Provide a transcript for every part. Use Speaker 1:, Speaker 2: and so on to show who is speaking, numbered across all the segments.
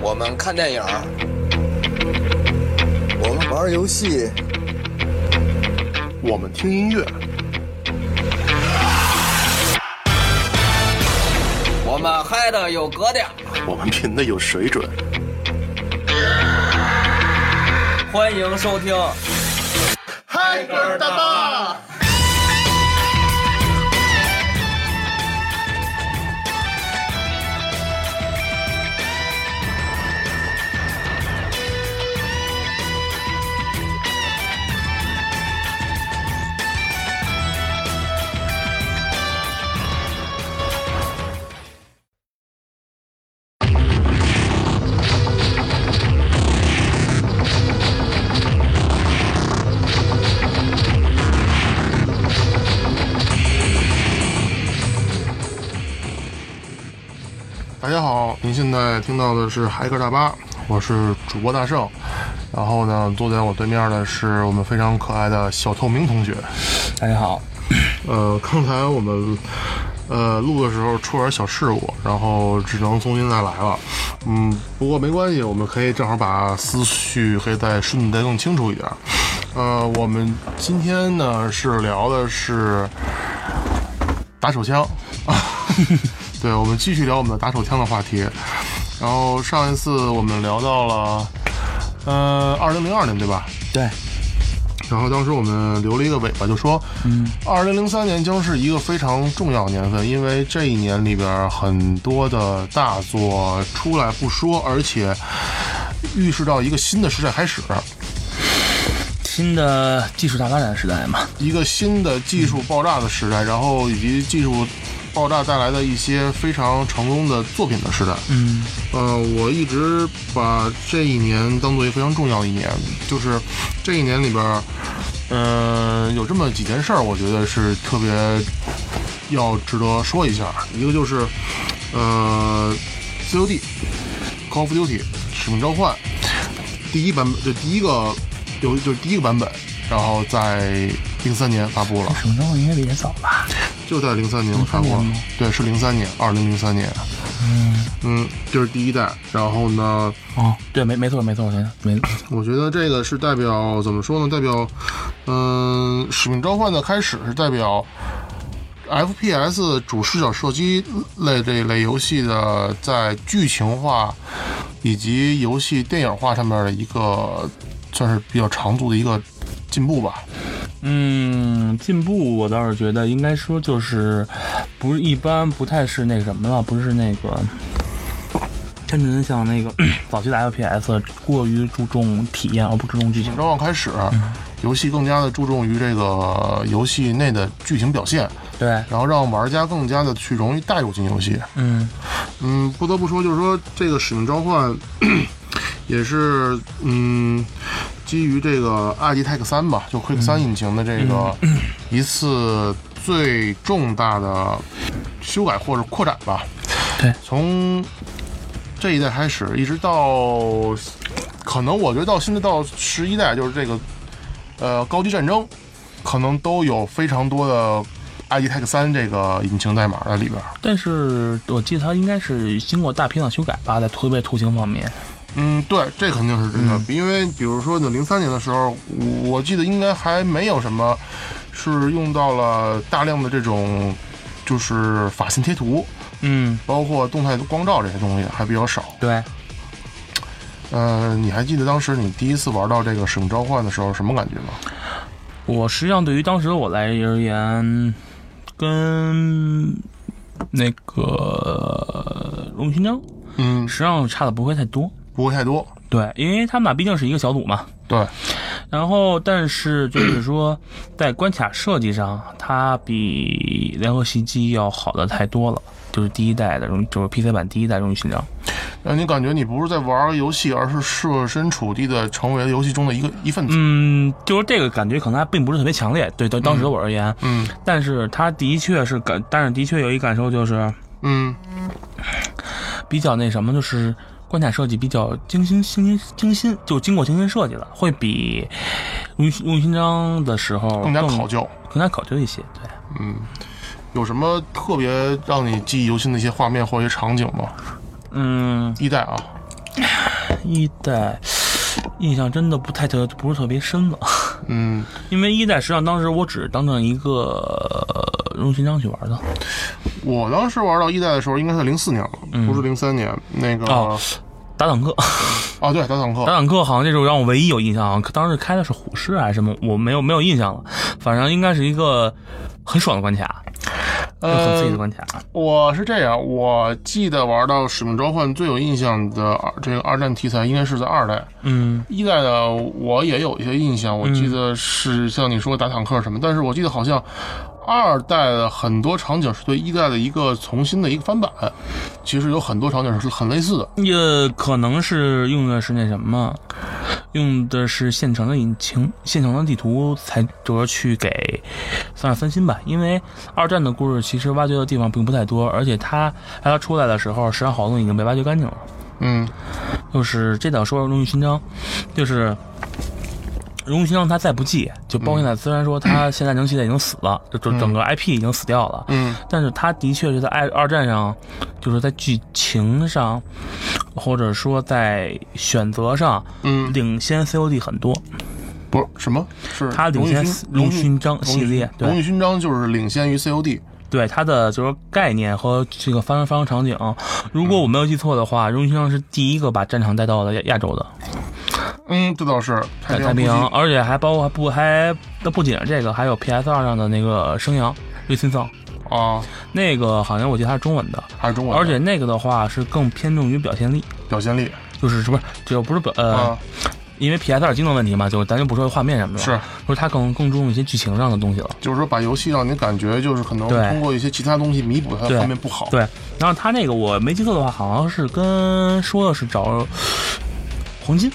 Speaker 1: 我们看电影，我们玩游戏，
Speaker 2: 我们听音乐，
Speaker 1: 我们嗨的有格调。
Speaker 2: 我们品的有水准。
Speaker 1: 欢迎收听，
Speaker 2: 嗨歌大坝，大家好，您现在听到的是嗨歌大巴，我是主播大圣。然后呢，坐在我对面的是我们非常可爱的小透明同学。
Speaker 1: 大家好，
Speaker 2: 呃，刚才我们呃录的时候出点小事故，然后只能重新再来了。嗯，不过没关系，我们可以正好把思绪可以再顺带更清楚一点。呃，我们今天呢是聊的是打手枪，啊对，我们继续聊我们的打手枪的话题。然后上一次我们聊到了，呃，二零零二年对吧？
Speaker 3: 对，
Speaker 2: 然后当时我们留了一个尾巴，就说，嗯，二零零三年将是一个非常重要的年份，因为这一年里边很多的大作出来不说，而且预示到一个新的时代开始，
Speaker 3: 新的技术大发展时代嘛，
Speaker 2: 一个新的技术爆炸的时代，然后以及技术爆炸带来的一些非常成功的作品的时代。
Speaker 3: 嗯，
Speaker 2: 呃，我一直把这一年当做一个非常重要的一年，就是这一年里边儿，嗯、有这么几件事儿，我觉得是特别要值得说一下。一个就是，呃，COD、Call of Duty、使命召唤第一版本，就第一个有就是第一个版本，然后在零三年发布了。
Speaker 3: 哦什么时候应该比这早吧？
Speaker 2: 就在零三年我看过
Speaker 3: 03年吗，
Speaker 2: 对，是零三年，二零零三年。嗯，这是第一代。然后呢，
Speaker 3: 哦，对，没没错没错没错没错，
Speaker 2: 我觉得这个是代表怎么说呢？代表，嗯、使命召唤的开始是代表 FPS 主视角射击类这一类游戏的在剧情化以及游戏电影化上面的一个算是比较长足的一个进步吧。
Speaker 3: 嗯，进步我倒是觉得应该说就是，不是一般不太是那什么了，不是那个。真正的像那个 早期的 FPS 过于注重体验而不注重剧情
Speaker 2: 召唤开始，啊游戏更加的注重于这个游戏内的剧情表现。
Speaker 3: 对，
Speaker 2: 然后让玩家更加的去容易带入进游戏。
Speaker 3: 嗯，
Speaker 2: 嗯，不得不说，就是说这个《使命召唤》也是嗯，基于这个 ID Tech 三吧，就 Quick 三引擎的这个一次最重大的修改或者扩展吧。
Speaker 3: 对，
Speaker 2: 从这一代开始，一直到可能我觉得到现在到十一代，就是这个呃高级战争，可能都有非常多的 ID Tech 三这个引擎代码在里边儿。
Speaker 3: 但是我记得它应该是经过大批量修改吧，在图被图形方面，
Speaker 2: 嗯，对，这肯定是真的，因为比如说呢，零三年的时候，我我记得应该还没有什么是用到了大量的这种就是法信贴图，
Speaker 3: 嗯，
Speaker 2: 包括动态光照这些东西还比较少。
Speaker 3: 对，
Speaker 2: 呃，你还记得当时你第一次玩到这个《使命召唤》的时候什么感觉吗？
Speaker 3: 我实际上对于当时我来而言，跟那个呃《荣誉勋章》
Speaker 2: 嗯，
Speaker 3: 实际上差的不会太多。
Speaker 2: 不会太多。
Speaker 3: 对，因为他们俩毕竟是一个小组嘛。
Speaker 2: 对，
Speaker 3: 然后，但是就是 说，在关卡设计上，它比《联合袭击》要好的太多了。就是第一代的荣，就是 PC 版第一代《荣誉勋章》。
Speaker 2: 让呃你感觉你不是在玩游戏，而是设身处地的成为游戏中的一个一份子。
Speaker 3: 嗯，就是这个感觉可能还并不是特别强烈，对，对，当时我而言。
Speaker 2: 嗯
Speaker 3: 但是它的确是感，但是的确有一感受就是，
Speaker 2: 嗯
Speaker 3: 比较那什么，就是关卡设计比较精心、精心、精心，就经过精心设计了，会比用用勋章的时候
Speaker 2: 更加考
Speaker 3: 考
Speaker 2: 究。
Speaker 3: 更加考究一些。对，
Speaker 2: 有什么特别让你记忆犹新的一些画面或者一些场景吗？
Speaker 3: 嗯，
Speaker 2: 一代啊，
Speaker 3: 一代印象真的不太特，不是特别深了，
Speaker 2: 嗯，
Speaker 3: 因为一代实际上当时我只是当成一个呃用勋章去玩的。
Speaker 2: 我当时玩到一代的时候，应该是零四年了，不是零三年。那个
Speaker 3: 哦打坦克，
Speaker 2: 啊，对，打坦克
Speaker 3: 打，坦克好像这时候让我唯一有印象，啊，当时开的是虎式还是什么，我没有没有印象了。反正应该是一个很爽的关卡，就很刺激的关卡。
Speaker 2: 呃我是这样，我记得玩到《使命召唤》最有印象的二这个二战题材，应该是在二代。
Speaker 3: 嗯
Speaker 2: 一代呢，我也有一些印象，我嗯记得是像你说打坦克什么，但是我记得好像二代的很多场景是对一代的一个重新的一个翻版，其实有很多场景是很类似的。
Speaker 3: 也呃可能是用的是那什么，用的是现成的引擎、现成的地图才着去给算是分心吧。因为二战的故事其实挖掘的地方并不太多，而且它在它出来的时候，实际上好多东西已经被挖掘干净了。
Speaker 2: 嗯
Speaker 3: 就是这点说《荣誉勋章》，就是《荣誉勋章》它再不济，就包括现在虽然说它现在能现在已经死了，就就整个 IP 已经死掉了，
Speaker 2: 嗯
Speaker 3: 但是它的确是在二二战上，就是在剧情上，或者说在选择上
Speaker 2: 嗯，
Speaker 3: 领先 COD 很多。
Speaker 2: 不是什么，是
Speaker 3: 它领先
Speaker 2: 荣
Speaker 3: 荣
Speaker 2: 誉
Speaker 3: 誉
Speaker 2: 勋
Speaker 3: 勋章系列对
Speaker 2: 荣誉勋章就是领先于 COD。
Speaker 3: 对它的就是概念和这个发生发生场景，啊如果我没有记错的话，荣誉勋章是第一个把战场带到了亚亚洲的。
Speaker 2: 嗯，这倒是太
Speaker 3: 在
Speaker 2: 平
Speaker 3: 太
Speaker 2: 洋
Speaker 3: 平洋，
Speaker 2: 突
Speaker 3: 而且还包括还不还那不仅是这个，还有 PS 二上的那个生阳瑞森桑，
Speaker 2: 击啊，
Speaker 3: 那个好像我记得它是中文的，
Speaker 2: 还是中文的，
Speaker 3: 而且那个的话是更偏重于表现力，
Speaker 2: 表现力
Speaker 3: 就是是不是就不是表呃，
Speaker 2: 啊，
Speaker 3: 因为 PS 二机能问题嘛，就咱就不说画面什么的，
Speaker 2: 是
Speaker 3: 说它更更注重一些剧情上的东西了。
Speaker 2: 就是说把游戏让你感觉就是可能
Speaker 3: 对
Speaker 2: 通过一些其他东西弥补它的
Speaker 3: 对
Speaker 2: 方面不好。
Speaker 3: 对，然后它那个我没记错的话，好像是跟说的是找黄金。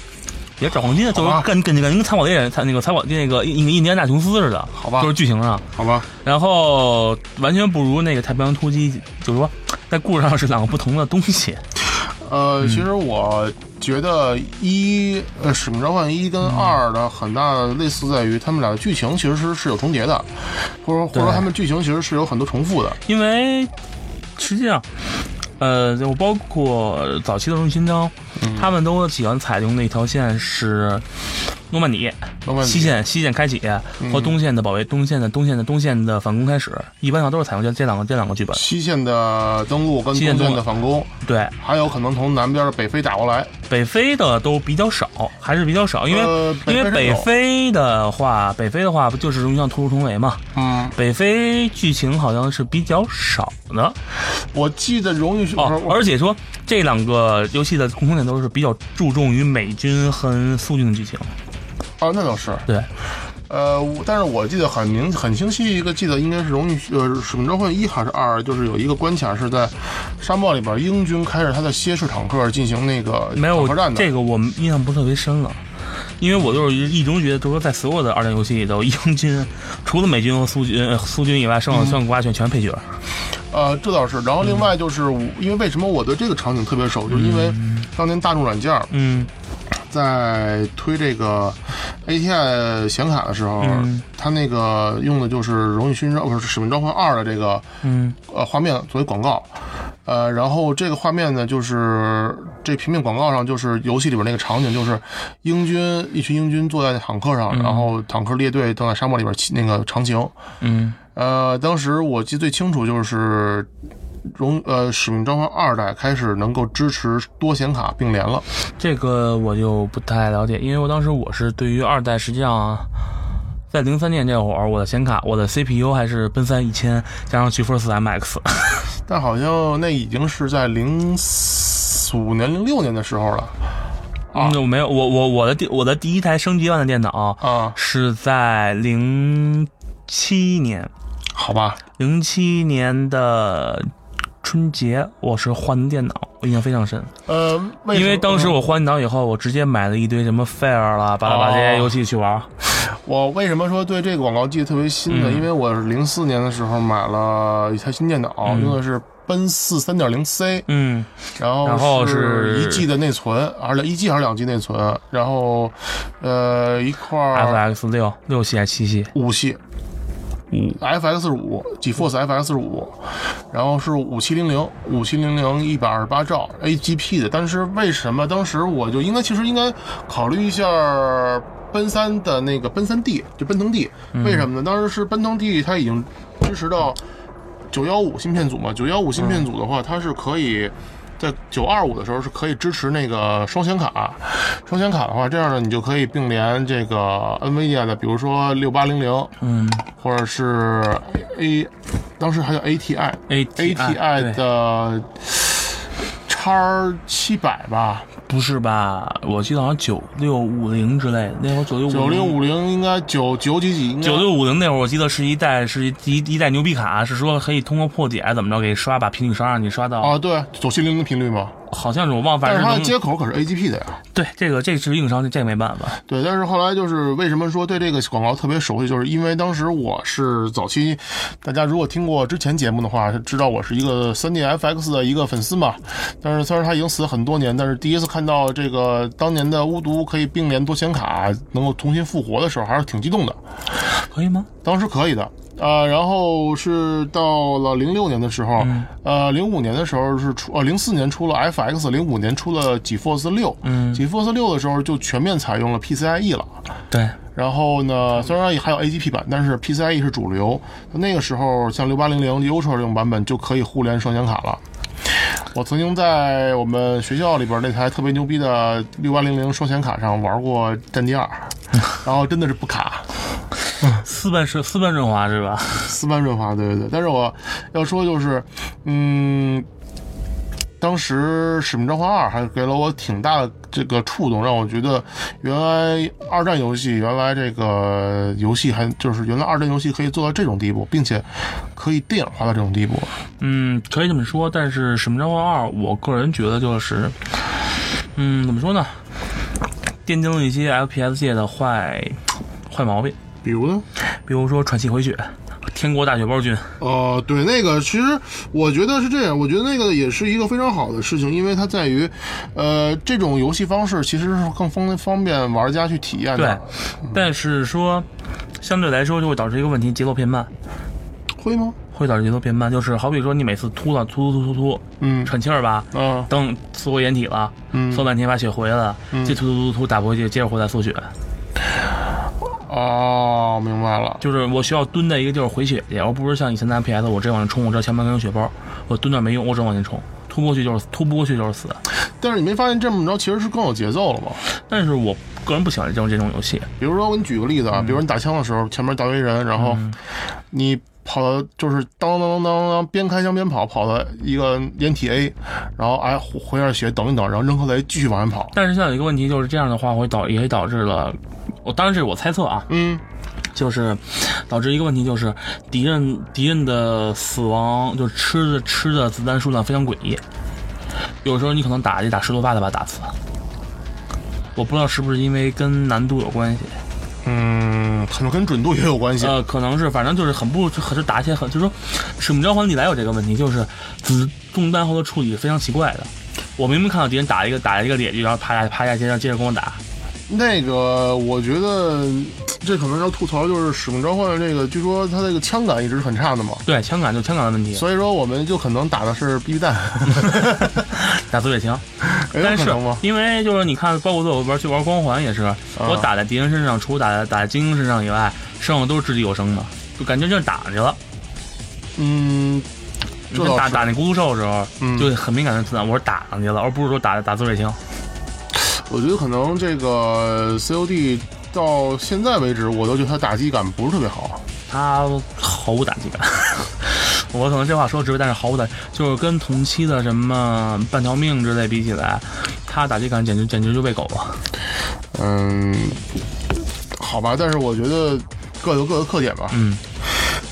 Speaker 3: 别找黄金，就
Speaker 2: 好吧
Speaker 3: 是跟跟那个跟藏宝猎人、那个藏宝那个印印第安纳琼斯似的，
Speaker 2: 好吧
Speaker 3: 就是剧情上，
Speaker 2: 好吧，
Speaker 3: 然后完全不如那个《太平洋突击》，就是说在故事上是两个不同的东西。
Speaker 2: 呃，
Speaker 3: 嗯
Speaker 2: 其实我觉得一呃《使命召唤一》跟
Speaker 3: 嗯
Speaker 2: 二的很大的类似在于，他们俩的剧情其实是是有重叠的，或者或者说
Speaker 3: 对
Speaker 2: 他们剧情其实是有很多重复的。
Speaker 3: 因为实际上，呃，就包括早期的《荣誉勋章》
Speaker 2: 嗯
Speaker 3: 他们都喜欢采用的一条线是诺曼底
Speaker 2: 诺曼底嗯
Speaker 3: 西线西线开启和东线的保卫东线的东线的东线的反攻开始，一般上都是采用这这两个这两个剧本。
Speaker 2: 西线的登陆跟
Speaker 3: 西
Speaker 2: 东
Speaker 3: 线
Speaker 2: 线
Speaker 3: 登
Speaker 2: 的
Speaker 3: 陆
Speaker 2: 反攻，
Speaker 3: 对，
Speaker 2: 还有可能从南边的北非打过来。
Speaker 3: 北非的都比较少，还是比较少，因为、
Speaker 2: 呃北非
Speaker 3: 因为
Speaker 2: 是
Speaker 3: 北
Speaker 2: 有
Speaker 3: 非的话，北非的话不就是容易像突出重围嘛？
Speaker 2: 嗯，
Speaker 3: 北非剧情好像是比较少的
Speaker 2: 我记得荣誉勋
Speaker 3: 哦，而且说这两个游戏的共同点都是比较注重于美军和苏军的剧情。
Speaker 2: 啊，那倒是。
Speaker 3: 对，
Speaker 2: 呃，我但是我记得很明很清晰，一个记得应该是荣誉呃《使命召唤一》还是二，就是有一个关卡是在沙漠里边，英军开着他的蝎式坦克进行那个
Speaker 3: 没有
Speaker 2: 坦克战的。
Speaker 3: 这个我印象不是特别深了，因为我就是一直觉得，就是说在所有的二战游戏里头，英军除了美军和苏军、呃苏军以外，剩下剩下国家全全是配角。
Speaker 2: 呃，这倒是。然后另外就是我，因为为什么我对这个场景特别熟，就是因为当年大众软件
Speaker 3: 嗯
Speaker 2: 在推这个 ATI 显卡的时候，
Speaker 3: 嗯
Speaker 2: 它那个用的就是《荣誉勋章》不是《使命召唤二》的这个
Speaker 3: 嗯
Speaker 2: 呃画面作为广告，呃，然后这个画面呢，就是这平面广告上就是游戏里边那个场景，就是英军一群英军坐在坦克上，然后坦克列队正在沙漠里边骑那个长行。
Speaker 3: 嗯
Speaker 2: 呃，当时我记得最清楚就是荣呃《使命召唤二代》开始能够支持多显卡并联了，
Speaker 3: 这个我就不太了解，因为我当时我是对于二代，实际上在零三年这会儿，我的显卡，我的 CPU 还是奔三一千，加上 GeForce MX，
Speaker 2: 但好像那已经是在零五年零六年的时候了啊
Speaker 3: 嗯，我没有，我我我的第我的第一台升级版的电脑
Speaker 2: 啊，
Speaker 3: 是在零七年，
Speaker 2: 好吧，
Speaker 3: 零七年的春节，我是换的电脑，我印象非常深，
Speaker 2: 呃，
Speaker 3: 因为当时
Speaker 2: 我。
Speaker 3: 我换电脑以后，我直接买了一堆什么 Fire 啦、巴拉巴拉
Speaker 2: 哦
Speaker 3: 这些游戏去玩儿，
Speaker 2: 我为什么说对这个广告记得特别新
Speaker 3: 嗯
Speaker 2: 呢？因为我是零四年的时候买了一台新电脑，用的是奔四三点零 C，
Speaker 3: 嗯。
Speaker 2: 然后
Speaker 3: 然后是
Speaker 2: 一 G 的内存，而且一 G 还是两 G 内存，然后呃一块
Speaker 3: F X 六六系还是七系？
Speaker 2: 五系，嗯，FX 五 GeForce FX 五，然后是五七零零五七零零一百二十八兆 AGP 的，但是为什么当时我就应该其实应该考虑一下奔三的那个奔三 D 就奔腾 D，为什么呢？当时是奔腾 D 它已经支持到九幺五芯片组嘛，九幺五芯片组的话，它是可以。在九二五的时候是可以支持那个双显卡，双显卡的话，这样呢你就可以并联这个 NVIDIA 啊的，比如说六八零零，嗯，或者是 A，当时还叫 ATI
Speaker 3: ATI
Speaker 2: 的叉七百吧，
Speaker 3: 不是吧？我记得好像九六五零之类的，那会儿九六
Speaker 2: 九
Speaker 3: 五
Speaker 2: 零啊
Speaker 3: 零。
Speaker 2: 五零应该九九几几应该
Speaker 3: 嗯九六五零那会儿，我记得是一代是一一一代牛逼卡，是说可以通过破解怎么着给刷把频率刷上去，刷到、
Speaker 2: 啊，对，九七零零频率嘛，
Speaker 3: 好像是我忘，反
Speaker 2: 但是
Speaker 3: 正
Speaker 2: 它的
Speaker 3: 能
Speaker 2: 接口可是 AGP 的呀。
Speaker 3: 对这个这是硬伤，这这没办法。
Speaker 2: 对，但是后来就是为什么说对这个广告特别熟悉，就是因为当时我是早期，大家如果听过之前节目的话，是知道我是一个 3DFX 的一个粉丝嘛。但是虽然他已经死了很多年，但是第一次看到这个当年的巫毒可以并联多显卡，能够重新复活的时候，还是挺激动的。
Speaker 3: 可以吗？
Speaker 2: 当时可以的。呃，然后是到了零六年的时候，呃，零五年的时候是出，呃，零四年出了 FX，零五年出了 GeForce 六，嗯，GeForce 六的时候就全面采用了 PCIe E 了。
Speaker 3: 对，
Speaker 2: 然后呢，虽然还有 AGP 版，但是 PCIe E 是主流。那个时候，像六八零零 Ultra 这种版本就可以互联双显卡了。我曾经在我们学校里边那台特别牛逼的六八零零双显卡上玩过《战地二》，然后真的是不卡，
Speaker 3: 四倍是四倍润滑是 吧？
Speaker 2: 丝般润滑，对对对。但是我要说就是，嗯，当时《使命召唤二》还给了我挺大的这个触动，让我觉得原来二战游戏，原来这个游戏还就是原来二战游戏可以做到这种地步，并且可以电影化到这种地步。
Speaker 3: 嗯，可以这么说，但是《使命召唤二》，我个人觉得就是，嗯，怎么说呢？奠定了一些 FPS 界的坏坏毛病，
Speaker 2: 比如呢？
Speaker 3: 比如说喘气回血、天国大血包君。
Speaker 2: 哦，对，那个其实我觉得是这样，我觉得那个也是一个非常好的事情，因为它在于，呃，这种游戏方式其实是更方方便玩家去体验
Speaker 3: 对
Speaker 2: 的，，
Speaker 3: 但是说相对来说就会导致一个问题：节奏变慢，
Speaker 2: 会吗？
Speaker 3: 会导致节奏变慢。就是好比说你每次突了突突突突
Speaker 2: 嗯
Speaker 3: 突，喘气儿吧，
Speaker 2: 啊，
Speaker 3: 等缩回掩体了，缩半天把血回来了，这突突突突打不回去，接着回来缩血，
Speaker 2: 哦，明白了。
Speaker 3: 就是我需要蹲在一个地儿回血去，而不是像以前拿 PS 我直接往前冲，我知道前面跟有血包，我蹲那儿没用，我只能往前冲，突不过去就是突不过去就是死。
Speaker 2: 但是你没发现这么着其实是更有节奏了吗？
Speaker 3: 但是我个人不喜欢这种这种游戏，
Speaker 2: 比如说，我给你举个例子啊，比如你打枪的时候，前面大堆人，然后你跑到就是当当当当当，边开枪边跑，跑到一个掩体 A，然后哎回回点血等一等，然后扔颗雷继续往前跑。
Speaker 3: 但是现在有一个问题就是这样的话会导也会导致了，我当然这是我猜测啊，
Speaker 2: 嗯，
Speaker 3: 就是导致一个问题就是敌人敌人的死亡就吃的吃的子弹数量非常诡异，有时候你可能打一打十多发的把他打死，我不知道是不是因为跟难度有关系。
Speaker 2: 嗯，啊可能跟准度也有关系。
Speaker 3: 呃，可能是，反正就是很不，很是打起来很，就是说，使命召唤历来有这个问题，就是子中弹后的处理是非常奇怪的。我明明看到敌人打一个打一个脸具，然后啪下啪下接着接着跟我打，
Speaker 2: 那个，我觉得这可能要吐槽，就是《使命召唤》这个，据说它这个枪感一直是很差的嘛，
Speaker 3: 对，枪杆就枪杆的问题，
Speaker 2: 所以说我们就可能打的是 BB 弹，
Speaker 3: 打自卫枪。
Speaker 2: 有
Speaker 3: 但
Speaker 2: 可
Speaker 3: 是
Speaker 2: 能吗？
Speaker 3: 因为就是你看，包括我玩去玩光环也是，
Speaker 2: 啊
Speaker 3: 我打在敌人身上，除了打在打在精英身上以外，剩下都是掷地有声的，就感觉就是打上去了。
Speaker 2: 嗯，
Speaker 3: 你
Speaker 2: 这
Speaker 3: 看
Speaker 2: 倒
Speaker 3: 打
Speaker 2: 是
Speaker 3: 打那咕噜兽的时候，
Speaker 2: 嗯
Speaker 3: 就很敏感的子弹，我是打上去了，而不是说打打自卫枪。
Speaker 2: 我觉得可能这个 COD 到现在为止，我都觉得它打击感不是特别好。啊
Speaker 3: 他毫无打击感。 我可能这话说直白，但是毫无打，就是跟同期的什么半条命之类比起来，他打击感简直简直就喂狗啊！
Speaker 2: 嗯，好吧，但是我觉得各有各的特点吧。
Speaker 3: 嗯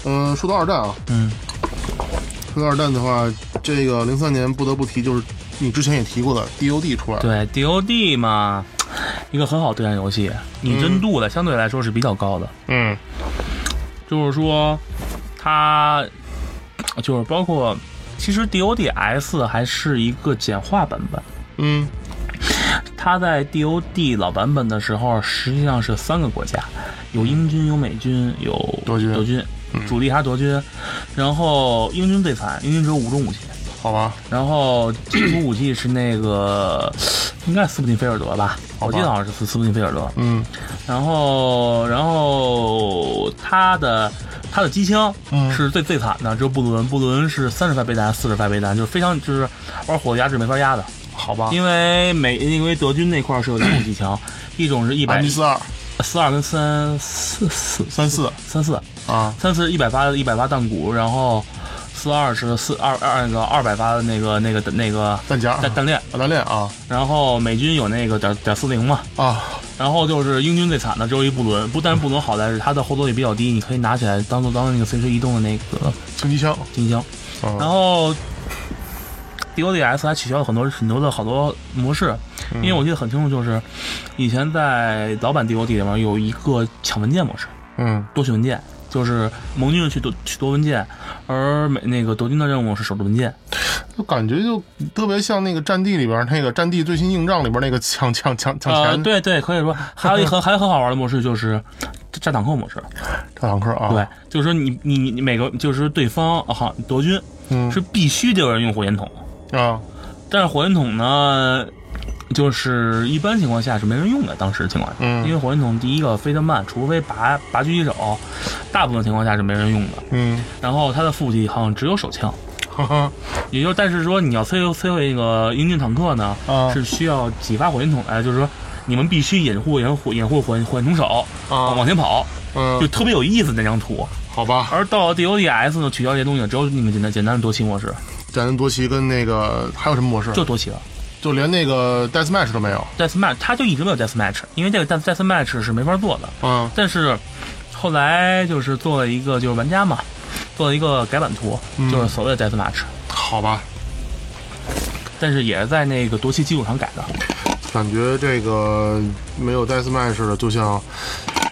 Speaker 2: 嗯、说到二战啊，
Speaker 3: 嗯，
Speaker 2: 说到二战的话，这个零三年不得不提就是你之前也提过的 DOD 出来了。
Speaker 3: 对 DOD 嘛，一个很好对战游戏，拟真度的、相对来说是比较高的，
Speaker 2: 嗯
Speaker 3: 就是说它就是包括。其实 DOD S 还是一个简化版本，
Speaker 2: 嗯
Speaker 3: 它在 DOD 老版本的时候，实际上是三个国家，有英军、有美军、有
Speaker 2: 德军
Speaker 3: 德军。主力还夺军，然后英军最惨，英军只有五种武器，
Speaker 2: 好吧，
Speaker 3: 然后基础武器是那个应该是斯普林菲尔德吧，我记得好像是斯斯普林菲尔德，
Speaker 2: 嗯
Speaker 3: 然后，然后他的他的机枪
Speaker 2: 嗯
Speaker 3: 是最、最惨的，只有布伦，布伦是三十发背弹，四十发背弹，就是非常就是玩火力压制没法压的，
Speaker 2: 好吧，
Speaker 3: 因为美因为德军那块儿是有两种机枪，一种是一
Speaker 2: 安
Speaker 3: 百
Speaker 2: 迪四二
Speaker 3: 四二跟三四四
Speaker 2: 三四
Speaker 3: 三四
Speaker 2: 啊，
Speaker 3: 三四一百发一百发弹鼓，然后四二是四二二那个二百发的那个那个那个
Speaker 2: 弹夹
Speaker 3: 弹弹链，
Speaker 2: 啊弹链啊
Speaker 3: 然后美军有那个点点四零嘛，
Speaker 2: 啊，
Speaker 3: 然后就是英军最惨的只有一布伦，不但是布伦好在是它的后坐力比较低，你可以拿起来当做当那个随时移动的那个
Speaker 2: 轻机枪，
Speaker 3: 机枪。
Speaker 2: 嗯
Speaker 3: 然后 DODS 还取消了很多很多的好多模式，因为我记得很清楚，就是以前在老版 DOD 里面有一个抢文件模式，
Speaker 2: 嗯
Speaker 3: 夺取文件，就是盟军去夺去夺文件，而美那个德军的任务是守住文件。
Speaker 2: 就感觉就特别像那个《战地》里边那个《战地最新硬仗》里边那个抢抢抢抢
Speaker 3: 呃，
Speaker 2: 钱
Speaker 3: 对对，可以说还有一很还有一个很好玩的模式就是炸坦克模式。
Speaker 2: 炸坦克啊，
Speaker 3: 对，，就是说你你你你每个就是说对方啊哈德军
Speaker 2: 嗯
Speaker 3: 是必须得有人用火箭筒，
Speaker 2: 啊，
Speaker 3: 但是火箭筒呢，就是一般情况下是没人用的，当时情况下，
Speaker 2: 嗯
Speaker 3: 因为火箭筒第一个飞得慢，除非拔拔狙击手，大部分情况下是没人用的。
Speaker 2: 嗯，
Speaker 3: 然后它的副武器好像只有手枪，
Speaker 2: 哈哈，
Speaker 3: 也就是但是说你要摧摧毁那个英军坦克呢，
Speaker 2: 啊
Speaker 3: 是需要几发火箭筒来，就是说你们必须掩护掩护掩护火箭火箭筒手
Speaker 2: 啊
Speaker 3: 往前跑，就
Speaker 2: 嗯，
Speaker 3: 特别有意思那张图。
Speaker 2: 好吧，
Speaker 3: 而到了 DODS 呢，取消这些东西，只有那个简单简单的夺旗模式，
Speaker 2: 战争夺旗跟那个还有什么模式？
Speaker 3: 就夺旗了。
Speaker 2: 就连那个 Death Match 都没有。
Speaker 3: Death Match 它就一直没有 Death Match，因为这个 Death Death Match 是没法做的。
Speaker 2: 嗯
Speaker 3: 但是后来就是做了一个就是玩家嘛，做了一个改版图，
Speaker 2: 嗯
Speaker 3: 就是所谓的 Death Match，
Speaker 2: 好吧，
Speaker 3: 但是也是在那个夺旗基础上改的。
Speaker 2: 感觉这个没有 Death Match 的，就像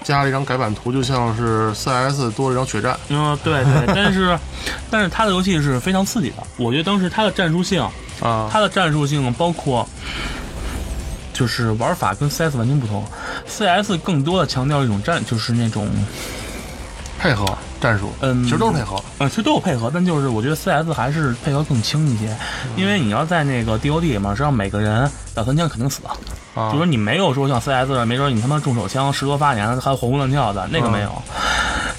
Speaker 2: 加了一张改版图，就像是 CS 多了一张血战。
Speaker 3: 嗯，对 对，但是但是它的游戏是非常刺激的，我觉得当时它的战术性，
Speaker 2: 啊
Speaker 3: 它的战术性包括。就是玩法跟 CS 完全不同，CS 更多的强调一种战，就是那种
Speaker 2: 配合战术，
Speaker 3: 嗯
Speaker 2: 其实都是配合。
Speaker 3: 呃，其实都有配合，但就是我觉得 CS 还是配合更轻一些，
Speaker 2: 嗯
Speaker 3: 因为你要在那个 DOD 里面，实际上每个人打三枪肯定死，
Speaker 2: 啊
Speaker 3: 就说你没有说像 CS 这样没准你他妈中手枪十多发年还活蹦乱跳的那个没有，
Speaker 2: 嗯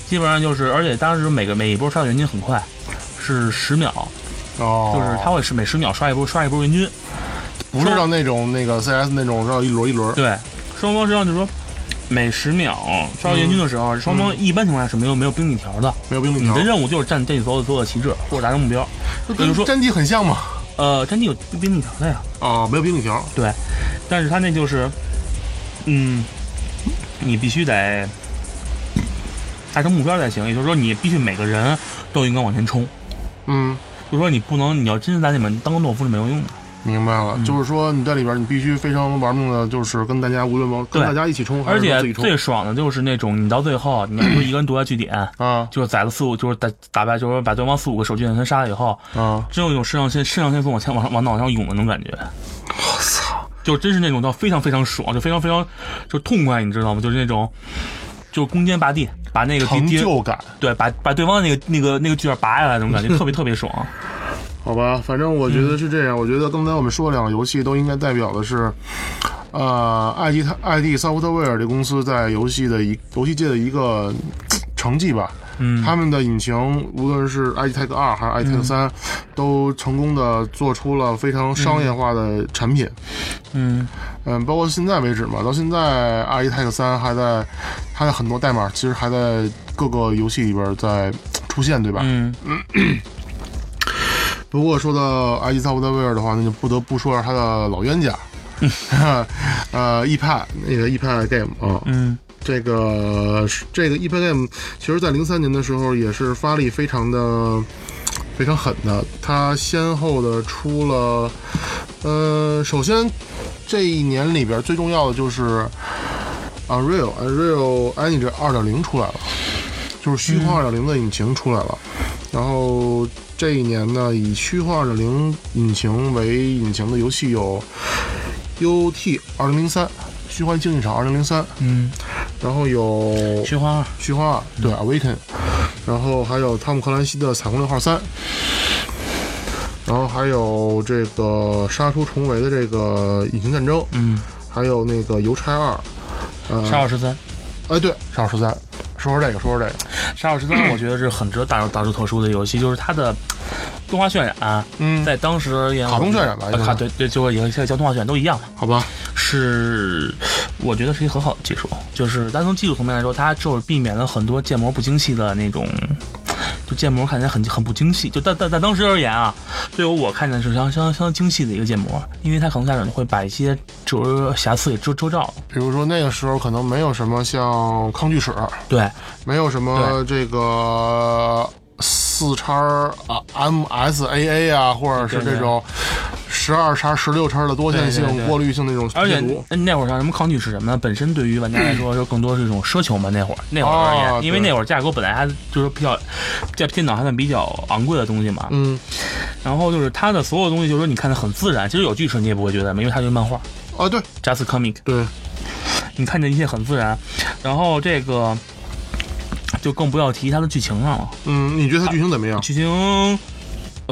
Speaker 3: 基本上就是，而且当时每个每一波刷的人均很快，是十秒，
Speaker 2: 哦，
Speaker 3: 就是他会是每十秒刷一波刷一波人均，
Speaker 2: 不是让那种那个 CS 那种绕一轮一轮。
Speaker 3: 对，双方实际上就是说每十秒刷人均的时候，双方一般情况下是没有没有兵力条的，
Speaker 2: 没有嗯兵力
Speaker 3: 你
Speaker 2: 条
Speaker 3: 的，任务就是占这所有所有的旗帜或者达成目标，
Speaker 2: 就
Speaker 3: 比如
Speaker 2: 跟
Speaker 3: 说
Speaker 2: 战地很像嘛。
Speaker 3: 呃，真的有兵力条的呀。
Speaker 2: 啊，没有兵力条。
Speaker 3: 对，但是他那就是，嗯，你必须得达成目标才行，也就是说你必须每个人都应该往前冲，
Speaker 2: 嗯，
Speaker 3: 就是说你不能，你要真是在里面当个懦夫是没有用的。
Speaker 2: 明白了，就是说你在里边，你必须非常玩命的，就是跟大家无论往跟
Speaker 3: 对
Speaker 2: 大家一起冲，还
Speaker 3: 而
Speaker 2: 是说自
Speaker 3: 且
Speaker 2: 己冲
Speaker 3: 最爽的就是那种你到最后，你要说一个人独占据点，
Speaker 2: 啊
Speaker 3: 就是宰了四五，就是打打败，就是把对方四五个手巨人全杀了以后，
Speaker 2: 啊，
Speaker 3: 真有一种肾上腺肾上腺素往前往上往脑上涌的那种感觉。我操！就真是那种叫非常非常爽，就非常非常就痛快，你知道吗？就是那种，就攻坚拔地，把那个敌
Speaker 2: 成
Speaker 3: 敌
Speaker 2: 就感。
Speaker 3: 对，把把对方那个那个那个巨人拔下来，那 种感觉特别特别爽。
Speaker 2: 好吧，反正我觉
Speaker 3: 嗯
Speaker 2: 得是这样。我觉得刚才我们说两个游戏都应该代表的是，呃，艾迪艾迪 Software 这公司在游戏的一游戏界的一个嘖成绩吧。
Speaker 3: 嗯
Speaker 2: 他们的引擎无论是 i t e c 二还是 i t e c 三，都成功的做出了非常商业化的产品。
Speaker 3: 嗯，
Speaker 2: 嗯，包括现在为止嘛，到现在 i t e c 三还在，它的很多代码其实还在各个游戏里边在嘖出现，对吧？
Speaker 3: 嗯
Speaker 2: 不过说到埃及萨布德威尔的话，那就不得不说下他的老冤家，呃，易派那个易派 game 啊，
Speaker 3: 嗯
Speaker 2: 这个这个易派 game，其实在零三年的时候也是发力非常的非常狠的，他先后的出了，呃，首先这一年里边最重要的就是 Unreal Unreal Engine 二点零出来了，就是虚幻二点零的引擎出来了，然后。这一年呢，以虚幻二点零引擎为引擎的游戏有 UT 二零零三、虚幻竞技场二零零三，
Speaker 3: 嗯，
Speaker 2: 然后有
Speaker 3: 雪花嗯
Speaker 2: 虚幻二，对，Awaken，然后还有汤姆克兰西的《彩虹六号三》，然后还有这个杀出重围的这个《隐形战争》，
Speaker 3: 嗯，
Speaker 2: 还有那个《邮差二》，呃，
Speaker 3: 杀手十三，
Speaker 2: 哎对，杀手十三。说说这个，说说这个，
Speaker 3: 杀手十三，我觉得是很值得大打出特殊的游戏，就是它的动画渲染、啊
Speaker 2: 嗯，
Speaker 3: 在当时而言，
Speaker 2: 卡通渲染吧应
Speaker 3: 呃
Speaker 2: 该是
Speaker 3: 卡对对，就是也像交通画卷都一样嘛，
Speaker 2: 好吧，
Speaker 3: 是我觉得是一个很好的技术，就是但从技术层面来说，它就是避免了很多建模不精细的那种。就建模看起来很很不精细，就但但但当时而言啊，对于我看见是相相相当精细的一个建模，因为它可能家长会把一些就是瑕疵给遮遮罩了。
Speaker 2: 比如说那个时候可能没有什么像抗锯齿，
Speaker 3: 对，
Speaker 2: 没有什么这个四叉啊 MSAA 啊，或者是
Speaker 3: 对对
Speaker 2: 这种十二叉、十六叉的多线
Speaker 3: 对对
Speaker 2: 性
Speaker 3: 对
Speaker 2: 过滤性那种
Speaker 3: 而且
Speaker 2: 解读。
Speaker 3: 那那会儿像什么抗拒是什么呢？本身对于玩家来说，就更多是一种奢求嘛。那会儿那会儿而言，
Speaker 2: 哦
Speaker 3: 因为
Speaker 2: 对
Speaker 3: 那会儿价格本来还就是比较，在电脑还算比较昂贵的东西嘛。
Speaker 2: 嗯，
Speaker 3: 然后就是它的所有东西，就是说你看的很自然，其实有锯齿你也不会觉得，因为它就是漫画
Speaker 2: 啊，对
Speaker 3: ，just comic，
Speaker 2: 对，
Speaker 3: 你看见一切很自然。然后这个就更不要提它的剧情上了，
Speaker 2: 嗯，你觉得它剧情怎么样？
Speaker 3: 剧情。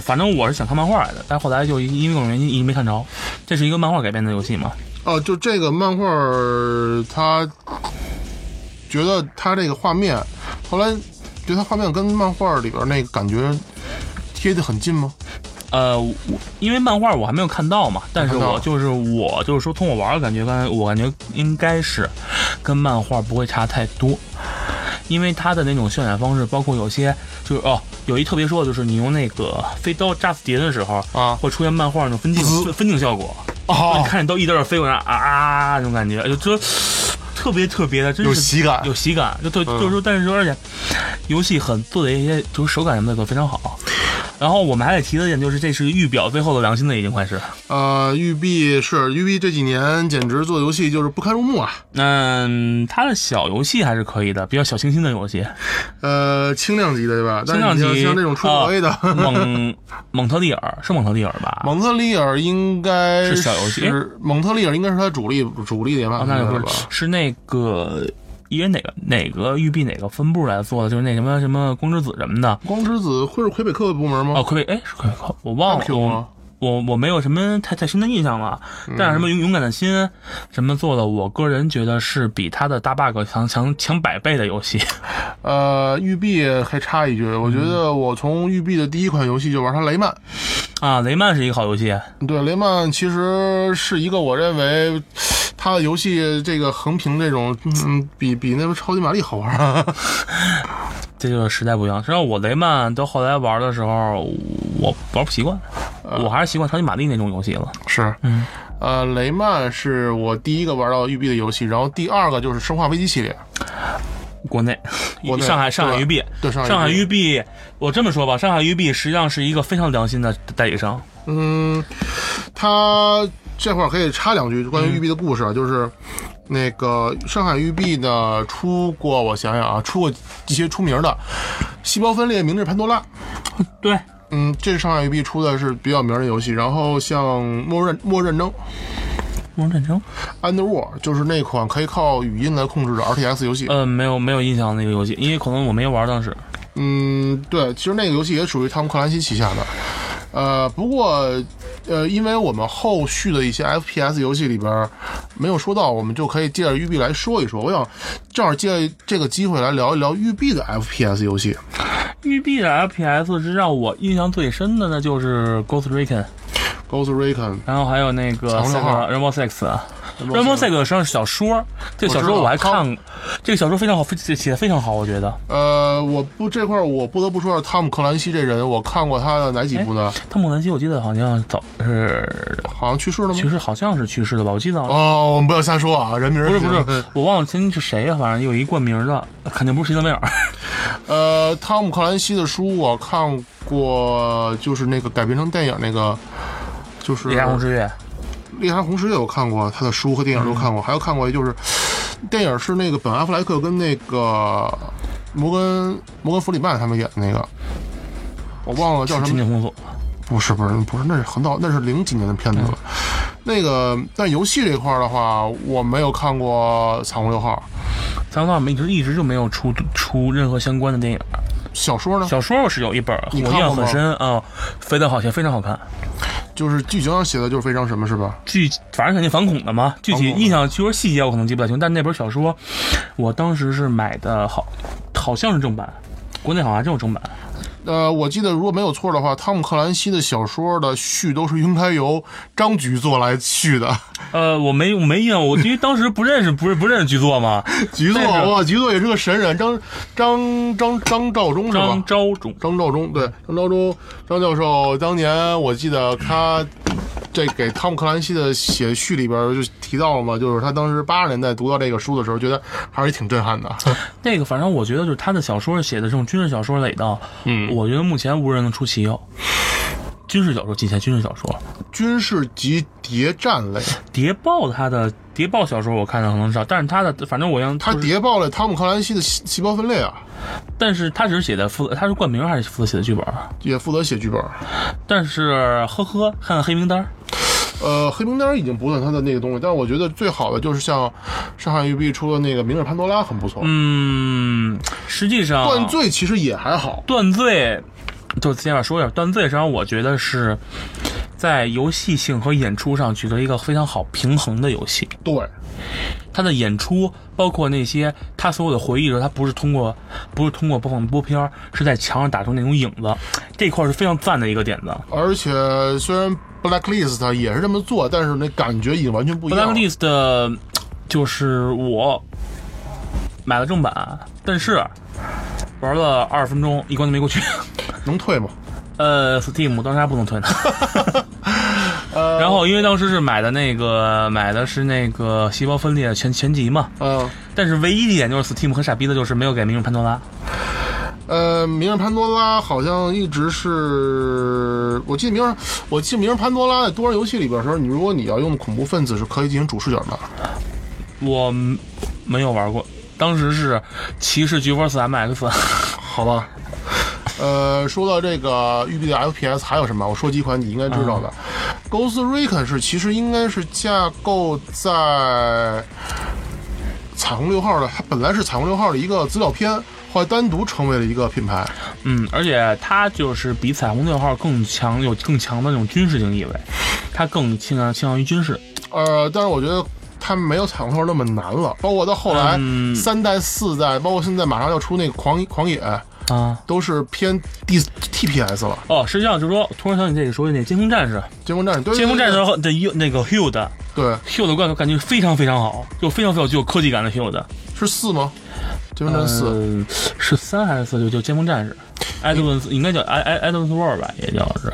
Speaker 3: 反正我是想看漫画来的，但后来就因为各种原因一直没看着。这是一个漫画改编的游戏嘛？
Speaker 2: 哦、就这个漫画儿，它觉得它这个画面，后来觉得它画面跟漫画里边那个感觉贴得很近吗？
Speaker 3: 呃，我因为漫画我还没有看到嘛，但是
Speaker 2: 看到
Speaker 3: 我就是我就是说，通过玩的感觉，刚才我感觉应该是跟漫画不会差太多，因为它的那种渲染方式，包括有些就是哦，有一特别说的就是你用那个飞刀扎死敌人的时候。
Speaker 2: 啊，
Speaker 3: 会出现漫画那种分镜
Speaker 2: 滋
Speaker 3: 分分镜效果，
Speaker 2: 哦
Speaker 3: 你，看见刀一点点飞过来，啊啊那种感觉，哎呦，这特别特别的，真
Speaker 2: 有
Speaker 3: 是
Speaker 2: 喜感。
Speaker 3: 有喜感，就对，
Speaker 2: 嗯
Speaker 3: 就是说，但是说而且游戏很做的一些就是手感什么的都非常好。然后我们还得提的一点就是，这是预表最后的良心了，已经快是。
Speaker 2: 呃，育碧是育碧这几年简直做游戏就是不堪入目啊。
Speaker 3: 嗯，它的小游戏还是可以的，比较小清新的游戏，
Speaker 2: 呃，轻量级的对吧？但
Speaker 3: 轻
Speaker 2: 是你
Speaker 3: 量
Speaker 2: 像
Speaker 3: 级啊呃
Speaker 2: 像这种出口 A 的，
Speaker 3: 蒙 蒙特利尔是蒙特利尔 吧？
Speaker 2: 蒙特利尔应该
Speaker 3: 是小游戏
Speaker 2: 是蒙特利尔应该是它主力主力的研发
Speaker 3: 哦，
Speaker 2: 团
Speaker 3: 那
Speaker 2: 队
Speaker 3: 就不
Speaker 2: 了
Speaker 3: 是
Speaker 2: 吧？，
Speaker 3: 是那个。因为哪个哪个育碧哪个分部来做的，就是那什么什么光之子什么的
Speaker 2: 光之子会是魁北克的部门吗？
Speaker 3: 哦，魁北哎是魁北克，我忘了
Speaker 2: Q 嗯吗？嗯
Speaker 3: 我我没有什么太太深的印象了，但是什么勇勇敢的心什么做的，我个人觉得是比他的大 bug 强强强百倍的游戏。
Speaker 2: 呃，育碧还插一句，我觉
Speaker 3: 嗯
Speaker 2: 得我从育碧的第一款游戏就玩它雷曼。
Speaker 3: 啊，雷曼是一个好游戏，
Speaker 2: 对，雷曼其实是一个我认为它的游戏这个横屏这种，嗯，比比那个超级玛丽好玩啊。
Speaker 3: 这就是时代不一样。实际上我雷曼到后来玩的时候，我玩不习惯，
Speaker 2: 啊
Speaker 3: 我还是习惯超级玛丽那种游戏了。
Speaker 2: 是，
Speaker 3: 嗯，
Speaker 2: 呃，雷曼是我第一个玩到育碧的游戏，然后第二个就是《生化危机》系列，
Speaker 3: 国内，
Speaker 2: 国内
Speaker 3: 上海
Speaker 2: 对
Speaker 3: 上海育碧，
Speaker 2: 对上海
Speaker 3: 上海
Speaker 2: 育碧
Speaker 3: 育碧，我这么说吧，上海育碧实际上是一个非常良心的代理商。
Speaker 2: 嗯，他这会儿可以插两句关于育碧的故事啊，就是那个上海育碧呢出过，我想想啊，出过一些出名的《细胞分裂》《明日潘多拉》。
Speaker 3: 对，
Speaker 2: 嗯，这是上海育碧出的是比较有名的游戏，然后像《末日末日战争》
Speaker 3: 末日战争，
Speaker 2: （Underworld） 就是那款可以靠语音来控制的 RTS 游戏。
Speaker 3: 呃，没有没有印象那个游戏，因为可能我没玩当时。
Speaker 2: 嗯，对，其实那个游戏也属于汤姆克兰西旗下的。呃，不过，呃，因为我们后续的一些 FPS 游戏里边儿没有说到，我们就可以借着育碧来说一说。我想正好借这个机会来聊一聊育碧的 FPS 游戏。
Speaker 3: 育碧的 FPS 是让我印象最深的呢，就是 Ghost Recon，
Speaker 2: Ghost Recon，
Speaker 3: 然后还有那个
Speaker 2: 彩虹六号
Speaker 3: Rainbow Six。Rainbow 啊 Six 实际上是小说，这个小说我还看过，这个小说非常好，非写的非常好，我觉得。
Speaker 2: 呃，我不这块儿我不得不说，汤姆克兰西这人，我看过他的哪几部呢？
Speaker 3: 汤姆兰西我记得好像早是
Speaker 2: 好像去世了吗
Speaker 3: 去？世，好像是去世的吧，我记得好像。
Speaker 2: 哦，我们不要瞎说啊，人名儿
Speaker 3: 不是不是，我忘了先是谁呀、反正有一冠名的，肯定不是希德威尔。
Speaker 2: 呃，汤姆克兰西的书我看过，就是那个改编成电影那个，就是《
Speaker 3: 烈焰红之月，
Speaker 2: 《猎杀红十月》，我看过他的书和电影都看过，还有看过就是电影是那个本·阿弗莱克跟那个摩根摩根弗里曼他们演的那个，我忘了叫什
Speaker 3: 金
Speaker 2: 么，
Speaker 3: 井红锁。
Speaker 2: 不是不是不是，那是很早，那是零几年的片子了。那个，但游戏这块儿的话，我没有看过《彩虹六号》。
Speaker 3: 咱们一直一直就没有出出任何相关的电影，
Speaker 2: 小说呢，
Speaker 3: 小说我是有一本，我
Speaker 2: 哦你
Speaker 3: 印
Speaker 2: 看过吗
Speaker 3: 象很深啊，非常好看，非常好看。
Speaker 2: 就是剧情上写的就是非常什么是吧？
Speaker 3: 具反正肯定反恐的嘛，具体
Speaker 2: 反恐的
Speaker 3: 印象据说细节我可能记不太清，但那本小说我当时是买的好，好像是正版，国内好像还真有正版。
Speaker 2: 呃，我记得如果没有错的话，汤姆克兰西的小说的序都是晕开由张局做来续的。
Speaker 3: 呃，我没我没印象，我因为当时不认识，不是不认识局座 嘛，
Speaker 2: 局座
Speaker 3: 那个
Speaker 2: 哇，局座也是个神人，张张张张召忠是吧？
Speaker 3: 张昭忠。
Speaker 2: 张召忠，对，张召忠，张教授当年我记得他这给汤姆克兰西的写序里边儿就提到了嘛，就是他当时八十年代读到这个书的时候，觉得还是挺震撼 的。
Speaker 3: 那个，反正我觉得就是他的小说写的这种军事小说类的，嗯，我觉得目前无人能出其右。军事小说，近现军事小说，
Speaker 2: 军事及谍战类，
Speaker 3: 谍报他的谍报小说我看的可能少，但是他的反正我让
Speaker 2: 他谍报了汤姆克兰西的细细胞分裂啊，
Speaker 3: 但是他只是写的负责，他是冠名还是负责写的剧本？啊
Speaker 2: 也负责写剧本。
Speaker 3: 但是呵呵，看看黑名单，
Speaker 2: 呃，黑名单已经不算他的那个东西，但是我觉得最好的就是像上海育碧出的那个《明日潘多拉》很不错，
Speaker 3: 嗯，实际上
Speaker 2: 断罪》其实也还好。
Speaker 3: 断罪，就先把说一下断罪，实际上我觉得是在游戏性和演出上取得一个非常好平衡的游戏。
Speaker 2: 对，
Speaker 3: 他的演出，包括那些他所有的回忆的时候，他不是通过不是通过播放播片儿，是在墙上打出那种影子，这块儿是非常赞的一个点子。
Speaker 2: 而且虽然 Blacklist 也是这么做，但是那感觉已经完全不一样了。
Speaker 3: Blacklist 的就是我买了正版，但是玩了二十分钟，一关都没过去。
Speaker 2: 能退吗？
Speaker 3: 呃，Steam 当时还不能退呢。然后，因为当时是买的那个，买的是那个《细胞分裂》全全集嘛，
Speaker 2: 嗯，
Speaker 3: 但是唯一的一点就是 Steam 很傻逼的，就是没有给《明日潘多拉》。
Speaker 2: 呃，明日潘多拉好像一直是，我记得明日，我记得明日潘多拉在多人游戏里边的时候，你如果你要用恐怖分子是可以进行主视角的。
Speaker 3: 我嗯没有玩过，当时是骑士 GeForce MX，
Speaker 2: 好吧。呃，说到这个育碧的 FPS 还有什么？我说几款你应该知道的。Ghost
Speaker 3: 嗯
Speaker 2: Recon 是其实应该是架构在彩虹六号的，它本来是彩虹六号的一个资料片，后来单独成为了一个品牌。
Speaker 3: 嗯，而且它就是比彩虹六号更强，有更强的那种军事性意味，它更倾向倾向于军事。
Speaker 2: 呃，但是我觉得它没有彩虹六号那么难了，包括到后来、
Speaker 3: 嗯
Speaker 2: 三代、四代，包括现在马上要出那个狂狂野，
Speaker 3: 啊，
Speaker 2: 都是偏 D TPS 了。
Speaker 3: 哦，实际上就是说，突然想起这个说起那《尖峰战士》，
Speaker 2: 巅峰战士，对
Speaker 3: 《尖峰战士》和的一那个 Hue 的
Speaker 2: 对
Speaker 3: Hue 的感感觉非常非常好，就非常非常具有科技感的 Hue 的。
Speaker 2: 是四吗？巅峰战士四。
Speaker 3: 嗯，是三还是四？就就《尖峰战士》，Advance 应该叫 I I Advance War 吧，也叫是，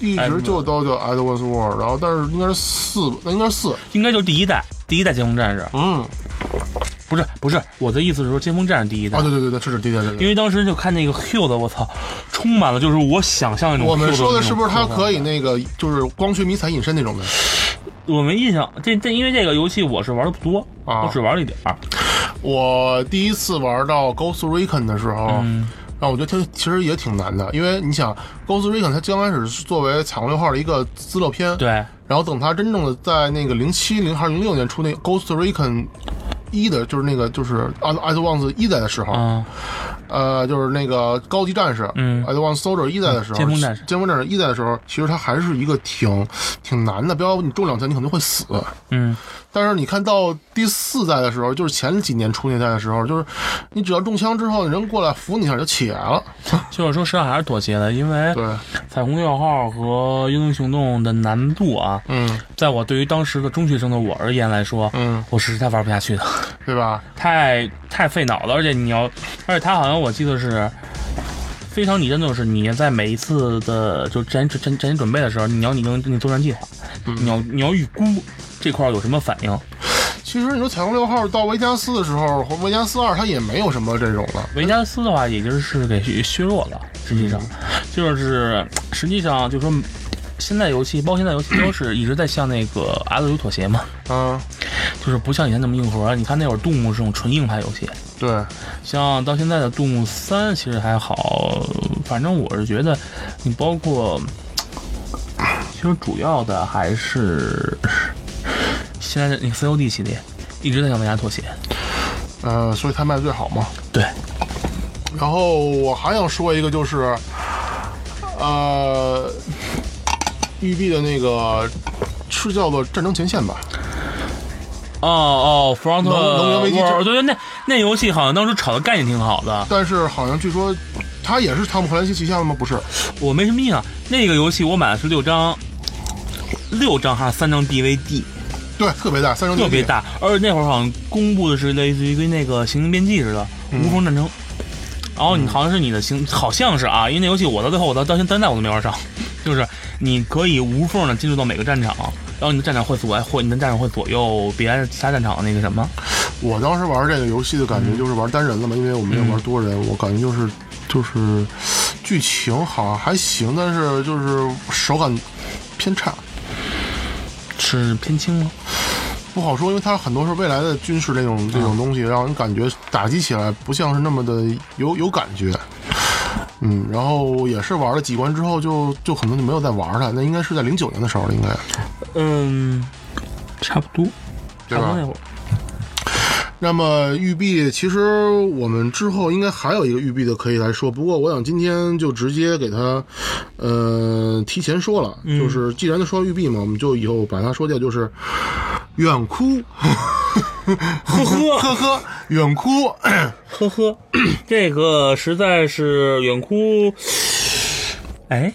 Speaker 2: 一直就都叫 Edwards War，然后但是应该是四，那应该是四，
Speaker 3: 应该就是第一代，第一代《尖峰战士》。
Speaker 2: 嗯，
Speaker 3: 不是不是，我的意思是说《尖峰战士》第一代
Speaker 2: 啊，，对对对对，是是对对对
Speaker 3: 因
Speaker 2: 对。
Speaker 3: 为当时就看那个 Q 的，我操，充满了就是我想象那种。
Speaker 2: 我们说的是不是它可以？那个就是光学迷彩隐身那种的？
Speaker 3: 我没印象，这这因为这个游戏我是玩的不多，
Speaker 2: 啊
Speaker 3: 我只玩了一点儿。
Speaker 2: 我第一次玩到 Ghost Recon 的时候，
Speaker 3: 嗯
Speaker 2: 让我觉得它其实也挺难的，因为你想 Ghost Recon 它刚开始是作为彩虹六号的一个资料片，，
Speaker 3: 对，
Speaker 2: 然后等它真正的在那个零七、零还是零六年出那个 Ghost Recon 一的，就是那个就是 Advance 一代的时候，
Speaker 3: 嗯，
Speaker 2: 呃，就是那个高级战士，
Speaker 3: 嗯
Speaker 2: ，Advanced Soldier 一代的时候，
Speaker 3: 尖峰战士
Speaker 2: 尖峰战士一代的时候，其实它还是一个挺挺难的，不要你中两枪你可能会死。
Speaker 3: 嗯，
Speaker 2: 但是你看到第四代的时候，就是前几年出那代的时候，就是你只要中枪之后，人过来扶你一下就起来了。
Speaker 3: 就是说实际上还是妥协了，因为
Speaker 2: 对，
Speaker 3: 彩虹六号和英雄行动的难度啊，
Speaker 2: 嗯
Speaker 3: 在我对于当时的中学生的我而言来说，
Speaker 2: 嗯，
Speaker 3: 我是实在玩不下去的，
Speaker 2: 对吧？
Speaker 3: 太太费脑了，而且你要，而且它好像我记得是。非常拟真的就是你在每一次的就战前战战前准备的时候，你要拟定你作战计划，你要你要预估这块儿有什么反应。
Speaker 2: 其实你说彩虹六号到维加斯的时候，维加斯二它也没有什么这种了。
Speaker 3: 维加斯的话，也就是给削削弱了，实际上就是实际上就是说。现在游戏，包括现在游戏都是一直在向那个 S U 妥协嘛，
Speaker 2: 嗯，
Speaker 3: 就是不像以前那么硬核。你看那会儿 Doom 是种纯硬派游戏，
Speaker 2: 对，
Speaker 3: 像到现在的 Doom 三其实还好，反正我是觉得，你包括，其实主要的还是现在的那个 COD 系列一直在向玩家妥协。
Speaker 2: 呃，所以它卖的最好嘛。
Speaker 3: 对，
Speaker 2: 然然后我还想说一个就是，呃， 育碧的那个是叫做《战争前线》吧？
Speaker 3: 哦哦，Front
Speaker 2: 能能源危机
Speaker 3: War，
Speaker 2: 这
Speaker 3: 对对，那那游戏好像当时炒的概念挺好的，
Speaker 2: 但是好像据说它也是汤姆·克兰西旗下的吗？不是，
Speaker 3: 我没什么印象。那个游戏我买的是六张，六张还是三张 DVD，
Speaker 2: 对，特别大，三声
Speaker 3: 特别，大，而且那会儿好像公布的是类似于跟那个《行星边际》似的《无缝战争》。然后你好像是你的行，好像是啊，因为那游戏我到最后我到到现在我都没玩上，就是你可以无缝的进入到每个战场，然后你的战场会左或你的战场会左右别的其他战场的那个什么，
Speaker 2: 我当时玩这个游戏的
Speaker 3: 嗯
Speaker 2: 感觉就是玩单人了嘛，因为我没有玩多人，我感觉就是就是剧情好像还行，但是就是手感偏差，
Speaker 3: 是偏轻吗？
Speaker 2: 不好说，因为它很多是未来的军事这
Speaker 3: 啊
Speaker 2: 种这种东西，让人感觉打击起来不像是那么的有有感觉。嗯，然后也是玩了几关之后就就可能就没有再玩它，那应该是在零九年的时候了，应该
Speaker 3: 嗯，差不多，
Speaker 2: 对
Speaker 3: 差
Speaker 2: 吧
Speaker 3: 不多那？会儿。
Speaker 2: 那么育碧，其实我们之后应该还有一个育碧的可以来说，不过我想今天就直接给它，呃，提前说了，
Speaker 3: 嗯
Speaker 2: 就是既然都说到育碧嘛，我们就以后把它说掉，就是远哭，
Speaker 3: 呵呵
Speaker 2: 呵呵，远哭，
Speaker 3: 呵呵，这个实在是远哭。哎，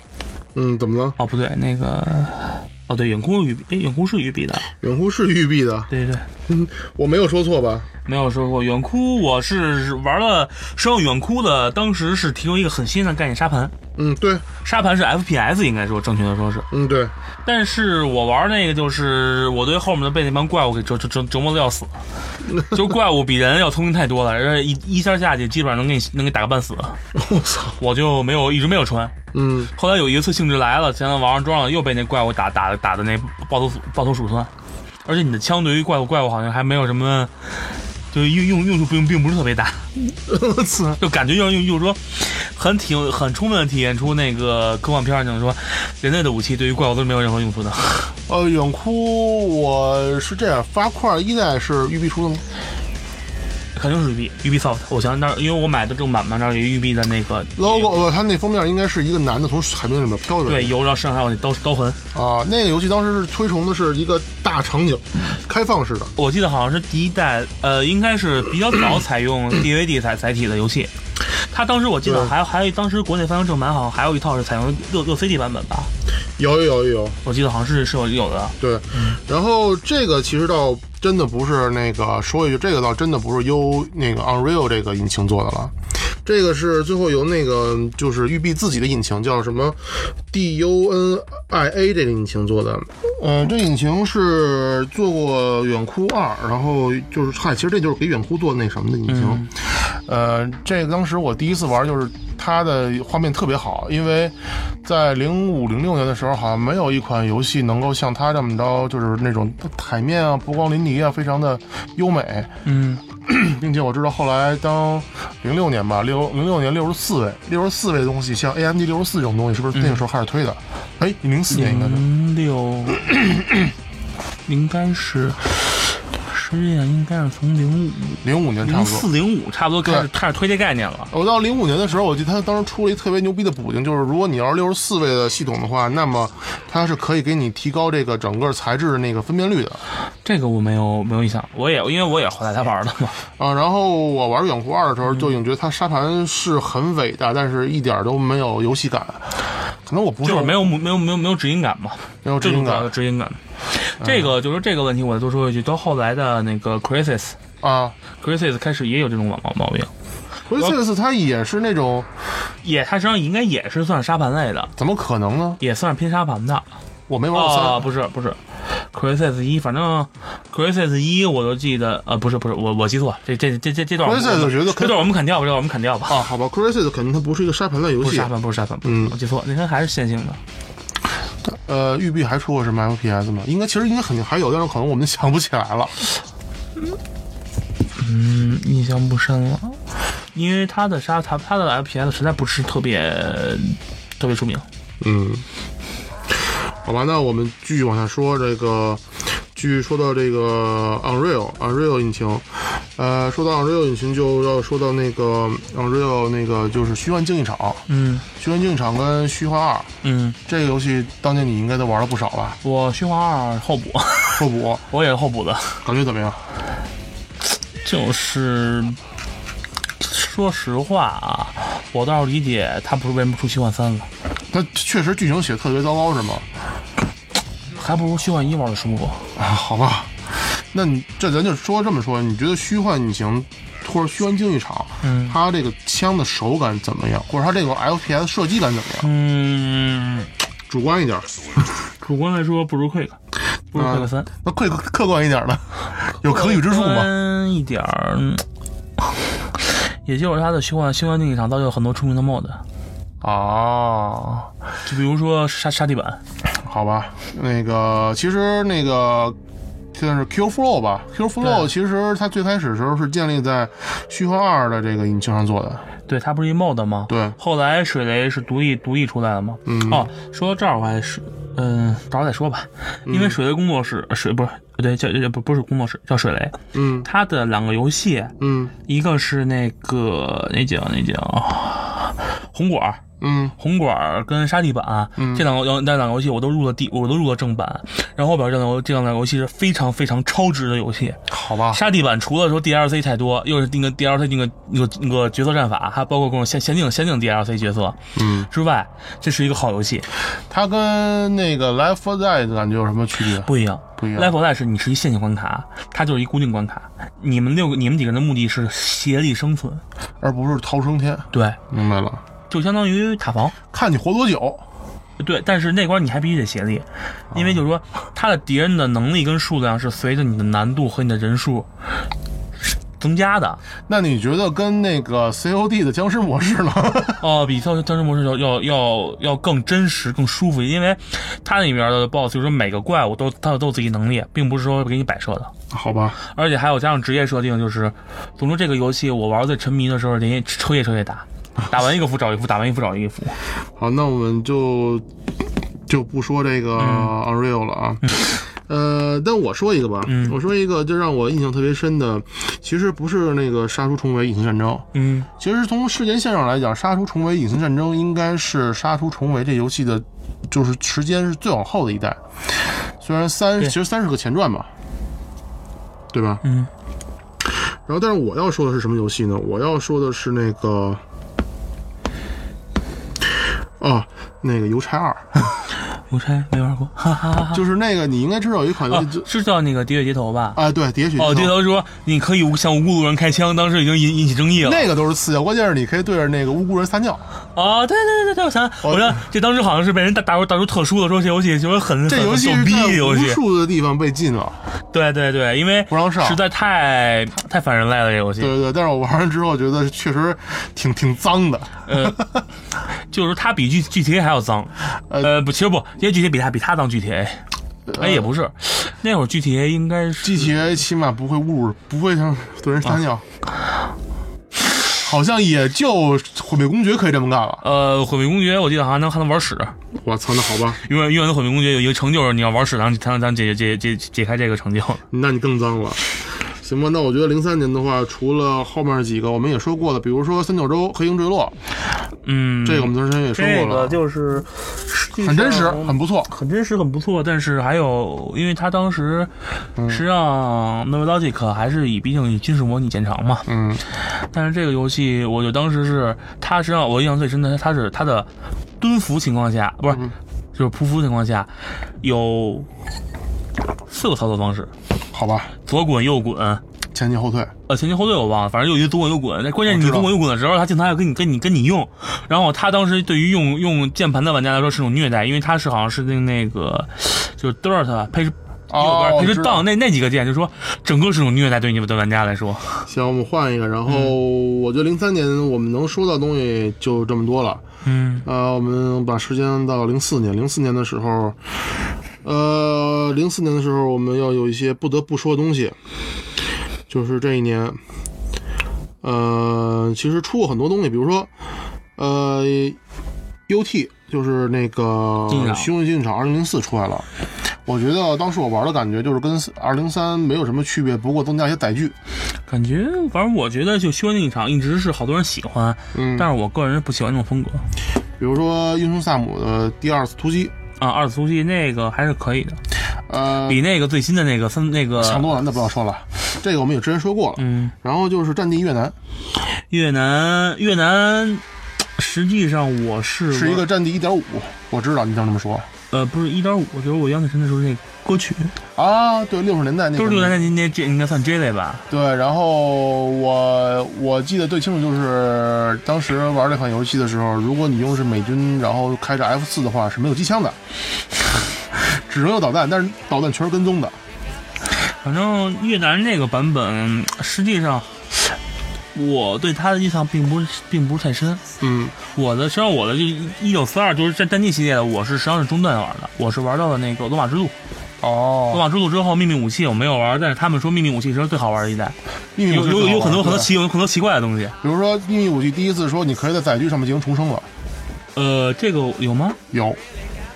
Speaker 2: 嗯，怎么了？
Speaker 3: 哦不对，那个哦对，远哭是玉碧，哎，远哭是玉碧的，
Speaker 2: 远哭是育碧的，
Speaker 3: 对对对，
Speaker 2: 我没有说错吧？
Speaker 3: 没有说过远哭，我是玩了生后远哭的，当时是提供一个很新的概念沙盘，
Speaker 2: 嗯，对，
Speaker 3: 沙盘是 FPS 应该说正确的说是，
Speaker 2: 嗯，对，
Speaker 3: 但是我玩那个就是我对后面的被那帮怪物给折折折折磨的要死，就怪物比人要聪明太多了，人家一一下下去基本上能给你能给你打个半死，
Speaker 2: 我操，
Speaker 3: 我就没有一直没有穿。
Speaker 2: 嗯，
Speaker 3: 后来有一次兴致来了，前天玩上装了，又被那怪物打打打的那抱头鼠抱头鼠窜，而且你的枪对于怪物怪物好像还没有什么，就是用用用处并并不是特别大，
Speaker 2: 我操，
Speaker 3: 就感觉要用就是说很体很充分的体现出那个科幻片儿就是说人类的武器对于怪物都是没有任何用处的。
Speaker 2: 呃，远哭我是这样，发块一代是育碧出的吗？
Speaker 3: 肯定是育碧，Ubisoft。我想那儿，因为我买的正版嘛，那儿有育碧的那个
Speaker 2: logo，呃，它那封面应该是一个男的从海面里面飘着。
Speaker 3: 对，油，然后身上还有那刀刀痕。
Speaker 2: 啊，那个游戏当时是推崇的是一个大场景，开放式的。
Speaker 3: 我记得好像是第一代，呃，应该是比较早采 用 DVD 载载体的游戏。它当时我记得
Speaker 2: 对
Speaker 3: 还还有当时国内翻译正版好像还有一套是采用六六 CD 版本吧，
Speaker 2: 有有有有有，
Speaker 3: 我记得好像是是有有的。
Speaker 2: 对。然后这个其实倒真的不是那个说一句，这个倒真的不是由那个 Unreal 这个引擎做的了。这个是最后由那个就是育碧自己的引擎叫什么 D U N I A 这个引擎做的，呃，这引擎是做过《远哭二》，然后就是嗨，其实这就是给《远哭》做那什么的引擎。呃，这个当时我第一次玩，就是它的画面特别好，因为在零五零六年的时候，好像没有一款游戏能够像它这么着，就是那种海面啊、波光粼粼啊，非常的优美。
Speaker 3: 嗯，
Speaker 2: 并且我知道后来当零六年吧，六零六年六十四位，六十四位的东西，像 AMD 六十四这种东西，是不是那个时候开始推的？
Speaker 3: 嗯
Speaker 2: 哎、零四年应该是。
Speaker 3: 零嗯六 应该是，实际上应该是从零五
Speaker 2: 零五年差
Speaker 3: 零
Speaker 2: 不多
Speaker 3: 四。零五差不多开
Speaker 2: 对
Speaker 3: 始开始推这概念了。
Speaker 2: 我到零五年的时候，我记得他当时出了一特别牛逼的补丁，就是如果你要是六十四位的系统的话，那么它是可以给你提高这个整个材质的那个分辨率的
Speaker 3: 这个我没有没有印象，我也因为我也后来才玩的嘛。
Speaker 2: 啊。然后我玩《远湖二》的时候，就已经觉得它沙盘是很伟大，但是一点儿都没有游戏感。可能我不是
Speaker 3: 就是没
Speaker 2: 有
Speaker 3: 有没有没有没有指引感嘛，
Speaker 2: 没有
Speaker 3: 这
Speaker 2: 真正
Speaker 3: 种主要的
Speaker 2: 感嗯
Speaker 3: 指引感。这个就是这个问题，我再多说一句，到后来的那个 Crisis。
Speaker 2: 啊。
Speaker 3: Crisis 开始也有这种毛毛毛病，
Speaker 2: 回这次它也是那种
Speaker 3: 也它实际上应该也是算沙盘类的，
Speaker 2: 怎么可能呢？
Speaker 3: 也算是偏沙盘的。
Speaker 2: 我没玩过三、
Speaker 3: 啊，不是不是，Crisis 一，反正 Crisis 一我都记得，呃，不是不是，我我记错，了，这这这这这段我们
Speaker 2: Crisis 我觉得可
Speaker 3: 这段我们砍掉吧，这段我们砍掉吧。
Speaker 2: 啊，好吧，Crisis 肯定它不是一个沙盘类游
Speaker 3: 不是
Speaker 2: 戏
Speaker 3: 沙。盘，不是沙盘，不是
Speaker 2: 嗯
Speaker 3: 我记错，了，那天还是线性的。
Speaker 2: 呃，育碧还出过什么 FPS 吗？应该其实应该肯定还有，但是可能我们想不起来了。
Speaker 3: 嗯，印象不深了，因为它的沙它它的 FPS 实在不是特别特别出名。
Speaker 2: 嗯，好吧，那我们继续往下说，这个继续说到这个 Unreal Unreal 引擎，呃，说到 Unreal 引擎，就要说到那个 Unreal 那个就是虚幻竞技场，
Speaker 3: 嗯
Speaker 2: 虚幻竞技场跟虚幻二
Speaker 3: 嗯，
Speaker 2: 这个游戏，当年你应该都玩了不少吧？
Speaker 3: 我虚幻二后补，
Speaker 2: 后补
Speaker 3: 我也是后补的，
Speaker 2: 感觉怎么样？
Speaker 3: 就是说实话啊，我倒是理解他不是为什么出虚幻三了，
Speaker 2: 它确实剧情写得特别糟糕，是吗？
Speaker 3: 还不如虚幻一玩的舒服。
Speaker 2: 啊，好吧，那你这咱就说这么说，你觉得虚幻引擎或者虚幻竞技场，
Speaker 3: 嗯
Speaker 2: 它这个枪的手感怎么样，或者它这个 FPS 射击感怎么样？
Speaker 3: 嗯，
Speaker 2: 主观一点，
Speaker 3: 主观来说不如 Quick，不如 Quick 三、
Speaker 2: 那客客观一点呢？有可啊取之处吗？
Speaker 3: 宽一点儿，嗯 也就是它的虚幻虚幻竞技场造就了很多出名的 mod，
Speaker 2: 啊，
Speaker 3: 就比如说沙沙地板，
Speaker 2: 好吧，那个其实那个。现在是 Q Flow 吧，Q Flow
Speaker 3: 对
Speaker 2: 其实它最开始的时候是建立在虚幻二的这个引擎上做的，
Speaker 3: 对，它不是一 mod 吗？
Speaker 2: 对，
Speaker 3: 后来水雷是独立独立出来了吗？嗯。哦，说到这儿我还是，嗯、到时候再说吧。因为水雷工作室，呃水不是对，叫叫不不是工作室，叫水雷。
Speaker 2: 嗯
Speaker 3: 它的两个游戏，
Speaker 2: 嗯
Speaker 3: 一个是那个那叫那叫红果儿。
Speaker 2: 嗯
Speaker 3: 红管儿跟沙地板，这两个游那两个游戏我都入了第，我都入了正版。然后表示这两个这两个游戏是非常非常超值的游戏。
Speaker 2: 好吧，
Speaker 3: 沙地板除了说 DLC 太多，又是那个 DLC 那个那个那个角色战法，还包括各种限限定限定 DLC 角色
Speaker 2: 嗯，
Speaker 3: 之外，这是一个好游戏，
Speaker 2: 它跟那个 Life for Dead 感觉有什么区别？
Speaker 3: 不一样。
Speaker 2: 不一样
Speaker 3: Life or Die 是你是一线性关卡，它就是一固定关卡。你们六个你们几个人的目的是协力生存，
Speaker 2: 而不是逃生天。
Speaker 3: 对，
Speaker 2: 明白了，
Speaker 3: 就相当于塔防。
Speaker 2: 看你活多久。
Speaker 3: 对，但是那关你还必须得协力，
Speaker 2: 哦
Speaker 3: 因为就是说，他的敌人的能力跟数量是随着你的难度和你的人数增加的。
Speaker 2: 那你觉得跟那个 COD 的僵尸模式呢？
Speaker 3: 哦，比较僵尸模式要要要要更真实、更舒服，因为它里面的 BOSS 就是说每个怪物都它都有自己能力，并不是说给你摆设的，
Speaker 2: 好吧，
Speaker 3: 而且还有加上职业设定，就是总之这个游戏我玩得最沉迷的时候，连彻夜彻夜打，打完一个服找一副，打完一副找一副。
Speaker 2: 好，那我们就就不说这个 Unreal 了啊。呃，但我说一个吧，我说一个，就让我印象特别深的，其实不是那个《杀出重围：隐形战争》，
Speaker 3: 嗯
Speaker 2: 其实从时间线上来讲，《杀出重围：隐形战争》应该是《杀出重围》这游戏的，就是时间是最往后的一代。虽然三，
Speaker 3: 对
Speaker 2: 其实三是个前传嘛，对吧？
Speaker 3: 嗯。
Speaker 2: 然后，但是我要说的是什么游戏呢？我要说的是那个，啊，那个《邮差二
Speaker 3: 啊邮差没玩过，哈哈哈》，哈。
Speaker 2: 就是那个你应该知道有一款游
Speaker 3: 啊
Speaker 2: 戏就，
Speaker 3: 是叫 那个《喋血街头》吧？
Speaker 2: 啊，对，《喋血街头
Speaker 3: 哦，对头说你可以无向无辜路人开枪，当时已经引引起争议了。
Speaker 2: 那个都是次要，关键是你可以对着那个无辜人撒 尿。
Speaker 3: 啊，对对对对，我想，
Speaker 2: 哦
Speaker 3: 我想这当时好像是被人大大出大出特殊的，说这游戏就是很
Speaker 2: 这游戏
Speaker 3: 很
Speaker 2: 是
Speaker 3: 逗逼
Speaker 2: 在
Speaker 3: 的游
Speaker 2: 无
Speaker 3: 戏。
Speaker 2: 数的地方被禁了。
Speaker 3: 对对对，因为
Speaker 2: 不让上
Speaker 3: 实在太太反人类了这游戏。
Speaker 2: 对对，但是我玩完之后觉得确实挺挺脏的。
Speaker 3: 呃，就是它比 G G T A 还要脏。
Speaker 2: 呃
Speaker 3: 呃，不，其实不，因为 G T A 比它比它脏 G T A。哎，也不是，那会儿 G T A 应该是
Speaker 2: GTA 起码不会侮辱，不会像对人撒尿，啊好像也就毁灭公爵可以这么干了。
Speaker 3: 呃，毁灭公爵，我记得好像能还能玩屎。
Speaker 2: 我操，那好吧，
Speaker 3: 永远永远的毁灭公爵有一个成就是你要玩屎，然后才能咱解解解解解开这个成就。
Speaker 2: 那你更脏了。行吧，那我觉得零三年的话，除了后面几个我们也说过的，比如说三角洲、黑鹰坠落，
Speaker 3: 嗯，
Speaker 2: 这个我们之前也说
Speaker 3: 这
Speaker 2: 过了，啊
Speaker 3: 个就是
Speaker 2: 很真实，很不错。
Speaker 3: 很真实，很不错。但是还有，因为他当时实际上 n o v e Logic 还是以毕竟以金属模拟见长嘛。
Speaker 2: 嗯，
Speaker 3: 但是这个游戏，我就当时是它实际上我印象最深的，它是它的蹲伏情况下，不是、就是匍匐情况下，有四个操作方式：
Speaker 2: 好吧，
Speaker 3: 左滚、右滚，
Speaker 2: 前进后退，
Speaker 3: 呃，前进后退我忘了，反正有一个左滚右滚。那关键
Speaker 2: 我
Speaker 3: 你
Speaker 2: 哦知道
Speaker 3: 左滚右滚的时候，他经常要跟你跟你跟你用。然后他当时对于用用键盘的玩家来说是种虐待，因为他是好像是那那个就是 dirt 配置右
Speaker 2: 哦
Speaker 3: 边
Speaker 2: 我
Speaker 3: 配
Speaker 2: 知
Speaker 3: 置
Speaker 2: 道
Speaker 3: down 那那几个键，就是说整个是种虐待对你们的玩家来说。
Speaker 2: 行，我们换一个。然后我觉得零三年我们能说到东西就这么多了。
Speaker 3: 嗯
Speaker 2: 呃，我们把时间到零四年，零四年的时候，呃，零四年的时候，我们要有一些不得不说的东西，就是这一年，呃，其实出过很多东西，比如说，呃，UT 就是那个
Speaker 3: 竞
Speaker 2: 《
Speaker 3: 技场
Speaker 2: 虚幻竞技场》二零零四出来了，我觉得当时我玩的感觉就是跟二零三没有什么区别，不过增加一些载具。
Speaker 3: 感觉反正我觉得就修那一场一直是好多人喜欢，
Speaker 2: 嗯
Speaker 3: 但是我个人不喜欢那种风格
Speaker 2: 比如说英雄萨姆的第二次突击，
Speaker 3: 啊。二次突击那个还是可以的，
Speaker 2: 呃，
Speaker 3: 比那个最新的那个三那个
Speaker 2: 强多了，那不要说了，这个我们也之前说过了。
Speaker 3: 嗯，
Speaker 2: 然后就是战地越南，
Speaker 3: 越南越南，实际上我是
Speaker 2: 是一个战地一点五，我知道你想这么说
Speaker 3: 呃不是一点五，就是我央视那时候那歌曲
Speaker 2: 啊。对，六十年代那个
Speaker 3: 都是六年代那那这应该算这类吧。
Speaker 2: 对，然后我我记得最清楚就是当时玩这款游戏的时候，如果你用是美军，然后开着 F 四的话是没有机枪的， 只能有导弹，但是导弹全是跟踪的。
Speaker 3: 反正越南那个版本，实际上我对它的印象并不是并不是太深。
Speaker 2: 嗯，
Speaker 3: 我的实际上我的就一九四二就是战战地系列的，我是实际上是中断玩的，我是玩到了那个罗马之路。罗
Speaker 2: 哦，
Speaker 3: 马之路之后，秘密武器我没有玩，但是他们说秘密武器是最好玩的一代，
Speaker 2: 秘密武
Speaker 3: 有
Speaker 2: 器
Speaker 3: 有有很多很多
Speaker 2: 对
Speaker 3: 奇有很多奇怪的东西。
Speaker 2: 比如说秘密武器第一次说你可以在载具上面进行重生了，
Speaker 3: 呃，这个有吗？
Speaker 2: 有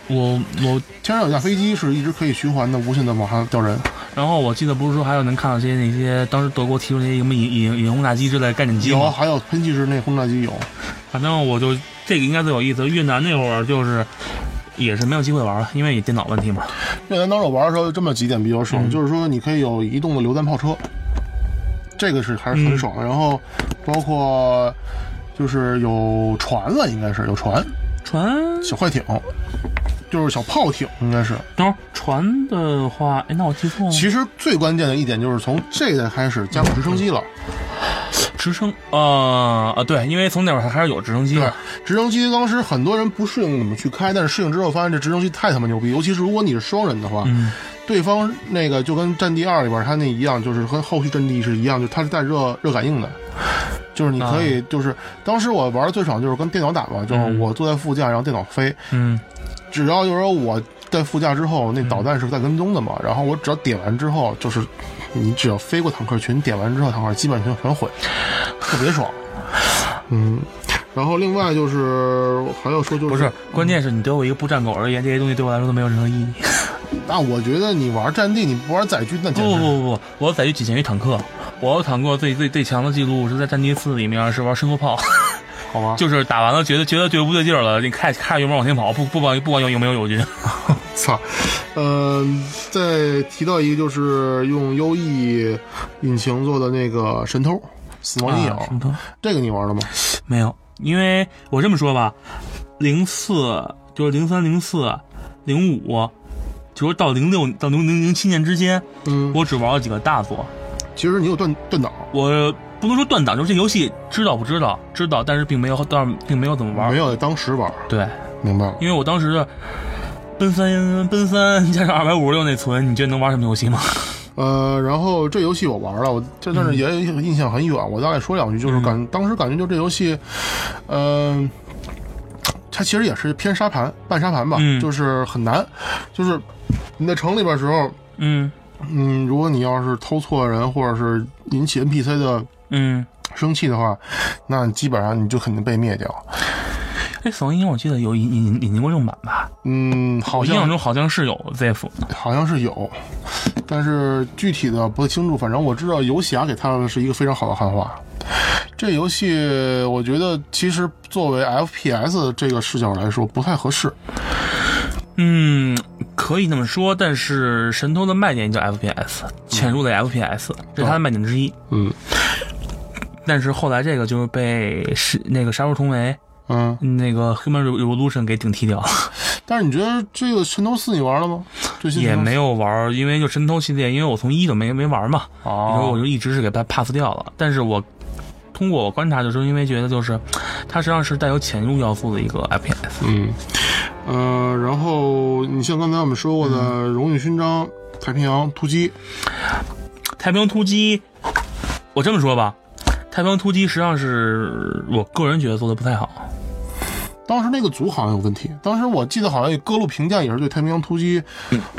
Speaker 3: 我我，
Speaker 2: 天上有架飞机是一直可以循环的无限的往上掉人。
Speaker 3: 然后我记得不是说还有能看到些那些当时德国提出那些什么引引引轰炸机之类的概念机
Speaker 2: 有，
Speaker 3: 吗？
Speaker 2: 还有喷气式那轰炸机有。
Speaker 3: 反正我就这个应该最有意思。越南那会儿就是也是没有机会玩了，因为也电脑问题嘛。
Speaker 2: 越南当时我玩的时候，有这么几点比较爽，
Speaker 3: 嗯
Speaker 2: 就是说你可以有移动的榴弹炮车，这个是还是很爽
Speaker 3: 嗯
Speaker 2: 的。然后包括就是有船了，应该是有船，
Speaker 3: 船
Speaker 2: 小快艇，就是小炮艇，应该是。
Speaker 3: 等会儿船的话，哎，那我记错了吗。
Speaker 2: 其实最关键的一点就是从这代开始加入直升机了。
Speaker 3: 嗯直升啊啊，对，因为从那会儿还还是有直升机
Speaker 2: 对
Speaker 3: 的。，
Speaker 2: 直升机当时很多人不适应怎么去开，但是适应之后发现这直升机太他妈牛逼，尤其是如果你是双人的话，
Speaker 3: 嗯
Speaker 2: 对方那个就跟《战地二》里边它那一样，就是跟后续《战地》是一样，就它是带热热感应的，就是你可
Speaker 3: 啊
Speaker 2: 以就是当时我玩的最爽就是跟电脑打嘛，就是我坐在副驾，然后电脑飞，
Speaker 3: 嗯，
Speaker 2: 只要就是说我在副驾之后，那导弹是在跟踪的嘛，
Speaker 3: 嗯
Speaker 2: 然后我只要点完之后，就是你只要飞过坦克群，点完之后坦克基本全全毁，特别 爽，嗯。然后另外就是还要说就是
Speaker 3: 不是，关键是你对我一个不站狗而言，这些东西对我来说都没有任何意义。
Speaker 2: 那我觉得你玩战地你不玩载具那简
Speaker 3: 不
Speaker 2: 直
Speaker 3: 不不不，我载具仅限于坦克。我坦克最最最强的记录是在《战地四》里面是玩生活炮，
Speaker 2: 好玩。
Speaker 3: 就是打完了觉得觉得对不对劲儿了，你开开着油门往前跑，不不管不管有有没有友军。
Speaker 2: 操，嗯、再提到一个就是用优异引擎做的那个神偷死亡阴影，
Speaker 3: 啊什么
Speaker 2: 这个你玩了吗？
Speaker 3: 没有，因为我这么说吧，零四就是零三零四零五，就是到零六到零零零七年之间，
Speaker 2: 嗯，
Speaker 3: 我只玩了几个大作，
Speaker 2: 其实你有断断档，
Speaker 3: 我不能说断档，就是这游戏知道不知道知道，但是并没有但并没有怎么玩
Speaker 2: 没。有当时玩，
Speaker 3: 对，
Speaker 2: 明白了。
Speaker 3: 因为我当时的奔三奔三 加上二百五十六内存，你觉得能玩什么游戏吗？
Speaker 2: 呃，然后这游戏我玩了，我这但是也印象很远，我大概说两句，
Speaker 3: 嗯
Speaker 2: 就是感、当时感觉就这游戏，嗯、它其实也是偏沙盘半沙盘吧，
Speaker 3: 嗯
Speaker 2: 就是很难，就是你在城里边的时候，
Speaker 3: 嗯
Speaker 2: 嗯，如果你要是偷错人或者是引起 NPC 的
Speaker 3: 嗯，
Speaker 2: 生气的话，那基本上你就肯定被灭掉。
Speaker 3: 哎，死亡阴影我记得有引引引进过正版吧？
Speaker 2: 嗯，好
Speaker 3: 我印象
Speaker 2: 像
Speaker 3: 中好像是有 ZF 的。
Speaker 2: 好像是有，但是具体的不太清楚。反正我知道游侠给他们是一个非常好的汉化。这游戏我觉得其实作为 FPS 这个视角来说不太合适。
Speaker 3: 嗯，可以那么说，但是神偷的卖点叫 FPS，潜入类 FPS，这是它的卖点之一。
Speaker 2: 嗯
Speaker 3: 但是后来这个就是被是那个杀入重围
Speaker 2: 嗯，
Speaker 3: 那个 Human Revolution 给顶替掉了，
Speaker 2: 但是你觉得这个神偷四你玩了吗？最新
Speaker 3: 也没
Speaker 2: 有。
Speaker 3: 有玩儿，因为就神偷系列，因为我从一就没没玩儿嘛，然后我
Speaker 2: 哦，
Speaker 3: 就一直是给它 pass 掉了。但是我通过我观察，就是因为觉得就是它实际上是带有潜入要素的一个 FPS。
Speaker 2: 嗯呃，然后你像刚才我们说过的荣誉勋章、太平洋突击，
Speaker 3: 太平洋突击，我这么说吧，太平洋突击实际上是我个人觉得做的不太好。
Speaker 2: 当时那个组好像有问题，当时我记得好像各路评价也是对太平洋突击，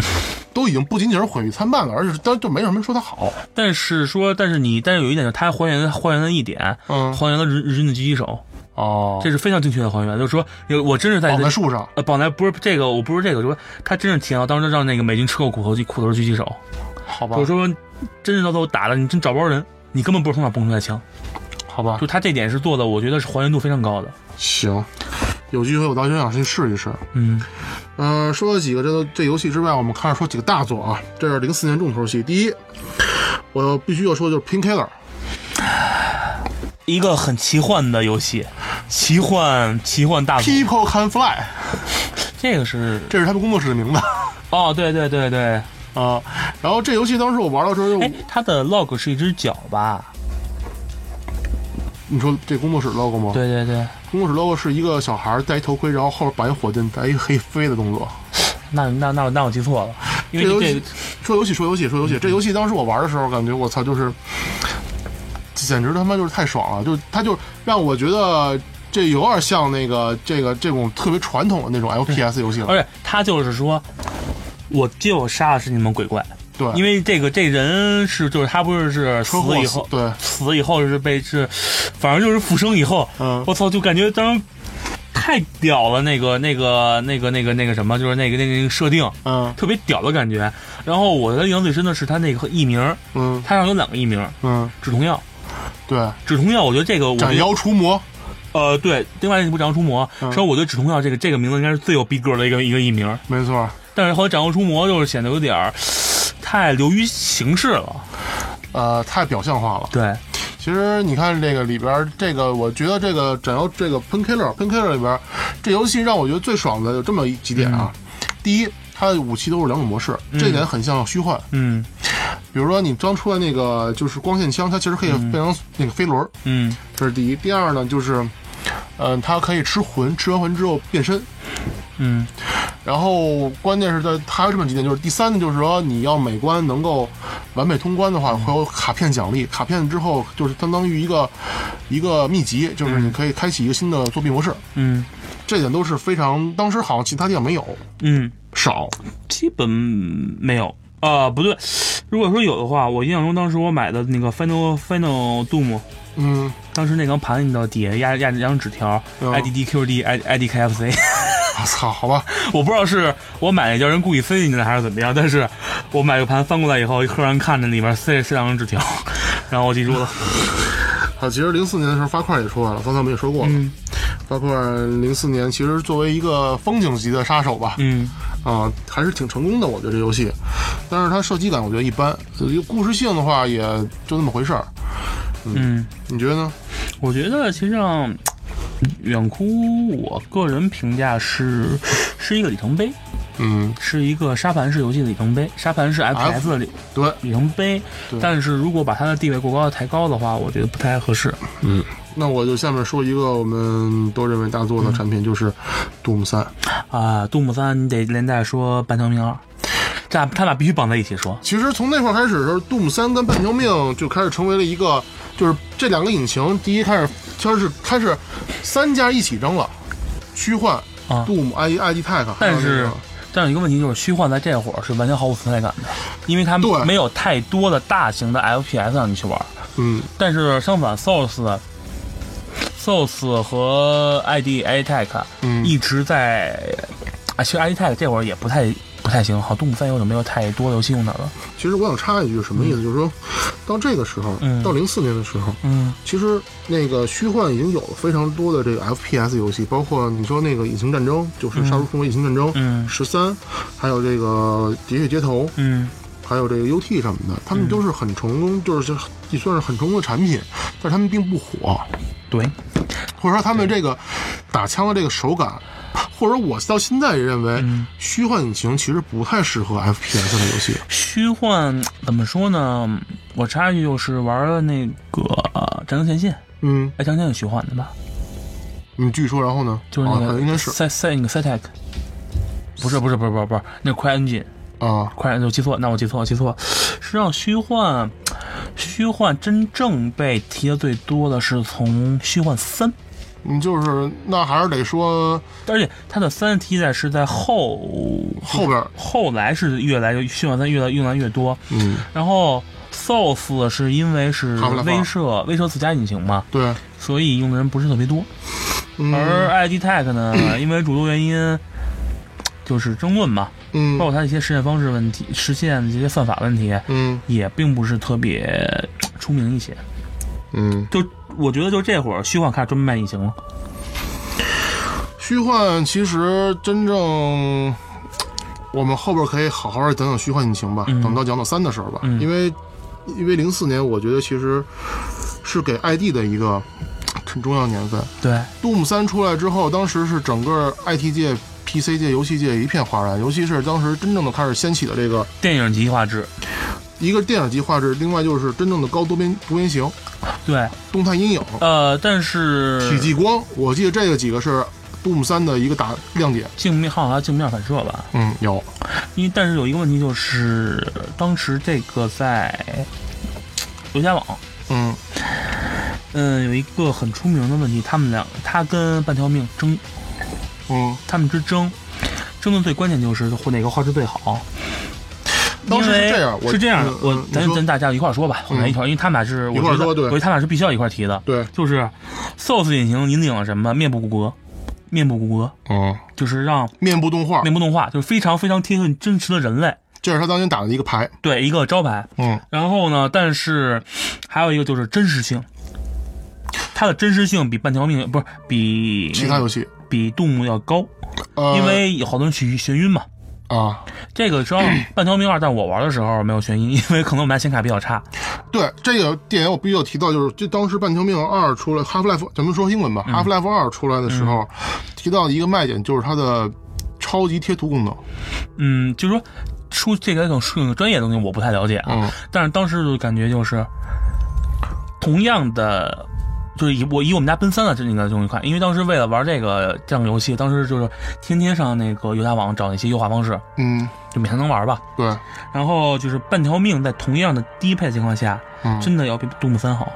Speaker 2: 都已经不仅仅是毁誉参半了，而且是但就没什么人说它好。
Speaker 3: 但是说，但是你，但是有一点，就是它还原还原了一点，
Speaker 2: 嗯
Speaker 3: 还原了日日军的狙击手。
Speaker 2: 哦，
Speaker 3: 这是非常精确的还原，就是说，有我真是在
Speaker 2: 绑在树上，
Speaker 3: 呃，绑在不是这个，我不是这个，就是说他真是提到当时让那个美军吃够苦头去苦头狙击手，
Speaker 2: 好吧
Speaker 3: 就是，说真是到最后打了你真找不着人，你根本不知道从哪蹦出来枪，
Speaker 2: 好吧
Speaker 3: 就，他这点是做的，我觉得是还原度非常高的。
Speaker 2: 行，有机会我到现场去试一试。
Speaker 3: 嗯，
Speaker 2: 呃，说了几个这个这游戏之外，我们开始说几个大作啊，这是零四年重头戏。第一，我必须要说的就是 Painkiller，
Speaker 3: 一个很奇幻的游戏，奇幻奇幻大作，
Speaker 2: People Can Fly，
Speaker 3: 这个是
Speaker 2: 这是他们工作室的名字
Speaker 3: 哦，对对对对，
Speaker 2: 啊。然后这游戏当时我玩的时候，
Speaker 3: 哎，它的 log 是一只脚吧？
Speaker 2: 你说这工作室 logo 吗？，
Speaker 3: 对对对，
Speaker 2: 工作室 logo 是一个小孩戴一头盔，然后后边绑一火箭，带一黑飞的动作。
Speaker 3: 那那那我那我记错了，因
Speaker 2: 这游
Speaker 3: 为
Speaker 2: 戏
Speaker 3: 这
Speaker 2: 说游戏说游戏说游戏，这游戏当时我玩的时候，感觉我操，就是简直他妈就是太爽了，就是它就让我觉得。这有点像那个这个这种特别传统的那种 FPS 游戏了，
Speaker 3: 而且他就是说，我就杀的是你们鬼怪，
Speaker 2: 对，
Speaker 3: 因为这个这人是就是他不是是死
Speaker 2: 嗯车祸
Speaker 3: 以
Speaker 2: 死
Speaker 3: 后
Speaker 2: 对，
Speaker 3: 死以后是被是，反正就是复生以后，
Speaker 2: 嗯
Speaker 3: 我操，就感觉当时太屌了，那个那个那个那个那个什么，就是那个那个那个设定
Speaker 2: 嗯
Speaker 3: 特别屌的感觉。然后我觉得印象最深的是他那个艺名，
Speaker 2: 嗯
Speaker 3: 他上有两个艺名，
Speaker 2: 嗯，
Speaker 3: 止痛药。
Speaker 2: 对，
Speaker 3: 止痛药，我觉得这个我觉
Speaker 2: 斩
Speaker 3: 得
Speaker 2: 妖除魔，
Speaker 3: 呃对，另外那部《斩妖除魔》，
Speaker 2: 嗯
Speaker 3: 然后我觉得止痛药这个这个名字应该是最有逼格的一个一个艺名，
Speaker 2: 没错，
Speaker 3: 但是后来《斩妖除魔》就是显得有点儿太流于形式了。
Speaker 2: 呃，太表象化了。
Speaker 3: 对，
Speaker 2: 其实你看这个里边儿，这个我觉得这个斩妖这个 Pen Killer Pen Killer 里边儿，这游戏让我觉得最爽的有这么一几点啊。第一，它的武器都是两种模式，这一点很像虚幻。
Speaker 3: 嗯
Speaker 2: 比如说你刚出来那个就是光线枪，它其实可以变成那个飞轮儿，
Speaker 3: 嗯，
Speaker 2: 这是第一。第二呢，就是，嗯、它可以吃魂，吃完魂之后变身。
Speaker 3: 嗯，
Speaker 2: 然后关键是在还有这么几点，就是第三呢，就是说你要每关能够完美通关的
Speaker 3: 嗯
Speaker 2: 话，会有卡片奖励。卡片之后就是相当于一个一个秘籍，就是你可以开启一个新的作弊模式。
Speaker 3: 嗯
Speaker 2: 这点都是非常，当时好像其他地方没有，
Speaker 3: 嗯，
Speaker 2: 少。
Speaker 3: 基本没有。啊、不对，如果说有的话，我印象中当时我买的那个 Final Final Doom，
Speaker 2: 嗯，
Speaker 3: 当时那张盘你到底下压压压张纸条、
Speaker 2: 嗯
Speaker 3: i d d q d i i d k f c，
Speaker 2: 我啊操，好吧，我
Speaker 3: 我不知道是我买那叫人故意塞进去的还是怎么样，但是我买个盘翻过来以后，赫然看着里面塞塞两张纸条，然后我记住了。
Speaker 2: 啊，其实零四年的时候发块也出来了，刚才我们也说过了。
Speaker 3: 嗯
Speaker 2: 发块零四年其实作为一个风景级的杀手吧，
Speaker 3: 嗯
Speaker 2: 啊、还是挺成功的，我觉得这游戏，但是它射击感我觉得一般，呃故事性的话也就那么回事儿。
Speaker 3: 嗯，
Speaker 2: 你觉得呢？
Speaker 3: 我觉得其实上远哭，我个人评价是是一个里程碑，
Speaker 2: 嗯，
Speaker 3: 是一个沙盘式游戏的里程碑，沙盘是 FPS 的里
Speaker 2: 啊对，
Speaker 3: 里程碑
Speaker 2: 对，
Speaker 3: 但是如果把它的地位过高抬高的话，我觉得不太合适。
Speaker 2: 那我就下面说一个我们都认为大作的
Speaker 3: 嗯
Speaker 2: 产品，就是《Doom 三》。
Speaker 3: 啊，杜牧三你得连带说半条命二，这俩他俩必须绑在一起说。
Speaker 2: 其实从那会儿开始的时候，《Doom 三》跟《半条命》就开始成为了一个，就是这两个引擎，第一开始它是开始三家一起扔了，虚幻、
Speaker 3: 啊
Speaker 2: Doom、ID、ID Tech，还有
Speaker 3: 但
Speaker 2: 那
Speaker 3: 是
Speaker 2: 个，
Speaker 3: 但有一个问题就是，虚幻在这会儿是完全毫无存在感的，因为它
Speaker 2: 对
Speaker 3: 没有太多的大型的 FPS 让你去玩。
Speaker 2: 嗯，
Speaker 3: 但是相反，Source、Source 和 ID A Tech
Speaker 2: 嗯
Speaker 3: 一直在，啊，其实 ID Tech 这会儿也不太不太行，好，动物三有就没有太多的游戏用它了。
Speaker 2: 其实我想插一句，什么意思？就是说到这个时候，
Speaker 3: 嗯
Speaker 2: 到零四年的时候，
Speaker 3: 嗯
Speaker 2: 其实那个虚幻已经有了非常多的这个 FPS 游戏，包括你说那个《隐形战争》，就是《杀出重围：隐形战争》
Speaker 3: 嗯
Speaker 2: 十三，还有这个《喋血街头》，
Speaker 3: 嗯
Speaker 2: 还有这个 UT 什么的，他们都是很成功，就是也算是很成功的产品，但是他们并不火，
Speaker 3: 对，
Speaker 2: 或者说他们这个打枪的这个手感。或者我到现在也认为，
Speaker 3: 嗯
Speaker 2: 虚幻引擎其实不太适合 FPS 的游戏。
Speaker 3: 虚幻怎么说呢？我插一句，就是玩了那个呃《战争前线》，
Speaker 2: 嗯，
Speaker 3: 哎，《战争前线》有虚幻的吧？
Speaker 2: 你继续说，然后呢？
Speaker 3: 就是那
Speaker 2: 啊
Speaker 3: 个
Speaker 2: 应该是
Speaker 3: 赛赛那个赛 tech，不是不是不是不是不是那 c r y e n g i n e
Speaker 2: 啊，
Speaker 3: c r y e n g i n e 我记错，那我记错我记错，实际上虚幻虚幻真正被提的最多的是从虚幻三，
Speaker 2: 你就是那还是得说
Speaker 3: 而且它的三替代是在后
Speaker 2: 后边儿，
Speaker 3: 后来是越来越虚幻三越来用来越多，
Speaker 2: 嗯，
Speaker 3: 然后 Source 是因为是
Speaker 2: 哈弗莱法
Speaker 3: 威社威社自家引擎嘛，
Speaker 2: 对，
Speaker 3: 所以用的人不是特别多。
Speaker 2: 嗯
Speaker 3: 而 ID Tech 呢， 因为诸多原因，就是争论嘛，
Speaker 2: 嗯
Speaker 3: 包括它的一些实现方式问题、实现的一些算法问题，
Speaker 2: 嗯
Speaker 3: 也并不是特别呃出名一些。
Speaker 2: 嗯，
Speaker 3: 就我觉得，就这会儿虚幻开始专门卖异形了。
Speaker 2: 虚幻其实真正。我们后边可以好好的讲讲虚幻引擎吧，等到讲到三的时候吧，因为因为零四年我觉得其实是给 ID 的一个很重要年份，
Speaker 3: 对，
Speaker 2: Doom 三出来之后，当时是整个 IT 界、PC 界、游戏界一片哗然，尤其是当时真正的开始掀起的这个
Speaker 3: 电影级画质，
Speaker 2: 一个电影级画质，另外就是真正的高多边多边形、
Speaker 3: 对，
Speaker 2: 动态阴影、
Speaker 3: 呃，但是
Speaker 2: 体积光，我记得这个几个是 Doom 三的一个打亮点。
Speaker 3: 镜面好像还啊镜面反射吧，
Speaker 2: 嗯，有，
Speaker 3: 因为但是有一个问题就是，当时这个在游侠网，
Speaker 2: 嗯
Speaker 3: 嗯，有一个很出名的问题，他们俩他跟半条命争，
Speaker 2: 嗯，
Speaker 3: 他们之争，争论最关键就是或哪个画质最好。
Speaker 2: 当时
Speaker 3: 因
Speaker 2: 是
Speaker 3: 为
Speaker 2: 这样我
Speaker 3: 是这样的
Speaker 2: 嗯，
Speaker 3: 我
Speaker 2: 嗯你
Speaker 3: 咱
Speaker 2: 说嗯
Speaker 3: 咱大家一块儿说吧，混在一块儿，因为他们俩是我
Speaker 2: 一块儿
Speaker 3: 觉得，
Speaker 2: 说对
Speaker 3: 我觉得他们俩是必须要一块儿提的。
Speaker 2: 对，
Speaker 3: 就是 Source 引擎引领了什么？面部骨骼，面部骨骼
Speaker 2: 嗯，
Speaker 3: 就是让
Speaker 2: 面部动画，
Speaker 3: 面部动画，就是非常非常贴近真实的人类，
Speaker 2: 这是他当年打的一个牌。
Speaker 3: 对一个招牌。
Speaker 2: 嗯，
Speaker 3: 然后呢，但是还有一个就是真实性，它的真实性比半条命不是比
Speaker 2: 其他游戏，
Speaker 3: 比动物要高，
Speaker 2: 呃，
Speaker 3: 因为有好多人去眩晕嘛。
Speaker 2: 啊，
Speaker 3: 这个知道半条命二，但我玩的时候没有眩晕，因 为可能我们家显卡比较差。
Speaker 2: 对这个电影，我必须要提到，就是就当时《半条命二》出来，《Half Life》咱们说英文吧，Half Life 二》出来的时候，提到一个卖点就是它的超级贴图功能。
Speaker 3: 嗯，就是说出这个更更专业的东西我不太了解啊，
Speaker 2: 嗯
Speaker 3: 但是当时就感觉就是同样的。就是以我以我们家奔三的这个东西看，因为当时为了玩这个这样的游戏，当时就是天天上那个游侠网找一些优化方式，
Speaker 2: 嗯，
Speaker 3: 就每天能玩吧。
Speaker 2: 对，
Speaker 3: 然后就是半条命在同样的低配的情况下，
Speaker 2: 嗯
Speaker 3: 真的要比杜牧三好，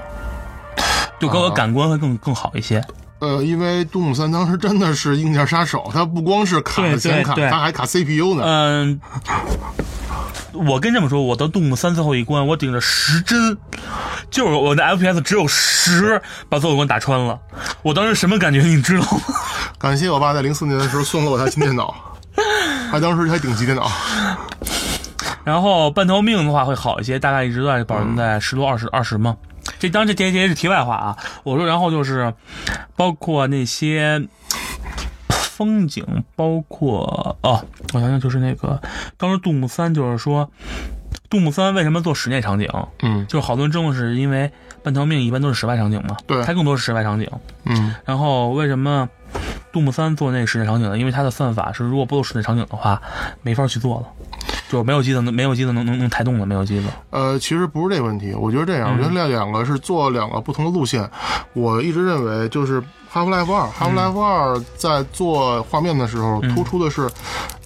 Speaker 3: 就给我感官会更更好一些。
Speaker 2: 呃，因为《杜姆三》当时真的是硬件杀手，它不光是卡
Speaker 3: 对
Speaker 2: 了显卡，
Speaker 3: 对对
Speaker 2: 它还卡 CPU 呢。
Speaker 3: 嗯，我跟你这么说，我到杜牧三最后一关，我顶着十帧，就是我的 FPS 只有十，把最后一关打穿了。我当时什么感觉，你知道吗？
Speaker 2: 感谢我爸在零四年的时候送了我台新电 脑，还当时还顶级电脑。
Speaker 3: 然后半条命的话会好一些，大概一直在保持在十多、二十、二十嘛。这当然这这这也是题外话啊。我说，然后就是包括那些风景，包括哦，我想想，就是那个当时杜牧三，就是说杜牧三为什么做室内场景？
Speaker 2: 嗯
Speaker 3: 就是好多人争论是因为半条命一般都是室外场景嘛，
Speaker 2: 对
Speaker 3: 它更多是室外场景。
Speaker 2: 嗯
Speaker 3: 然后为什么杜牧三做那个室内场景呢？因为它的算法是，如果不做室内场景的话，没法去做了，就是没有机子能，没有机子能能能抬动的，没有机子。
Speaker 2: 呃，其实不是这问题，我觉得这样，我觉得
Speaker 3: 嗯
Speaker 2: 这两个是做两个不同的路线。我一直认为，就是《Half Life
Speaker 3: 嗯
Speaker 2: 二》，《Half Life 二》在做画面的时候，突出的是，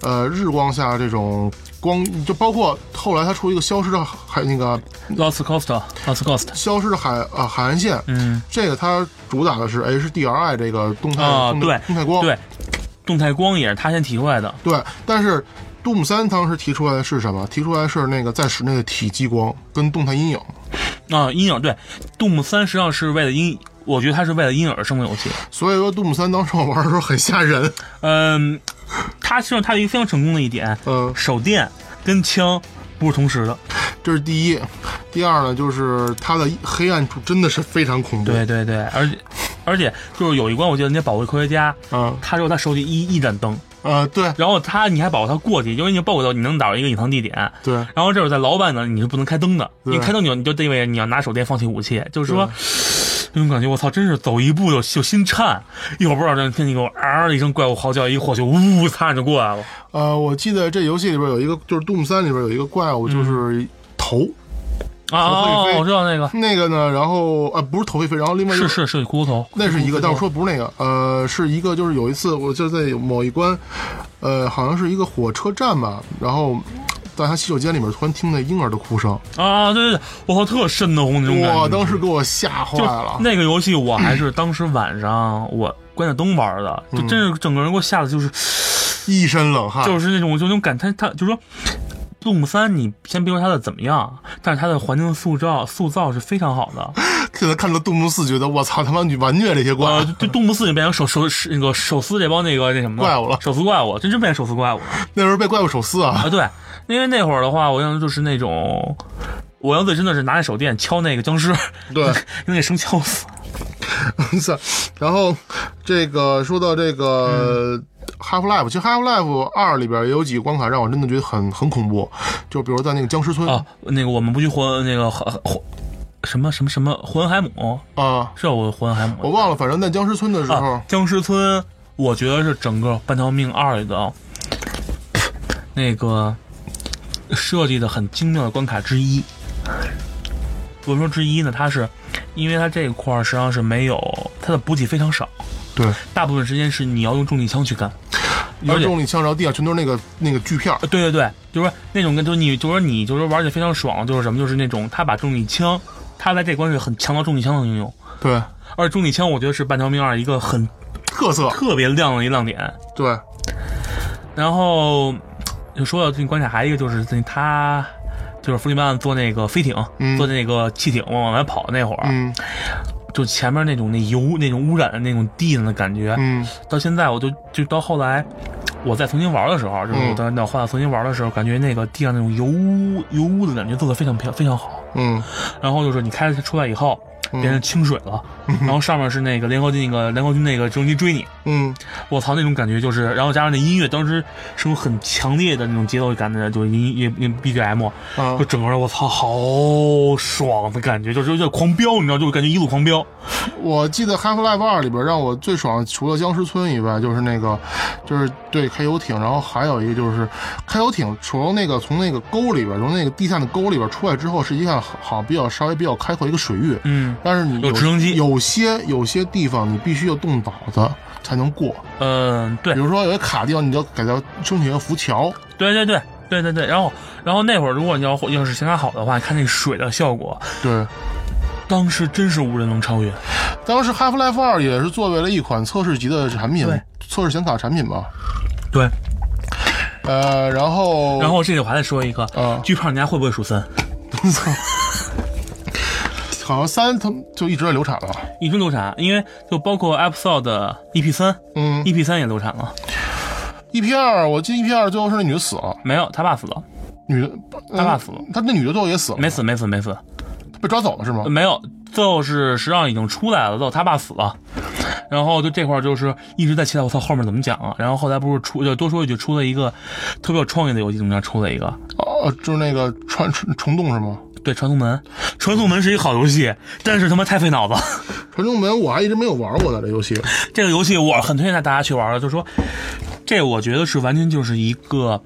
Speaker 3: 嗯
Speaker 2: 呃，日光下这种光，就包括后来它出一个消失的海，那个
Speaker 3: Lost Coast，Lost Coast，
Speaker 2: 消失的海呃海岸线，
Speaker 3: 嗯，
Speaker 2: 这个它主打的是 HDRI 这个动态、
Speaker 3: 啊
Speaker 2: 动
Speaker 3: 对
Speaker 2: 态动态光，
Speaker 3: 对，动态光也是他先提出来的，
Speaker 2: 对，但是 Doom 三当时提出来的是什么？提出来是那个在室内的体积光跟动态阴影。
Speaker 3: 啊，阴影对，杜牧三实际上是为了阴，我觉得它是为了阴影而生的游戏。
Speaker 2: 所以说，Doom 三当时我玩的时候很吓人。
Speaker 3: 嗯，它实际上它有一个非常成功的一点，
Speaker 2: 嗯，
Speaker 3: 手电跟枪不是同时的。
Speaker 2: 这是第一。第二呢，就是它的黑暗处真的是非常恐怖。
Speaker 3: 对，对对，而且而且就是有一关，我记得那保卫科学家，
Speaker 2: 嗯
Speaker 3: 他说他手里一一盏灯，
Speaker 2: 呃，对
Speaker 3: 然后他你还保护他过去，因为你报到你能找到一个隐藏地点。
Speaker 2: 对，
Speaker 3: 然后这会儿在老板呢，你是不能开灯的，
Speaker 2: 对
Speaker 3: 你开灯你就你就意味着你要拿手电放弃武器，就是说。那种感觉，我操，真是走一步就就心颤，一会儿不知道这听你给我啊的一声怪物嚎叫，一火球呜擦着就过来了。
Speaker 2: 呃，我记得这游戏里边有一个，就是 Doom 三里边有一个怪物，
Speaker 3: 嗯
Speaker 2: 就是头、
Speaker 3: 啊啊！啊我知道那个
Speaker 2: 那个呢，然后呃不是头会飞，然后另外一个
Speaker 3: 是是是骷髅头，
Speaker 2: 那是一个，但我说不是那个，呃，是一个，就是有一次我就在某一关，呃，好像是一个火车站吧，然后在他洗手间里面突然听见婴儿的哭声，
Speaker 3: 啊，对对对，我操，特瘆得慌那种感觉。
Speaker 2: 哇，当时给我吓坏
Speaker 3: 就
Speaker 2: 了。
Speaker 3: 那个游戏，我还是当时晚上我关着灯玩的，
Speaker 2: 嗯
Speaker 3: 就真是整个人给我吓得就是
Speaker 2: 一身冷汗。
Speaker 3: 就是那种就那种感叹，他就说。动三你先别说它的怎么样，但是它的环境塑造塑造是非常好 的。
Speaker 2: 现在看到动物四，觉得我操他妈你完虐这些怪
Speaker 3: 呃，就动不死就变成手手是那个手撕这帮那个那什么
Speaker 2: 怪物了
Speaker 3: 手撕怪物，真真变成手撕怪物了
Speaker 2: 那时候被怪物手撕啊，
Speaker 3: 啊！对，因为那会儿的话，我印象就是那种，我要最真的是拿那手电敲那个僵尸，
Speaker 2: 对，
Speaker 3: 能给生敲死。
Speaker 2: 是，然后这个说到这
Speaker 3: 嗯
Speaker 2: 个。Half Life，其实 Half Life 二里边也有几个关卡让我真的觉得很很恐怖，就比如在那个僵尸村
Speaker 3: 啊，那个我们不去火那个火火什么什么什么火恩海姆，
Speaker 2: 啊
Speaker 3: 是叫我火恩海
Speaker 2: 我
Speaker 3: 姆
Speaker 2: 忘了，反正在僵尸村的时候，
Speaker 3: 啊，僵尸村，我觉得是整个《半条命二》里的那个设计的很精妙的关卡之一。为什么说之一呢？它是因为它这一块儿实际上是没有它的补给非常少，
Speaker 2: 对，
Speaker 3: 大部分时间是你要用重力枪去干。
Speaker 2: 有种你像着地上全都是那个那个锯片儿，
Speaker 3: 呃对对对，就是说那种跟就是你就是说你就是说玩起来非常爽，就是什么就是那种他把重力枪，他在这关是很强调重力枪的应用，
Speaker 2: 对，
Speaker 3: 而重力枪我觉得是半条命二一个很
Speaker 2: 特色，
Speaker 3: 特别亮的一亮点。
Speaker 2: 对，
Speaker 3: 然后就说到最近关卡，还有一个就是那他就是弗里曼坐那个飞艇，
Speaker 2: 嗯
Speaker 3: 坐那个汽艇往外跑那会儿，
Speaker 2: 嗯
Speaker 3: 就前面那种那油那种污染的那种地上的感觉，
Speaker 2: 嗯，
Speaker 3: 到现在我就就到后来。我在重新玩的时候，就是
Speaker 2: 嗯
Speaker 3: 我在那换重新玩的时候，感觉那个地上那种油污油污的感觉做的非常漂非常好。
Speaker 2: 嗯，
Speaker 3: 然后就是你开出来以后，变成清水了，然后上面是那个联合军那个联合军那个直升机追你，
Speaker 2: 嗯，
Speaker 3: 我操，那种感觉就是，然后加上那音乐，当时是有很强烈的那种节奏感的，就是音乐那 BGM，
Speaker 2: 啊
Speaker 3: 就，整个人我操，好爽的感觉，就是有点狂飙，你知道，就是感觉一路狂飙。
Speaker 2: 我记得《Half Life 二》里边让我最爽，除了僵尸村以外，就是那个，就是对开游艇，然后还有一个就是开游艇从那个从那个沟里边，从那个地下的沟里边出来之后，实际上好像比较稍微比较开阔一个水域，
Speaker 3: 嗯，
Speaker 2: 但是你
Speaker 3: 有直升机
Speaker 2: 有些有些地方你必须要动脑子才能过，
Speaker 3: 嗯、对
Speaker 2: 比，如说有些卡地方，你就改造申请一个浮桥，
Speaker 3: 对对对对对对。然后，然后那会儿如果你要要是显卡好的话，你看那水的效果，
Speaker 2: 对。
Speaker 3: 当时真是无人能超越。
Speaker 2: 当时《Half Life 二》也是作为了一款测试级的产品
Speaker 3: 对，
Speaker 2: 测试显卡产品吧。
Speaker 3: 对，
Speaker 2: 呃，然后
Speaker 3: 然后这里我还得说一个，
Speaker 2: 啊
Speaker 3: 巨胖你家会不会数三？
Speaker 2: 好像三他们就一直在流产了。
Speaker 3: 一直流产，因为就包括 App Store 的 EP 三
Speaker 2: 嗯
Speaker 3: ，EP 三也流产了，
Speaker 2: ，EP E 二，我记得 EP 二最后是那女的死了，
Speaker 3: 没有他爸死了。
Speaker 2: 女的
Speaker 3: 他爸死了，
Speaker 2: 他那女的最后也死了，
Speaker 3: 没嗯死，没死，没死，
Speaker 2: 被抓走了是吗？
Speaker 3: 没有。最后是实际上已经出来了，最后他爸死了，然后就这块儿就是一直在期待我操后面怎么讲啊。然后后来不是出就多说一句，出了一个特别有创意的游戏，中间出了一个
Speaker 2: 哦，就是那个传传虫洞是吗？
Speaker 3: 对传送门，传送门是一个好游戏，但是他妈太费脑子。
Speaker 2: 传送门我还一直没有玩过的这游戏。
Speaker 3: 这个游戏我很推荐大家去玩的，就是说，这我觉得是完全就是一个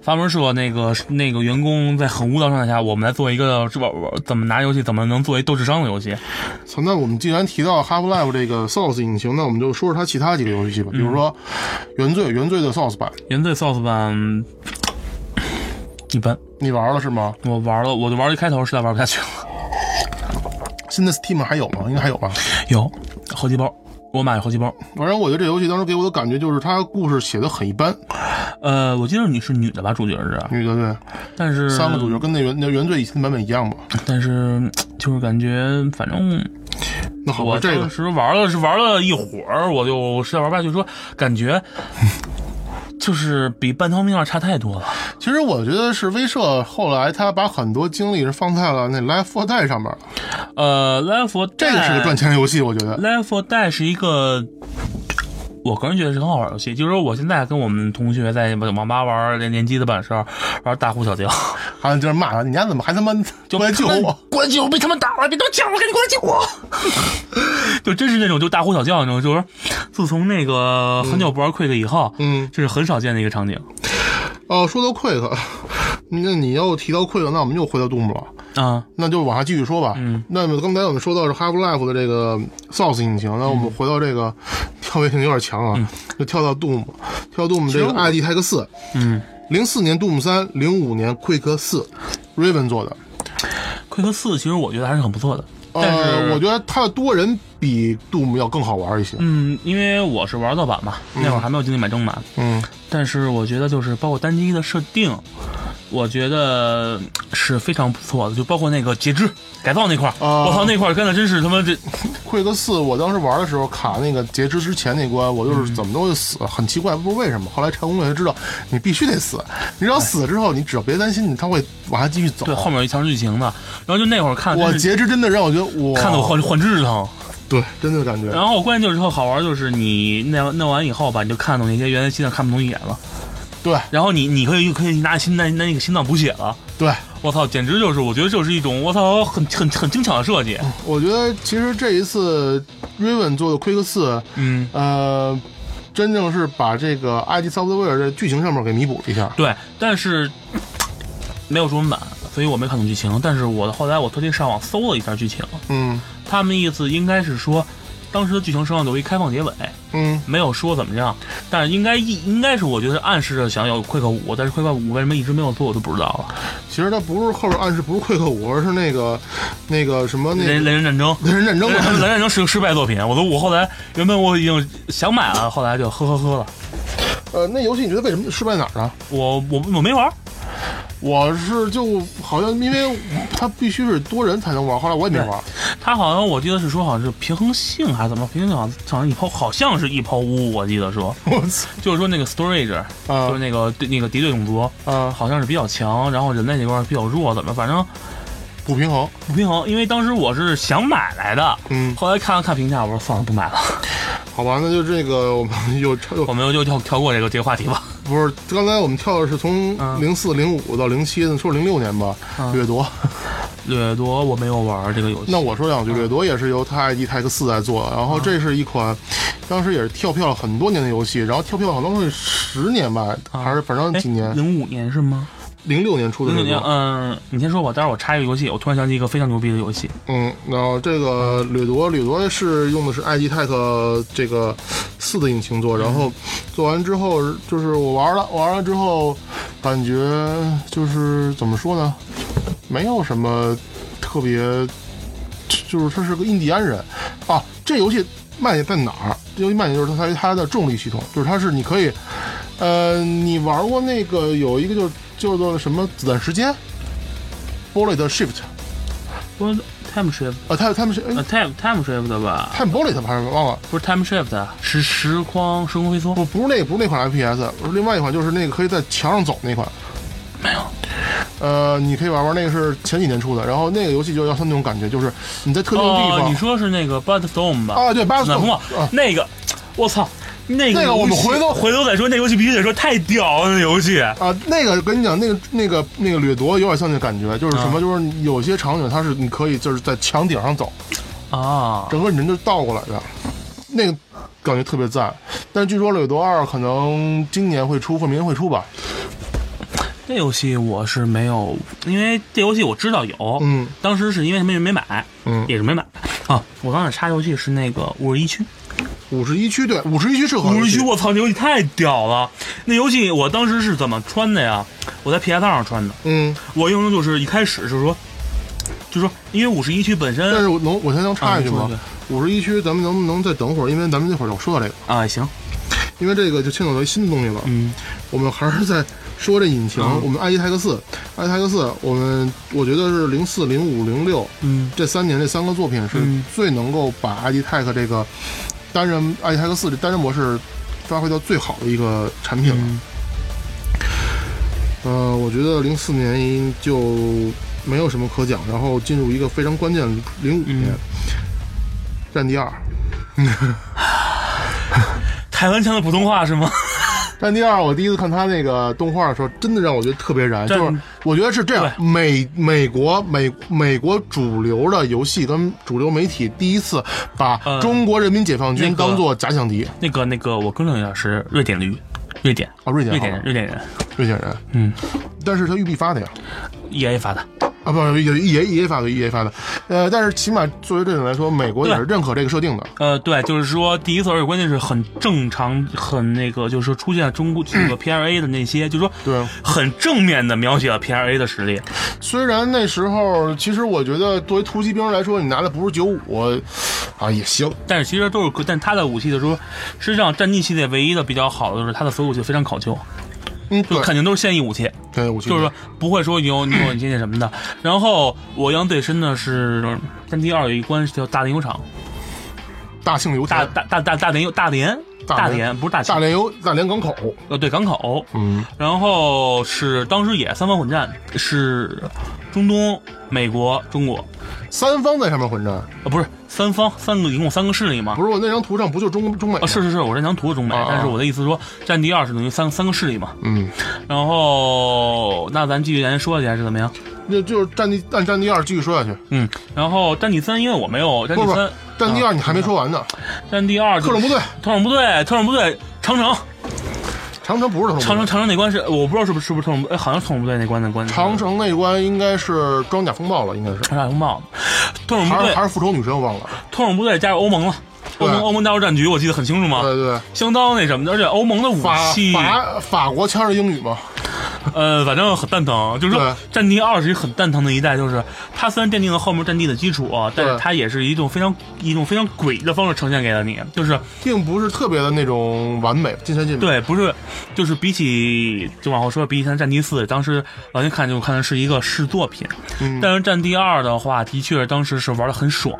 Speaker 3: 阀门社那个那个员工在很无聊状态下，我们来做一个这玩玩怎么拿游戏，怎么能做一斗智商的游戏。
Speaker 2: 操，那我们既然提到 Half Life 这个 Source 引擎，那我们就说说它其他几个游戏吧，比如说《
Speaker 3: 嗯
Speaker 2: 原罪》，《原罪》的 Source 版
Speaker 3: 原罪 SOS 版一般，
Speaker 2: 你玩了是吗？
Speaker 3: 我玩了，我就玩了一开头，实在玩不下去了。
Speaker 2: 现在 Steam 还有吗？应该 还有吧。
Speaker 3: 有合集包，我买了合集包。
Speaker 2: 反正我觉得这游戏当时给我的感觉就是它故事写的很一般，
Speaker 3: 呃，我记得你是女的吧，主角是，
Speaker 2: 女的对，
Speaker 3: 但是
Speaker 2: 三个主角跟那原那原罪以前的版本一样吧。
Speaker 3: 但是就是感觉反正
Speaker 2: 那好吧，
Speaker 3: 我
Speaker 2: 这个
Speaker 3: 当时玩了是玩了一会儿，我就实在玩不下去，说 感觉就是比半条命要差太多了。
Speaker 2: 其实我觉得是威社后来他把很多精力是放在了那 Life for Dead 上面了，
Speaker 3: 呃，Life for
Speaker 2: 这个是个赚钱的游戏，我觉得。
Speaker 3: Life for Dead 是一个，我个人觉得是很好玩的游戏。就是说，我现在跟我们同学在网吧玩联联机的版的时候，玩大呼小叫，
Speaker 2: 还有就是骂他，你家怎么还他妈
Speaker 3: 就
Speaker 2: 过来救
Speaker 3: 他们
Speaker 2: 我？，
Speaker 3: 过来救我，被他们打了，别动抢我，赶紧过来救我！就真是那种就大呼小叫那种，就是自从那个很久不玩 Quick 以后，
Speaker 2: 嗯，
Speaker 3: 这是很少见的一个场景
Speaker 2: 哦，说到 Quick，那你要提到 Quick，那我们又回到 Doom 了。
Speaker 3: 啊。
Speaker 2: 那就往下继续说吧。
Speaker 3: 嗯，
Speaker 2: 那么刚才我们说到是 Half Life 的这个 Source 引擎，那我
Speaker 3: 嗯
Speaker 2: 们回到这个、 跳跃性有点强啊，就跳到 Doom，跳到 Doom 这个 ID Tech 四，
Speaker 3: 嗯，
Speaker 2: 零四年 Doom 三，零五年 Quick 四，Raven 做的。
Speaker 3: 奎克四其实我觉得还是很不错的，但是、
Speaker 2: 呃，我觉得它的多人比 Doom 要更好玩一些。
Speaker 3: 嗯，因为我是玩盗版嘛，那会儿还没有精力买正版，
Speaker 2: 嗯
Speaker 3: 但是我觉得就是包括单机的设定，我觉得是非常不错的，就包括那个截肢改造那块儿，
Speaker 2: 啊
Speaker 3: 我操、那块儿干的真是他妈这
Speaker 2: 奎哥四，我当时玩的时候卡那个截肢之前那关，我
Speaker 3: 嗯
Speaker 2: 就是怎么都会死，很奇怪，不知道为什么。后来查攻略才知道，你必须得死，你只要死之后，你只要别担心，你他会往下继续走
Speaker 3: 哎对。后面有一强制剧情的，然后就那会儿 看
Speaker 2: 我
Speaker 3: 真是
Speaker 2: 截肢真的让我觉得我
Speaker 3: 看的我换换肢疼，
Speaker 2: 对，真的感觉
Speaker 3: 然后关键就是特好玩，就是你弄弄完以后吧，你就看懂那些原来心脏看不懂眼了，
Speaker 2: 对
Speaker 3: 然后你你可以可以拿心那那个心脏补血了，
Speaker 2: 对。
Speaker 3: 我操，简直就是我觉得就是一种我操很很很精巧的设计，
Speaker 2: 我觉得其实这一次 Raven 做的奎哥四，
Speaker 3: 嗯，
Speaker 2: 呃，真正是把这个埃及 Software 的剧情上面给弥补了一下。
Speaker 3: 对，但是没有中文版，所以我没看懂剧情，但是我后来我特地上网搜了一下剧情，
Speaker 2: 嗯
Speaker 3: 他们意思应该是说。当时的剧情上有一开放结尾，
Speaker 2: 嗯，
Speaker 3: 没有说怎么样，但是应该一应该是我觉得暗示着想有 Quick 五，但是 Quick 五为什么一直没有做我就不知道了。
Speaker 2: 其实它不是后边暗示不是奎克五，而是那个那个什么那
Speaker 3: 雷
Speaker 2: 个
Speaker 3: 雷神战争，
Speaker 2: 雷神战争
Speaker 3: 雷
Speaker 2: 嘛。
Speaker 3: 神战争是个失败作品，我都我后来原本我已经想买了，后来就呵呵呵了，
Speaker 2: 呃，那游戏你觉得为什么失败哪儿呢？啊
Speaker 3: 我我我没玩儿，
Speaker 2: 我是就好像因为它必须是多人才能玩，后来我也没玩。
Speaker 3: 它好像我记得是说好像是平衡性还是怎么，平衡性好像好像一抛好像是一抛屋，我记得说
Speaker 2: 我操
Speaker 3: 就是说那个 storage，、
Speaker 2: 啊
Speaker 3: 就是那个对那个敌对种族
Speaker 2: 啊，
Speaker 3: 好像是比较强，然后人类那块儿比较弱，怎么反正
Speaker 2: 不平衡。
Speaker 3: 不平衡，因为当时我是想买来的。
Speaker 2: 嗯，
Speaker 3: 后来看了看评价，我说算了，不买了，
Speaker 2: 好吧，那就这个我们又又
Speaker 3: 我们就跳跳过这个这个话题吧。
Speaker 2: 不是，刚才我们跳的是从
Speaker 3: 嗯
Speaker 2: 零四、零五到零七，说零六年吧，
Speaker 3: 嗯
Speaker 2: 掠 夺。
Speaker 3: 掠夺我没有玩儿这个游戏，
Speaker 2: 那我说两句，掠夺也是由泰迪泰克四在做，然
Speaker 3: 嗯
Speaker 2: 后这是一款当时也是跳票了很多年的游戏，然后跳票好像是十年吧，
Speaker 3: 啊
Speaker 2: 还是反正几年，
Speaker 3: 零五年是吗？
Speaker 2: 零六年出的这
Speaker 3: 零九年，
Speaker 2: 个，
Speaker 3: 嗯，你先说吧，待会儿我插一个游戏，我突然想起一个非常牛逼的游戏，
Speaker 2: 嗯，然后这个掠夺，掠夺是用的是艾迪泰克这个四的引擎做，然后做完之后就是我玩了，玩了之后感觉就是怎么说呢，没有什么特别，就是他是个印第安人啊。这游戏卖点在哪儿？这游戏卖点就是它它的重力系统，就是它是你可以，呃，你玩过那个有一个就叫做什么子弹时间，bullet shift
Speaker 3: 不是 time shift，
Speaker 2: 啊，他他们是哎
Speaker 3: 呃 time time shift 的吧？
Speaker 2: 看 bullet 吧还是忘了，
Speaker 3: 不是 time shift，啊是时光时空飞梭
Speaker 2: 不不是那个不是那款 FPS，是另外一款就是那个可以在墙上走那款。
Speaker 3: 没有。
Speaker 2: 呃，你可以玩玩那个是前几年出的，然后那个游戏就要像那种感觉，就是你在特定地
Speaker 3: 哦，
Speaker 2: 方
Speaker 3: 你说是那个 b u d s t o r m 吧？
Speaker 2: 啊，对，八
Speaker 3: 子弹风暴
Speaker 2: 啊，
Speaker 3: 那个，我操，那个
Speaker 2: 那个我们
Speaker 3: 游戏
Speaker 2: 回头
Speaker 3: 回头再说，那游戏必须得说太屌了，那游戏。
Speaker 2: 啊，那个跟你讲，那个那个那个掠夺有点像那感觉，就是什么，
Speaker 3: 啊
Speaker 2: 就是有些场景它是你可以就是在墙顶上走，
Speaker 3: 啊，
Speaker 2: 整个人就倒过来的，那个感觉特别赞。但是据说掠夺二可能今年会出或明年会出吧，
Speaker 3: 这游戏我是没有，因为这游戏我知道有，
Speaker 2: 嗯
Speaker 3: 当时是因为什么也没买，
Speaker 2: 嗯，
Speaker 3: 也是没买啊。我刚才插游戏是那个五十一区，
Speaker 2: 五十一区对，五十一区是好
Speaker 3: 五
Speaker 2: 游
Speaker 3: 十一
Speaker 2: 戏
Speaker 3: 区，哎我操，那游戏太屌了！那游戏我当时是怎么穿的呀？我在 PS 上穿的，
Speaker 2: 嗯，
Speaker 3: 我用的就是一开始就是说，就说因为五十一区本
Speaker 2: 但
Speaker 3: 身
Speaker 2: 是我能我先能插一句
Speaker 3: 啊
Speaker 2: 吗
Speaker 3: 你说？
Speaker 2: 五十一区咱们能不能再等会儿？因为咱们那会儿要说到这个，
Speaker 3: 啊也行，
Speaker 2: 因为这个就牵扯到一新的东西了。
Speaker 3: 嗯
Speaker 2: 我们还是在说这引擎，
Speaker 3: 嗯
Speaker 2: 我们埃及泰克四，埃及泰克四，我们我觉得是零四、零五、零六
Speaker 3: 嗯
Speaker 2: 这三年这三个作品是
Speaker 3: 嗯
Speaker 2: 最能够把埃及泰克这个单人埃及泰克四这单人模式发挥到最好的一个产品了。
Speaker 3: 嗯
Speaker 2: 呃，我觉得零四年就没有什么可讲，然后进入一个非常关键的零五
Speaker 3: 嗯
Speaker 2: 年，战地二，
Speaker 3: 台湾腔的普通话是吗？
Speaker 2: 战地二，我第一次看他那个动画的时候，真的让我觉得特别燃，
Speaker 3: 战
Speaker 2: 就是我觉得是这样，
Speaker 3: 对
Speaker 2: 美美国美美国主流的游戏跟主流媒体第一次把
Speaker 3: 呃
Speaker 2: 中国人民解放军
Speaker 3: 那个
Speaker 2: 当做假想敌、
Speaker 3: 那个那个，我更正一下，是瑞典驴，瑞典，
Speaker 2: 啊，瑞典
Speaker 3: 瑞
Speaker 2: 好
Speaker 3: 典
Speaker 2: 吧
Speaker 3: 人，瑞典人，
Speaker 2: 瑞典人，
Speaker 3: 嗯
Speaker 2: 但是他育碧发的呀。
Speaker 3: ，EA 发的，
Speaker 2: 啊，不是，也也也发的，也发的，呃，但是起码作为这点来说，美国也是认可这个设定的。
Speaker 3: 呃，对，就是说第一次，而且关键是很正常，很那个，就是说出现了中国这 个 PRA 的那些，就是说
Speaker 2: 对
Speaker 3: 很正面的描写了 PRA 的实力，
Speaker 2: 虽然那时候，其实我觉得作为突击兵来说，你拿的不是九五，啊也行。
Speaker 3: 但是其实都是，但他的武器的时候，实际上战地系列唯一的比较好的就是他的所有武器非常考究，
Speaker 2: 嗯，对
Speaker 3: 就，肯定都是现役武器，
Speaker 2: 对，我觉
Speaker 3: 就是
Speaker 2: 得
Speaker 3: 说不会说你有你有你些那什么的。然后我印象最深的是战地二有一关叫大连油厂，
Speaker 2: 大庆油
Speaker 3: 大
Speaker 2: 田、
Speaker 3: 大大大大连油大连
Speaker 2: 大连
Speaker 3: 连不是大
Speaker 2: 大
Speaker 3: 庆，
Speaker 2: 连油、大连港口，
Speaker 3: 呃对港口，
Speaker 2: 嗯，
Speaker 3: 然后是当时也三方混战，是中东、美国、中国，
Speaker 2: 三方在上面混战。
Speaker 3: 呃不是三方三个一共三个势力嘛
Speaker 2: 不。是我那张图上不就中中美吗？
Speaker 3: 啊，是是是，我这张图是中美，
Speaker 2: 啊啊
Speaker 3: 但是我的意思是说，战地二是等于三三个势力嘛。
Speaker 2: 嗯，
Speaker 3: 然后，那咱继续咱说下去还是怎么样？
Speaker 2: 那就是战地按战地二继续说下去。
Speaker 3: 嗯，然后战地三，因为我没有战
Speaker 2: 不
Speaker 3: 地
Speaker 2: 是不
Speaker 3: 三啊
Speaker 2: 是，，战地二你还没说完呢。
Speaker 3: 战地二就
Speaker 2: 特种部队，
Speaker 3: 特种部队，特种部队，长城，
Speaker 2: 长城不是特
Speaker 3: 长
Speaker 2: 种部队，
Speaker 3: 城，长城那关是我不知道是不是是不是特种部，哎，好像是特种部队那关那关。哎
Speaker 2: 长城那关应该是装甲风暴了，应该是
Speaker 3: 长城风暴，特种部
Speaker 2: 还是
Speaker 3: 队
Speaker 2: 还，是复仇女神我忘了。
Speaker 3: 特种部队加入欧盟了，欧盟
Speaker 2: 对
Speaker 3: 欧盟加入战局，我记得很清楚嘛，
Speaker 2: 对对对，
Speaker 3: 相当那什么的，而且欧盟的武
Speaker 2: 法
Speaker 3: 器，
Speaker 2: 法法国腔是英语吗？
Speaker 3: 呃，反正很蛋疼，就是说
Speaker 2: 对
Speaker 3: 战地二是一个很蛋疼的一代，就是它虽然奠定了后面战地的基础，但是
Speaker 2: 对
Speaker 3: 它也是一种非常一种非常诡异的方式呈现给了你，就是
Speaker 2: 并不是特别的那种完美，尽善尽美。
Speaker 3: 对，不是，就是比起就往后说，比起像《战地四》，当时老金看就看的是一个试作品，
Speaker 2: 嗯
Speaker 3: 但是《战地二》的话，的确当时是玩的很爽，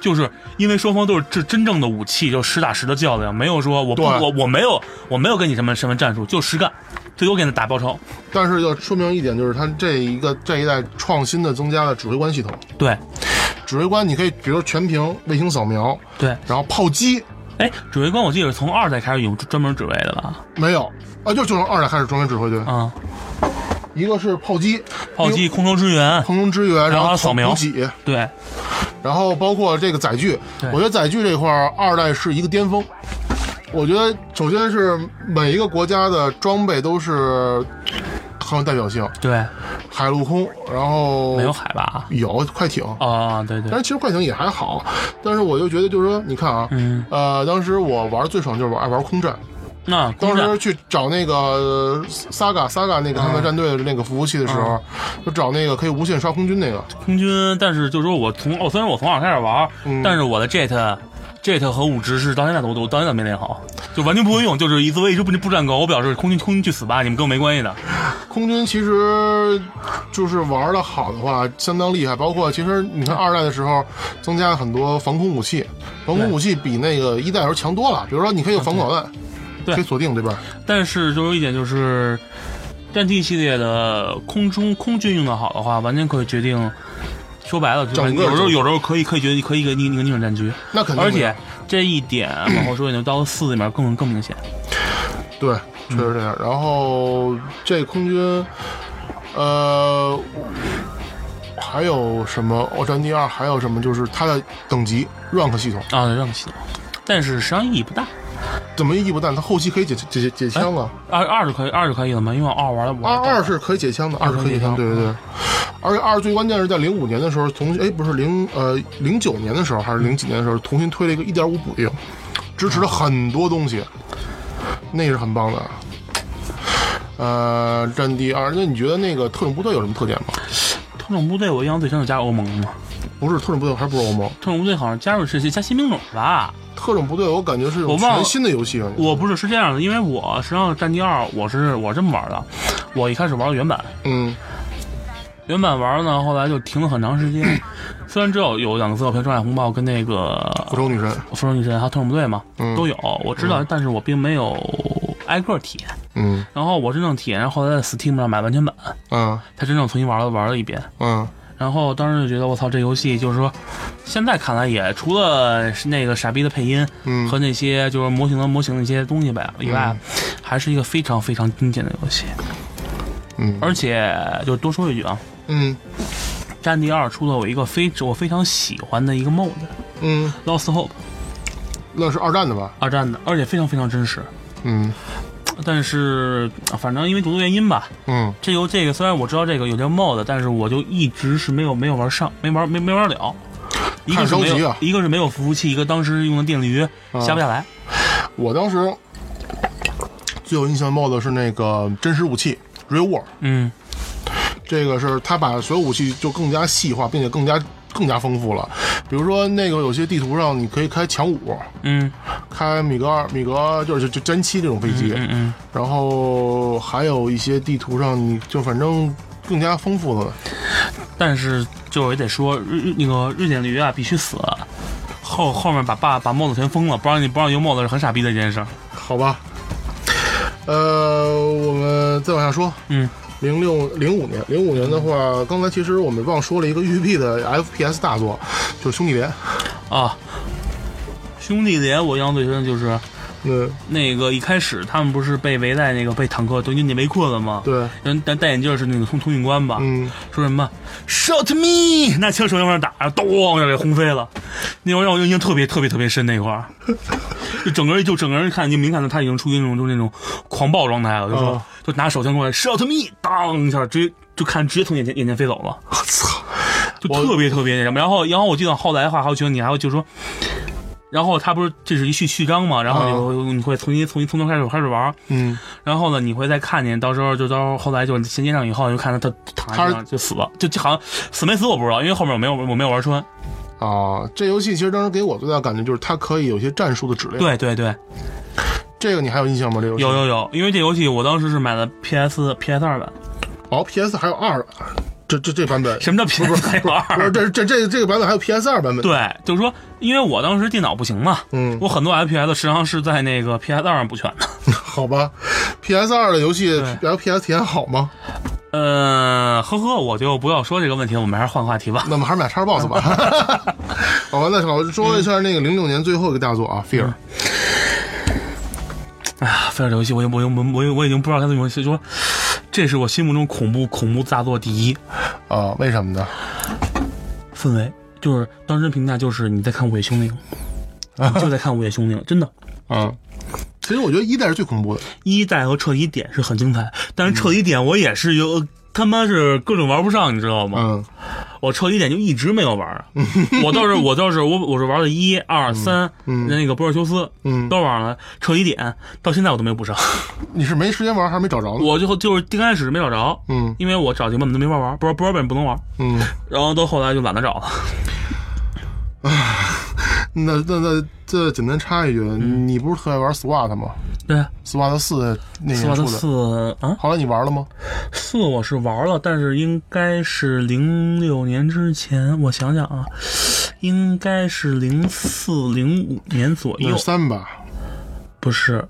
Speaker 3: 就是因为双方都是这真正的武器，就实打实的较量，没有说我不
Speaker 2: 对
Speaker 3: 我我没有我没有跟你什么什么战术，就实干，最多给你打包抄。
Speaker 2: 但是要说明一点，就是它这一个这一代创新的增加了指挥官系统。
Speaker 3: 对
Speaker 2: 指挥官你可以，比如说全屏卫星扫描，
Speaker 3: 对，
Speaker 2: 然后炮击
Speaker 3: 哎，指挥官我记得是从二代开始有专门指挥的吧？
Speaker 2: 没有啊，就就从二代开始专门指挥队，
Speaker 3: 啊、
Speaker 2: 一个是炮击，
Speaker 3: 炮击、空中支援，
Speaker 2: 空中支援，
Speaker 3: 然
Speaker 2: 然
Speaker 3: 后
Speaker 2: 后
Speaker 3: 扫描
Speaker 2: 补给，
Speaker 3: 对
Speaker 2: 然后包括这个载具
Speaker 3: 对，
Speaker 2: 我觉得载具这块儿二代是一个巅峰。我觉得首先是每一个国家的装备都是很有代表性，
Speaker 3: 对，
Speaker 2: 海陆空，然后
Speaker 3: 没有海吧？
Speaker 2: 有快艇，
Speaker 3: 啊，对
Speaker 2: 但
Speaker 3: 对，
Speaker 2: 是其实快艇也还好。但是我就觉得就是说，你看啊，
Speaker 3: 嗯，
Speaker 2: 呃，当时我玩最爽就是玩爱玩空战，
Speaker 3: 那
Speaker 2: 当
Speaker 3: 空啊战
Speaker 2: 时去找那个呃 Saga Saga 那个他们战队的那个服务器的时候，
Speaker 3: 嗯
Speaker 2: 就找那个可以无限刷空军那个，
Speaker 3: 空军，但是就是说我从哦，虽然我从二开始玩，
Speaker 2: 嗯
Speaker 3: 但是我的 jet。jet 和武直是到现在我都我到现在没练好，就完全不会用，就是一次我一直不不站岗，我表示空军空军去死吧，你们跟我没关系的。
Speaker 2: 空军其实就是玩的好的话，相当厉害。包括其实你看二代的时候，增加了很多防空武器，防空武器比那个一代的时候强多了。比如说，你可以有防导弹，
Speaker 3: 对
Speaker 2: 可以锁定对吧？
Speaker 3: 但是就有一点就是，战地系列的空中空军用的好的话，完全可以决定。说白了，就是
Speaker 2: 整个
Speaker 3: 有时
Speaker 2: 就
Speaker 3: 候
Speaker 2: 是
Speaker 3: 有时候可以可以决定可以一个逆一个逆转战局，
Speaker 2: 那肯定。
Speaker 3: 而且这一 点往后说也就到了四里面更更明显。
Speaker 2: 对，确
Speaker 3: 嗯
Speaker 2: 实这样。然后这空军，呃，还有什么？《奥战第二》还有什么？就是它的等级 rank 系统，
Speaker 3: 啊，让系统，但是实际上意义不大。
Speaker 2: 怎么意义不但它后期可以解解解解枪啊。
Speaker 3: 二二是可以，二是可以的嘛，因为我二玩了，我
Speaker 2: 二
Speaker 3: 玩了
Speaker 2: 啊二是可以解枪的，二是可以解枪，
Speaker 3: 嗯可
Speaker 2: 对
Speaker 3: 以解
Speaker 2: 对
Speaker 3: 枪
Speaker 2: 对。而且二最关键是在零五年的时候，同哎不是零呃零九年的时候还是零几年的时候，重新推了一个一点五补丁，支持了很多东西，那是很棒的。呃，战地二，那你觉得那个特种部队有什么特点吗？
Speaker 3: 特种部队我印象最深有加入欧盟嘛，
Speaker 2: 不是特种部队，还不是欧盟。
Speaker 3: 特种部队好像加入是加新兵种吧？
Speaker 2: 特种部队，我感觉是一
Speaker 3: 我
Speaker 2: 种
Speaker 3: 忘了
Speaker 2: 全新的游戏啊。
Speaker 3: 我不是是这样的，因为我实际上战地二我是我这么玩的，我一开始玩的原版，
Speaker 2: 嗯，
Speaker 3: 原版玩呢，后来就停了很长时间，虽然只有有两个资料片，装甲风暴跟那个
Speaker 2: 复仇女神，
Speaker 3: 复仇女神还有特种部队嘛，
Speaker 2: 嗯
Speaker 3: 都有我知道，但是我并没有挨个体验。
Speaker 2: 嗯
Speaker 3: 然后我真正体验，然后后来在 Steam 上买完全版，
Speaker 2: 嗯
Speaker 3: 才真正重新玩了玩了一遍。
Speaker 2: 嗯，
Speaker 3: 然后当时就觉得我操，这游戏就是说，现在看来也除了是那个傻逼的配音，
Speaker 2: 嗯
Speaker 3: 和那些就是模型的模型那些东西呗以外，还是一个非常非常经典的游戏。
Speaker 2: 嗯
Speaker 3: 而且就多说一句啊，
Speaker 2: 嗯
Speaker 3: 《战地二》出了我一个非我非常喜欢的一个 mod，
Speaker 2: 嗯，
Speaker 3: 《Lost Hope》
Speaker 2: 那是二战的吧？
Speaker 3: 二战的，而且非常非常真实。
Speaker 2: 嗯
Speaker 3: 但是啊反正因为种种原因吧，
Speaker 2: 嗯
Speaker 3: 这游这个虽然我知道这个有叫 mod，但是我就一直是没有没有玩上，没玩没没玩了。一个是没
Speaker 2: 看着急
Speaker 3: 有
Speaker 2: 啊，
Speaker 3: 一个是没有服务器，一个当时用的电驴下不下来。
Speaker 2: 我当时最有印象冒的是那个真实武器 Real War，
Speaker 3: 嗯，
Speaker 2: 这个是他把所有武器就更加细化，并且更加更加丰富了。比如说那个有些地图上你可以开强五，
Speaker 3: 嗯
Speaker 2: 开米格二、米格就是就歼七这种飞机，
Speaker 3: 嗯嗯，
Speaker 2: 然后还有一些地图上你就反正更加丰富了。
Speaker 3: 但是就也得说日日那个瑞典驴啊必须死，后后面把爸把帽子全封了，不让你不让游帽子是很傻逼的一件事儿。
Speaker 2: 好吧，呃，我们再往下说。
Speaker 3: 嗯，
Speaker 2: 零六零五年，零五年的话，刚才其实我们忘说了一个育碧的 FPS 大作，就是《兄弟连》。
Speaker 3: 啊，兄弟连我印象最深的就是
Speaker 2: 嗯，
Speaker 3: 那个一开始他们不是被围在那个被坦克都已经被围困了吗？
Speaker 2: 对，
Speaker 3: 人戴戴眼镜是那个通通讯官吧？
Speaker 2: 嗯，
Speaker 3: 说什么 “shot me”，拿枪手往那打，咚就给轰飞了。那会儿让我印象特别特别特别深那块儿，就整个人就整个人看就明显的他已经处于那种就那种狂暴状态了，就说、
Speaker 2: 啊
Speaker 3: 就拿手枪过来 “shot me”，当一下直接就看直接从眼前眼前飞走了，
Speaker 2: 我操，
Speaker 3: 就
Speaker 2: 我
Speaker 3: 特别特别那什么。然后然后我记得后来的话，还有觉得你还会就说。然后他不是这是一序序章嘛，然后你会、你会重新重新从头开始开始玩儿，
Speaker 2: 嗯，
Speaker 3: 然后呢，你会再看见，到时候就到时候后来就衔接上以后，就看到他躺在
Speaker 2: 他
Speaker 3: 地上就死了，就就好像死没死我不知道，因为后面我没有我没有玩穿。
Speaker 2: 啊，这游戏其实当时给我最大的感觉就是它可以有一些战术的指令。，
Speaker 3: 对对对，
Speaker 2: 这个你还有印象吗？这游戏
Speaker 3: 有有有，因为这游戏我当时是买了 PS PS 二版。
Speaker 2: 哦，PS 还有二，这这这版本
Speaker 3: 什么叫 PS 还有
Speaker 2: 不是
Speaker 3: 二？
Speaker 2: 这这这这个版本还有 PS 二版本。，
Speaker 3: 对，就是说，因为我当时电脑不行嘛，
Speaker 2: 嗯，
Speaker 3: 我很多 FPS 实际上是在那个 PS 二上补全的。
Speaker 2: 好吧，PS 二的游戏
Speaker 3: 对
Speaker 2: FPS 体验好吗？
Speaker 3: 呃，呵呵，我就不要说这个问题了，我们还是换话题吧。
Speaker 2: 那么还是买 Xbox 吧。 好吧，那好，说一下那个零六年最后一个大作啊，Fear。
Speaker 3: 哎呀，菲尔这游戏我已经我已经我已经我已经不知道该怎么说，这是我心目中恐怖恐怖大作第一。
Speaker 2: 啊，为什么呢？
Speaker 3: 氛围，就是当时评价就是你在看《午夜凶铃》， 你就在看《午夜凶铃》，真的。
Speaker 2: 嗯，其实我觉得一代是最恐怖的。
Speaker 3: 一代和彻底点是很精彩，但
Speaker 2: 嗯
Speaker 3: 是彻底点我也是有。他妈是各种玩不上，你知道吗？
Speaker 2: 嗯，
Speaker 3: 我彻底点就一直没有玩 儿，我倒是我倒是我我是玩了一二三，
Speaker 2: 嗯
Speaker 3: 那个博尔修斯，
Speaker 2: 嗯
Speaker 3: 都玩了，彻底点到现在我都没有补上，
Speaker 2: 你是没时间玩还是没找着呢？
Speaker 3: 我最后就是刚开始没找着，
Speaker 2: 嗯
Speaker 3: 因为我找节目都没法玩，不是不是本不能玩，
Speaker 2: 嗯，
Speaker 3: 然后到后来就懒得找了。
Speaker 2: 那那那这简单插一句，
Speaker 3: 嗯
Speaker 2: 你不是特爱玩 SWAT 吗
Speaker 3: 对，
Speaker 2: ？SWAT 四那年
Speaker 3: 斯巴达
Speaker 2: 出的，
Speaker 3: 四啊，
Speaker 2: 后来你玩了吗？
Speaker 3: 四我是玩了，但是应该是零六年之前，我想想啊，应该是零四零五年左
Speaker 2: 那
Speaker 3: 右
Speaker 2: 是，三吧，
Speaker 3: 不是。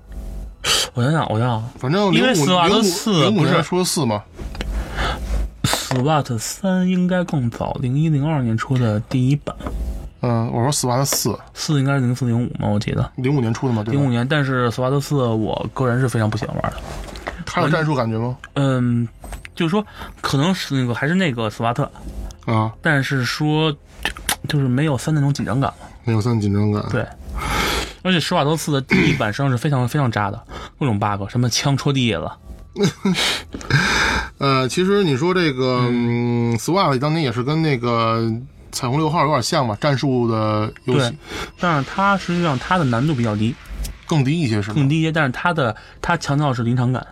Speaker 3: 我想想，我想想
Speaker 2: 反正
Speaker 3: 因
Speaker 2: 零
Speaker 3: 为
Speaker 2: 五
Speaker 3: 斯瓦
Speaker 2: 零
Speaker 3: 德
Speaker 2: 五
Speaker 3: 四
Speaker 2: 零五
Speaker 3: 不是
Speaker 2: 年出的四嘛。
Speaker 3: ，SWAT 三应该更早，零一零二年出的第一版，
Speaker 2: 嗯，我说 SWAT 四
Speaker 3: 四应该是零四零五嘛，我记得
Speaker 2: 零五年出的嘛，对
Speaker 3: 零五
Speaker 2: 吧？
Speaker 3: 年。但是 SWAT 四我个人是非常不喜欢玩的，
Speaker 2: 它有战术感觉吗？
Speaker 3: 嗯，就是说可能是那个还是那个 SWAT，
Speaker 2: 啊，
Speaker 3: 但是说就就是没有三那种紧张感了。
Speaker 2: 没有三紧张感。
Speaker 3: 对，而且施瓦多茨的第一版实际上是非常非常渣的，各种 bug，什么枪戳地了，
Speaker 2: 呃，其实你说这个、嗯、SWAT 当年也是跟那个彩虹六号有点像吧，战术的游
Speaker 3: 对
Speaker 2: 戏，
Speaker 3: 但是它实际上它的难度比较低，
Speaker 2: 更低一些是吧？
Speaker 3: 更低一些，但是它的它强调的是临场感。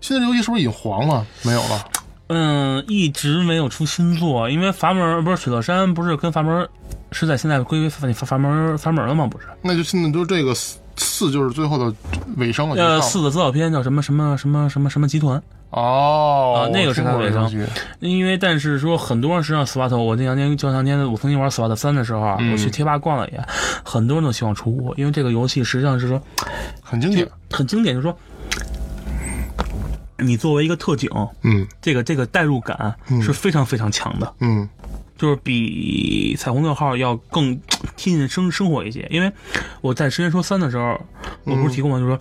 Speaker 2: 现在这游戏是不是已经黄了？没有了。
Speaker 3: 嗯，一直没有出新作，因为阀门不是水乐山不是跟阀门是在现在归阀阀门阀门了吗？不是，
Speaker 2: 那就现在就这个四四就是最后的尾声了。就
Speaker 3: 呃，
Speaker 2: 上了
Speaker 3: 四的资料片叫什么什么什么什么什么集团，
Speaker 2: 哦
Speaker 3: 啊那个是它的尾声
Speaker 2: 我听过这游戏
Speaker 3: 因为但是说很多人实际上 SWAT，我那两天就两天我曾经玩 SWAT 三的时候
Speaker 2: 嗯
Speaker 3: 啊，我去贴吧逛了一眼，很多人都希望出五，因为这个游戏实际上是说
Speaker 2: 很经典。
Speaker 3: 很经典，就是说，你作为一个特警，
Speaker 2: 嗯
Speaker 3: 这个这个代入感是非常非常强的，
Speaker 2: 嗯
Speaker 3: 就是比彩虹六号要更贴近生生活一些。因为我在之前说三的时候，我不是提过吗？就是说，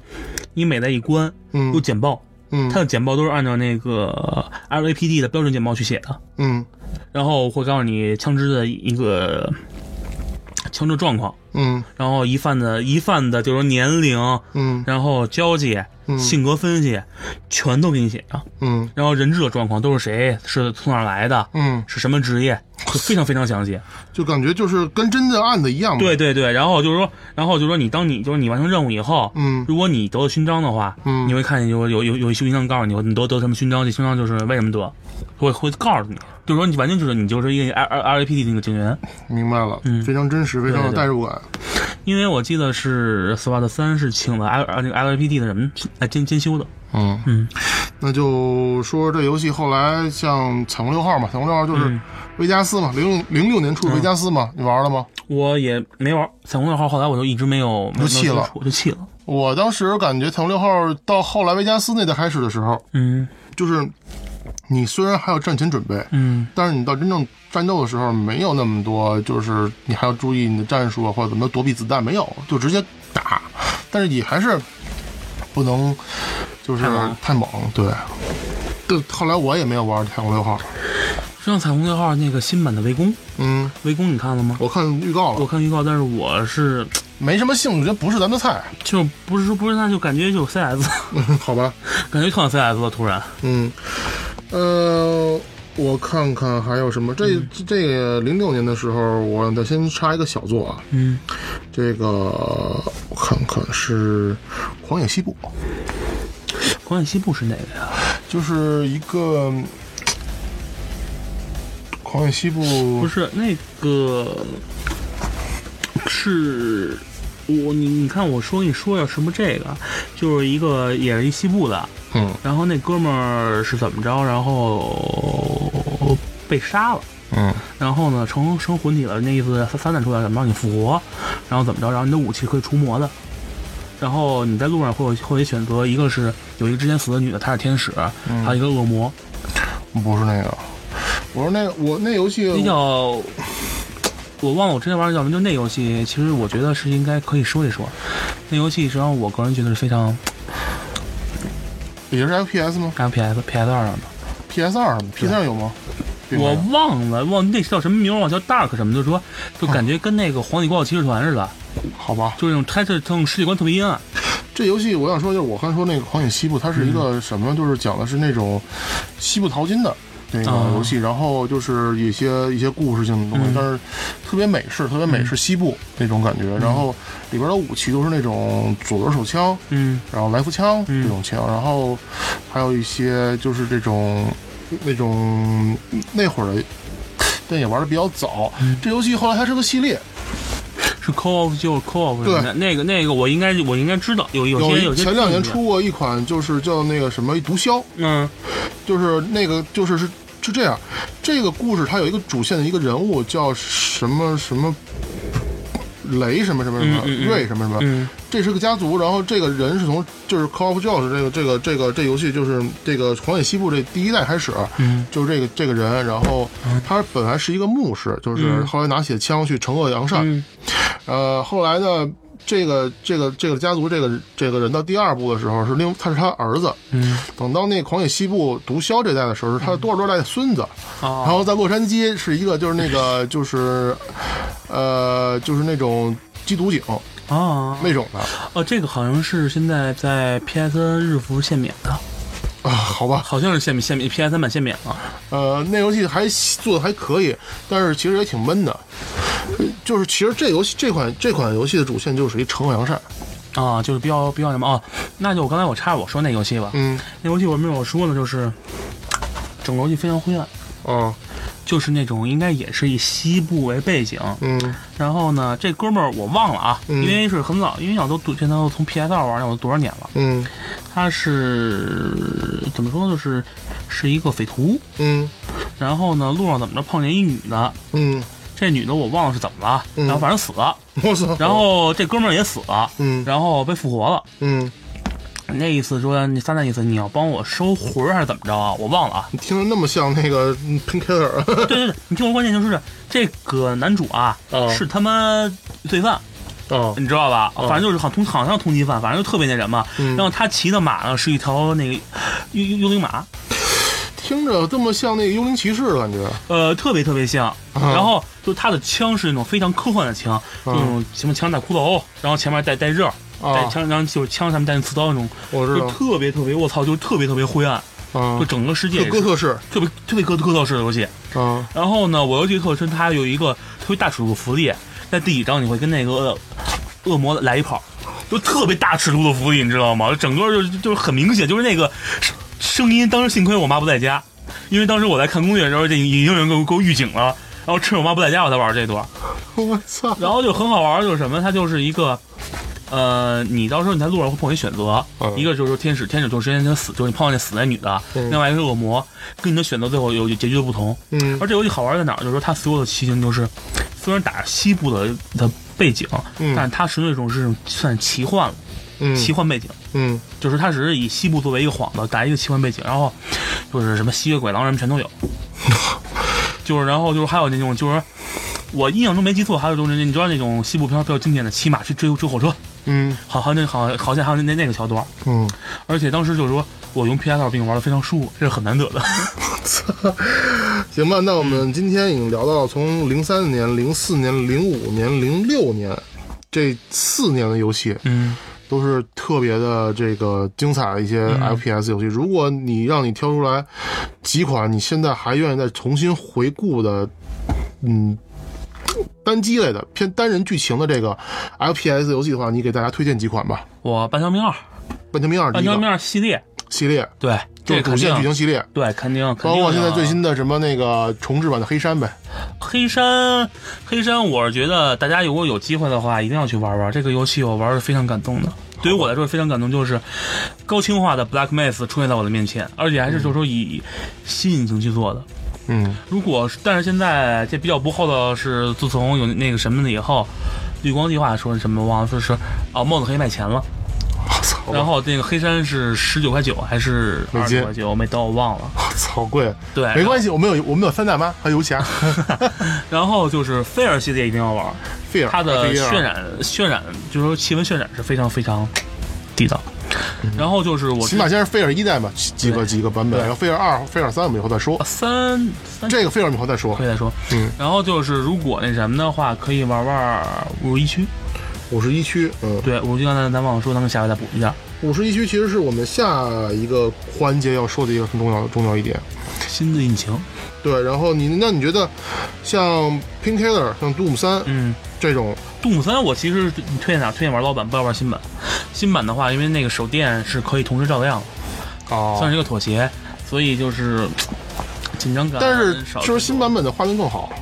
Speaker 3: 你每在一关有
Speaker 2: 嗯
Speaker 3: 简报，它
Speaker 2: 嗯
Speaker 3: 的简报都是按照那个 LAPD 的标准简报去写的，
Speaker 2: 嗯
Speaker 3: 然后会告诉你枪支的一个枪支状况。
Speaker 2: 嗯
Speaker 3: 然后疑犯的疑犯的就是年龄，
Speaker 2: 嗯
Speaker 3: 然后交际、性格分析，全都给你写上。
Speaker 2: 嗯
Speaker 3: 然后人质的状况都是谁，是从哪儿来的，
Speaker 2: 嗯，
Speaker 3: 是什么职业，就非常非常详细。
Speaker 2: 就感觉就是跟真的案子一样嘛。
Speaker 3: 对，对对，然后就是说，然后就是说，你当你就是你完成任务以后，
Speaker 2: 嗯
Speaker 3: 如果你得了勋章的话，
Speaker 2: 嗯
Speaker 3: 你会看见有有有有一些勋章告诉你，你得得什么勋章，这勋章就是为什么得，会会告诉你，就是说你完全就是你就是一个 R R R A P D 那个警员，
Speaker 2: 明白了，非常真实，非常有
Speaker 3: 嗯对对
Speaker 2: 代入感。
Speaker 3: 因为我记得是呃 SWAT 三是请了 L 呃那个 L A P D 的人来监监修的，
Speaker 2: 嗯
Speaker 3: 嗯，
Speaker 2: 那就说这游戏后来像《彩虹六号》嘛，《彩虹六号》就是维加斯嘛，零零六年出的维加斯嘛，你玩了吗？
Speaker 3: 我也没玩彩虹六号，后来我就一直没有没
Speaker 2: 就
Speaker 3: 有
Speaker 2: 弃了
Speaker 3: 我就弃了，
Speaker 2: 我当时感觉《彩虹六号》到后来维加斯那代开始的时候，
Speaker 3: 嗯
Speaker 2: 就是你虽然还有战前准备，
Speaker 3: 嗯
Speaker 2: 但是你到真正战斗的时候，没有那么多，就是你还要注意你的战术啊，或者怎么躲避子弹，没有，就直接打。但是也还是不能，就是太猛，对。对，后来我也没有玩太空六号，
Speaker 3: 像彩虹六号那个新版的围攻，
Speaker 2: 嗯，
Speaker 3: 围攻你看了吗？
Speaker 2: 我看预告
Speaker 3: 我
Speaker 2: 了，
Speaker 3: 看预告，但是我是
Speaker 2: 没什么兴趣，觉得不是咱们的菜，
Speaker 3: 就不是说不是，那就感觉就 CS，
Speaker 2: 好吧，
Speaker 3: 感觉特像 CS 了，突然。
Speaker 2: 嗯，呃，我看看还有什么，这、这个零六年的时候，我得先插一个小作啊，
Speaker 3: 嗯，
Speaker 2: 这个我看看是《狂野西部》，
Speaker 3: 狂野西部是哪个呀？
Speaker 2: 就是一个《狂野西部》
Speaker 3: 不是那个，是我你你看我说跟你说要什么这个，就是一个也是一西部的，
Speaker 2: 嗯
Speaker 3: 然后那哥们儿是怎么着，然后被杀了。
Speaker 2: 嗯
Speaker 3: 然后呢，成成魂体了，那意思撒撒旦出来怎么让你复活，然后怎么着，然后你的武器可以除魔的。然后你在路上会有会有一选择，一个是有一个之前死的女的，她是天使，
Speaker 2: 嗯
Speaker 3: 还有一个恶魔，
Speaker 2: 不是那个，我说那个我那游戏
Speaker 3: 那叫 我忘了我之前玩的叫什么，就那游戏，其实我觉得是应该可以说一说。那游戏实际上我个人觉得是非常
Speaker 2: 也是 FPS 吗
Speaker 3: F P S P S 二上的，
Speaker 2: ？PS 二吗？PS 二有吗？并没
Speaker 3: 我
Speaker 2: 有
Speaker 3: 忘了忘那叫什么名儿，我叫 Dark 什么，就是说就感觉跟那个皇帝国奥骑士团似的，
Speaker 2: 好吧，
Speaker 3: 就是那种它是这种世界观特别阴暗，
Speaker 2: 这游戏我想说，就是我刚才说那个《狂野西部》，它
Speaker 3: 嗯
Speaker 2: 是一个什么？就是讲的是那种西部淘金的那个
Speaker 3: 啊
Speaker 2: 游戏，然后就是一些一些故事性的东
Speaker 3: 嗯
Speaker 2: 西，但是特别美式，特别美式西部那种感觉。
Speaker 3: 嗯
Speaker 2: 然后里边的武器都是那种左轮手枪，
Speaker 3: 嗯
Speaker 2: 然后来福枪
Speaker 3: 嗯
Speaker 2: 这种枪，然后还有一些就是这种那种那会儿的，但也玩的比较早。
Speaker 3: 嗯
Speaker 2: 这游戏后来它是个系列，
Speaker 3: 是 co op 就是 co op 什么的，那个那个我应该我应该知道有有
Speaker 2: 有
Speaker 3: 些有些
Speaker 2: 前两年
Speaker 3: 记忆
Speaker 2: 出过一款，就是叫那个什么毒枭。
Speaker 3: 嗯
Speaker 2: 就是那个就是是是这样，这个故事它有一个主线的一个人物叫什么什么。雷什么什么什么
Speaker 3: 嗯，嗯嗯
Speaker 2: 瑞什么什么，
Speaker 3: 嗯
Speaker 2: 这是个家族。然后这个人是从就是 Call of Duty 这个这个这个这游戏就是这个狂野西部这第一代开始，
Speaker 3: 嗯
Speaker 2: 就是这个这个人。然后他本来是一个牧师，就是后来拿起枪去惩恶扬善。
Speaker 3: 嗯
Speaker 2: 呃，后来呢，这个这个这个家族这个这个人到第二部的时候是另他是他儿子，
Speaker 3: 嗯
Speaker 2: 等到那狂野西部毒枭这代的时候，是他的多少多少代的孙子，然
Speaker 3: 哦
Speaker 2: 后在洛杉矶是一个就是那个就是，呃，就是那种缉毒警
Speaker 3: 哦
Speaker 2: 那种的
Speaker 3: 哦，这个好像是现在在 PSN 日服限免的，
Speaker 2: 啊，好吧，
Speaker 3: 好像是限免限免 PSN 版限免了。
Speaker 2: 呃，那游戏还做的还可以，但是其实也挺闷的，呃就是其实这游戏这款这款游戏的主线就是一惩恶扬善，
Speaker 3: 啊，就是比较比较什么啊？那就我刚才我插我说那游戏吧，
Speaker 2: 嗯，
Speaker 3: 那游戏我没有说呢，就是整个游戏非常灰暗，
Speaker 2: 哦，
Speaker 3: 就是那种应该也是以西部为背景，
Speaker 2: 嗯
Speaker 3: 然后呢，这哥们儿我忘了啊，
Speaker 2: 嗯
Speaker 3: 因为是很早，因为我都读现在都从 PS 二玩了，我多少年了？
Speaker 2: 嗯
Speaker 3: 他是怎么说呢？就是是一个匪徒，
Speaker 2: 嗯
Speaker 3: 然后呢，路上怎么着碰见一女的，
Speaker 2: 嗯，
Speaker 3: 这女的我忘了是怎么了，
Speaker 2: 嗯
Speaker 3: 然后反正死了，
Speaker 2: 我操，
Speaker 3: 然后这哥们儿也死了，
Speaker 2: 嗯
Speaker 3: 然后被复活了。
Speaker 2: 嗯，
Speaker 3: 那意思说，那三那意思你要帮我收魂儿还是怎么着啊？我忘了啊。
Speaker 2: 你听着那么像那个嗯 Painkiller，
Speaker 3: 对对对，你听我，关键就是这个男主啊，
Speaker 2: 哦
Speaker 3: 是他妈罪犯，
Speaker 2: 哦，
Speaker 3: 你知道吧？反正就是好通好像通缉犯，反正就特别那什么。
Speaker 2: 嗯
Speaker 3: 然后他骑的马呢是一条那个幽幽幽灵马，
Speaker 2: 听着这么像那个幽灵骑士的感觉，
Speaker 3: 呃，特别特别像。
Speaker 2: 啊
Speaker 3: 然后就他的枪是那种非常科幻的枪，就那种什么枪打骷髅，然后前面带带刃儿，带
Speaker 2: 啊，
Speaker 3: 枪，然后就是枪上面带刺刀那种，
Speaker 2: 我知
Speaker 3: 就
Speaker 2: 道，
Speaker 3: 特别特别，我操，就是特别特别灰暗，
Speaker 2: 啊
Speaker 3: 就，整个世界
Speaker 2: 就
Speaker 3: 也
Speaker 2: 哥
Speaker 3: 是
Speaker 2: 特式，
Speaker 3: 特别特别哥特式的游戏。
Speaker 2: 啊，
Speaker 3: 然后呢，我又记得特深，它有一个特别大尺度的福利，在第几章你会跟那个恶恶魔来一炮，就特别大尺度的福利，你知道吗？整个就就是很明显，就是那个声声音。当时幸亏我妈不在家，因为当时我在看攻略的时候，这已经有人给我给我预警了。然后趁我妈不在家，我才玩这段。
Speaker 2: 我操，
Speaker 3: 然后就很好玩，就是什么，它就是一个，呃，你到时候你在路上会碰见选择，
Speaker 2: 嗯
Speaker 3: 一个就是说天使，天使就是之前死，就是你碰到那死那女的，
Speaker 2: 嗯
Speaker 3: 另外一个是恶魔，跟你的选择最后有有结局的不同。
Speaker 2: 嗯
Speaker 3: 而这游戏好玩在哪儿？就是说它所有的骑行就是，虽然打西部的的背景，
Speaker 2: 嗯
Speaker 3: 但是它是那种是算是奇幻了，
Speaker 2: 嗯
Speaker 3: 奇幻背景，
Speaker 2: 嗯
Speaker 3: 就是它只是以西部作为一个幌子，打一个奇幻背景，然后就是什么吸血鬼、狼人全都 有，就是然后就是还有那种就是。我印象中没记错，还有就是那你知道那种西部片儿比较经典的骑马去追追火车，
Speaker 2: 嗯
Speaker 3: 好好那好好像还有那那个桥段，
Speaker 2: 嗯，而
Speaker 3: 而且当时就是说我用 PS 二并玩的非常舒服，这是很难得的。
Speaker 2: 行吧，那我们今天已经聊到从零三年、零四年、零五年、零六年这四年的游戏，
Speaker 3: 嗯
Speaker 2: 都是特别的这个精彩的一些 FPS 游戏。如果你让你挑出来几款你现在还愿意再重新回顾的，嗯。单机类的偏单人剧情的这个 FPS 游戏的话，你给大家推荐几款吧。
Speaker 3: 我半条命二，
Speaker 2: 《半条命二》
Speaker 3: 半
Speaker 2: 第一
Speaker 3: 条命
Speaker 2: 个
Speaker 3: 二系列，
Speaker 2: 系列，
Speaker 3: 对，
Speaker 2: 就
Speaker 3: 这
Speaker 2: 是主
Speaker 3: 肯
Speaker 2: 线剧情
Speaker 3: 定，
Speaker 2: 系列，
Speaker 3: 对，肯定，肯定
Speaker 2: 包
Speaker 3: 啊
Speaker 2: 括现在
Speaker 3: 的
Speaker 2: 最新的什么那个重置版的《黑山》呗。
Speaker 3: 黑山，黑山，我是觉得大家如果有机会的话，一定要去玩玩这个游戏，我玩的非常感动的。对于我来说非常感动，就是高清化的 Black Mass 出现在我的面前，而且还是就是说以新引擎去做的。
Speaker 2: 嗯
Speaker 3: 如果是但是现在这比较不厚道的是，自从有那个什么的以后，绿光计划说是什么忘了，说是啊帽子可以卖钱了。啊
Speaker 2: 操
Speaker 3: 然后那个黑山是十九块九还是
Speaker 2: 美
Speaker 3: 二
Speaker 2: 金
Speaker 3: 十块九，没刀我忘了。
Speaker 2: 操贵，
Speaker 3: 对，
Speaker 2: 没关系，我们有我们有三大妈还有游 侠，
Speaker 3: 然后就是菲尔系列一定要玩，
Speaker 2: 费尔
Speaker 3: 它的
Speaker 2: 费尔
Speaker 3: 渲染渲染就是说气温渲染是非常非常地道。然后就是我
Speaker 2: 嗯起码先是菲尔一代嘛，几几个
Speaker 3: 对
Speaker 2: 几个版本，
Speaker 3: 对嗯
Speaker 2: 然后菲尔二、菲尔三我们以后再说，
Speaker 3: 三三
Speaker 2: 这个菲尔我们以后再说
Speaker 3: 可。以再说，
Speaker 2: 嗯，
Speaker 3: 然后就是如果那什么的话，可以玩玩五十一区。
Speaker 2: 五十一区，嗯，
Speaker 3: 对，五十一区刚才咱忘了说，咱们下回再补一下。
Speaker 2: 五十一区其实是我们下一个环节要说的一个很重要重要一点。
Speaker 3: 新的引擎，
Speaker 2: 对，然后你那你觉得像 Pink Killer、像 Doom 三
Speaker 3: 嗯，
Speaker 2: 这种，
Speaker 3: 杜姆三我其实你推荐哪？推荐玩老版，不要玩新版。新版的话，因为那个手电是可以同时照亮的，算
Speaker 2: 哦，
Speaker 3: 是一个妥协，所以就是紧张感。
Speaker 2: 但是
Speaker 3: 少
Speaker 2: 是不是新版本的画面更好？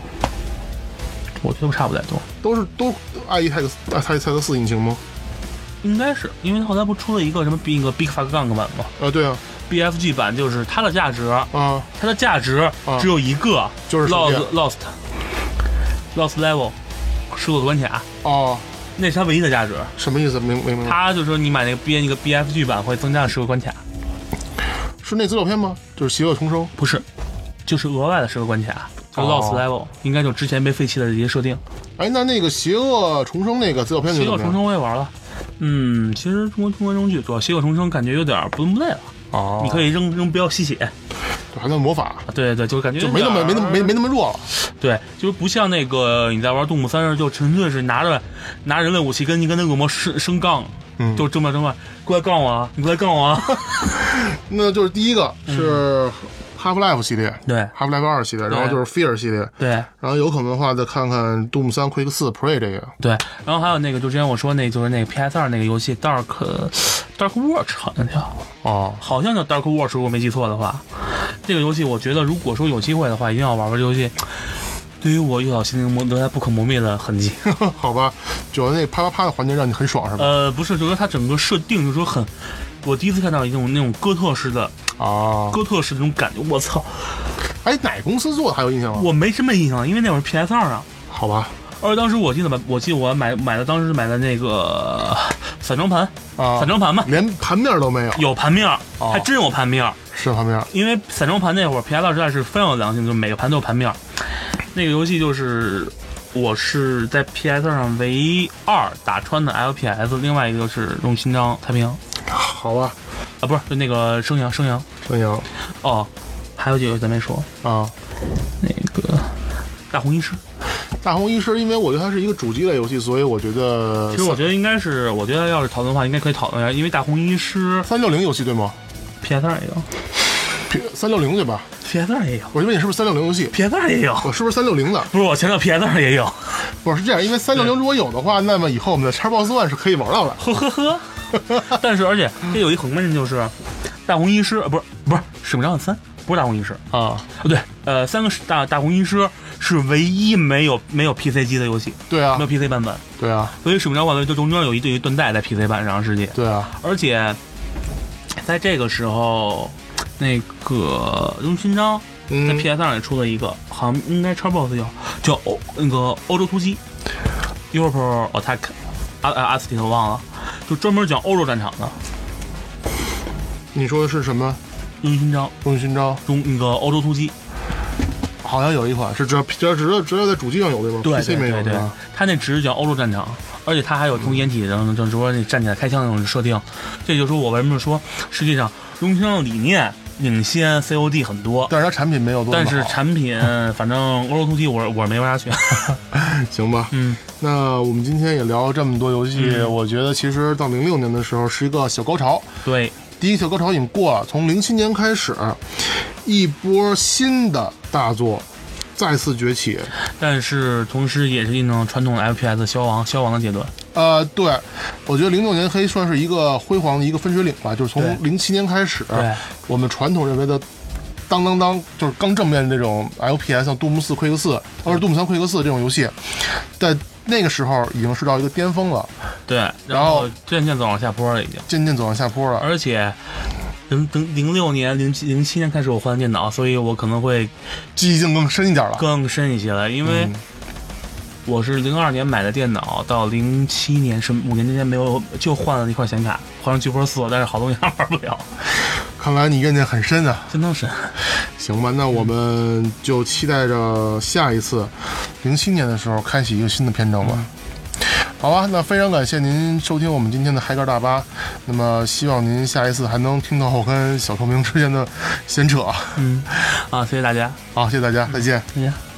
Speaker 3: 我觉得差不太多，
Speaker 2: 都是都爱一泰克爱泰泰克四引擎吗？
Speaker 3: 应该是因为后来不出了一个什么那个 Big Fuck Gang 版吗
Speaker 2: 啊，对啊，
Speaker 3: ？BFG 版就是它的价值，
Speaker 2: 啊，
Speaker 3: 它的价值
Speaker 2: 啊
Speaker 3: 只有一个，
Speaker 2: 就是手
Speaker 3: Lost
Speaker 2: 电
Speaker 3: Lost Lost Level 失落的关卡，
Speaker 2: 哦，
Speaker 3: 那是它唯一的价值。
Speaker 2: 什么意思？没没明白，
Speaker 3: 它就是说你买那个 B 那个 BFG 版会增加十个关卡。
Speaker 2: 是那资料片吗？就是邪恶重生。
Speaker 3: 不是，就是额外的十个关卡，叫
Speaker 2: 哦
Speaker 3: Lost Level，、应该就之前被废弃的这些设定。
Speaker 2: 哎，那那个邪恶重生那个资料片
Speaker 3: 邪
Speaker 2: 就
Speaker 3: 恶
Speaker 2: 怎么样？
Speaker 3: 重生我也玩了，嗯，其实中国中规中矩，主要邪恶重生感觉有点儿不伦不类了。
Speaker 2: 哦
Speaker 3: 你可以扔扔镖吸血，啊
Speaker 2: 还算魔法，
Speaker 3: 对对对，就是感觉
Speaker 2: 就没那么
Speaker 3: 啊
Speaker 2: 没那么没没那么弱了。
Speaker 3: 对，就是不像那个你在玩《动物三世》，就纯粹是拿着拿人类武器跟你跟那个恶魔生生杠，
Speaker 2: 嗯
Speaker 3: 就争吧争吧，过来杠我啊，你过来杠我啊，
Speaker 2: 那就是第一个是 Half Life 系列，
Speaker 3: 嗯对
Speaker 2: ，Half Life 二系列，然后就是 Fear 系列，
Speaker 3: 对。
Speaker 2: 然后有可能的话再看看 Doom 三、Quick 四、Prey 这个。
Speaker 3: 对，然后还有那个，就之前我说那，就是那个 PS 二那个游戏 Dark Dark Watch 好像叫，
Speaker 2: 哦，
Speaker 3: 好像叫 Dark Watch，如果没记错的话，这个游戏我觉得如果说有机会的话，一定要玩玩这游戏。对于我幼小心灵磨留下不可磨灭的痕迹。
Speaker 2: 好吧，主要那啪啪啪的环节让你很爽是吧？
Speaker 3: 呃，不是，就是说它整个设定，就是说很，我第一次看到一种那种哥特式的
Speaker 2: 啊，
Speaker 3: 哥特式的那种感觉。我操，
Speaker 2: 哎，哪公司做的还有印象吗？
Speaker 3: 我没什么印象，因为那会儿 PS 二啊。
Speaker 2: 好吧，
Speaker 3: 而且当时我记得买，我记得我买买的当时买的那个散装盘，
Speaker 2: 啊
Speaker 3: 散，装盘嘛，
Speaker 2: 连盘面都没有，
Speaker 3: 有盘面儿，
Speaker 2: 哦
Speaker 3: 还真有盘面儿。
Speaker 2: 是盘面。
Speaker 3: 因为散装盘那会儿 PS 二实在是非常有良心，就是每个盘都有盘面儿。那个游戏就是我是在 PS 上唯二打穿的 LPS，另外一个就是用勋章太平洋
Speaker 2: 好吧，
Speaker 3: 啊，不是就那个升阳升阳
Speaker 2: 孙杨，
Speaker 3: 哦，还有几个咱没说，
Speaker 2: 啊。
Speaker 3: 那个大红医师，
Speaker 2: 大红医师，因为我觉得它是一个主机类游戏，所以我觉得
Speaker 3: 其实我觉得应该是，我觉得要是讨论的话，应该可以讨论一下，因为大红医师
Speaker 2: 三六零游戏对吗？
Speaker 3: PS 二也有
Speaker 2: 三六零对吧？
Speaker 3: ，PS 二也有
Speaker 2: 我这边你是不是三六零游戏？
Speaker 3: ，PS 二也有，
Speaker 2: 我是不是三六零的？
Speaker 3: 不是我前头 PS 二也有，
Speaker 2: 我是这样，因为三六零如果有的话，那么以后我们的 Xbox One 是可以玩到的。
Speaker 3: 呵呵呵。嗯但是而且这有一横分就是，大红医师呃不是不是使命召唤三不是大红医师
Speaker 2: 啊，
Speaker 3: 不对，呃三个是大大红医师是唯一没有没有 PC 机的游戏，
Speaker 2: 对啊
Speaker 3: 没有，PC 版本，
Speaker 2: 对啊，
Speaker 3: 所以使命召唤三就中间有一对一断代在 PC 版上世界，
Speaker 2: 对啊，
Speaker 3: 而且在这个时候，那个《荣誉勋章》在
Speaker 2: 嗯，
Speaker 3: PS 上也出了一个，好像应该 Xbox 有，叫欧那个欧洲突击 （Europe Attack），阿呃阿阿斯提特忘了，就专门讲欧洲战场的《
Speaker 2: 你说的是什么？
Speaker 3: 荣誉勋章》
Speaker 2: 《荣誉勋章
Speaker 3: 中那个欧洲突击。》
Speaker 2: 好像有一款是只只只只只有在主机上有对吗
Speaker 3: 对
Speaker 2: ？PC 没有是
Speaker 3: 对对
Speaker 2: 吧？，
Speaker 3: 他那只是叫欧洲战场，而且他还有从掩体上，就是说你站起来开枪那种设定。这就是我为什么说，实际上《荣誉勋章》的理念领先 COD 很多。
Speaker 2: 但是它产品没有多么
Speaker 3: 但是
Speaker 2: 好
Speaker 3: 产品，反正欧洲突击我是我是没玩下去。
Speaker 2: 行吧，
Speaker 3: 嗯，
Speaker 2: 那我们今天也聊了这么多游戏，
Speaker 3: 嗯
Speaker 2: 我觉得其实到零六年的时候是一个小高潮，
Speaker 3: 对，
Speaker 2: 第一小高潮已经过了，从零七年开始，一波新的大作再次崛起。
Speaker 3: 但是同时也是印证了传统的 FPS 消亡消亡的阶段。
Speaker 2: 呃，对，我觉得零六年可以算是一个辉煌的一个分水岭吧，就是从
Speaker 3: 对
Speaker 2: 零七年开始，
Speaker 3: 对
Speaker 2: 我们传统认为的。当当当，就是刚正面这种 FPS，像《杜牧四》《奎克四》，或者《杜牧三》《奎克四》这种游戏，在那个时候已经是到一个巅峰了，
Speaker 3: 对，然
Speaker 2: 然后
Speaker 3: 后渐渐走往下坡了已经，
Speaker 2: 渐渐走向下坡了。
Speaker 3: 而且。零零零六年、零七零七年开始我换电脑，所以我可能会
Speaker 2: 记忆性更深一点了。
Speaker 3: 更深一些了，因为我是零二年买的电脑，到零七年是五年之间没有就换了一块显卡，换成 g e 四，但是好东西还玩不了，
Speaker 2: 看来你怨念很深啊。
Speaker 3: 相当深。
Speaker 2: 行吧，那我们就期待着下一次零七年的时候开启一个新的篇章吧。好吧，那非常感谢您收听我们今天的嗨歌大巴。那么希望您下一次还能听到我跟小透明之间的闲扯。
Speaker 3: 嗯，啊，谢谢大家，
Speaker 2: 好，谢谢大家，再见。
Speaker 3: 再见。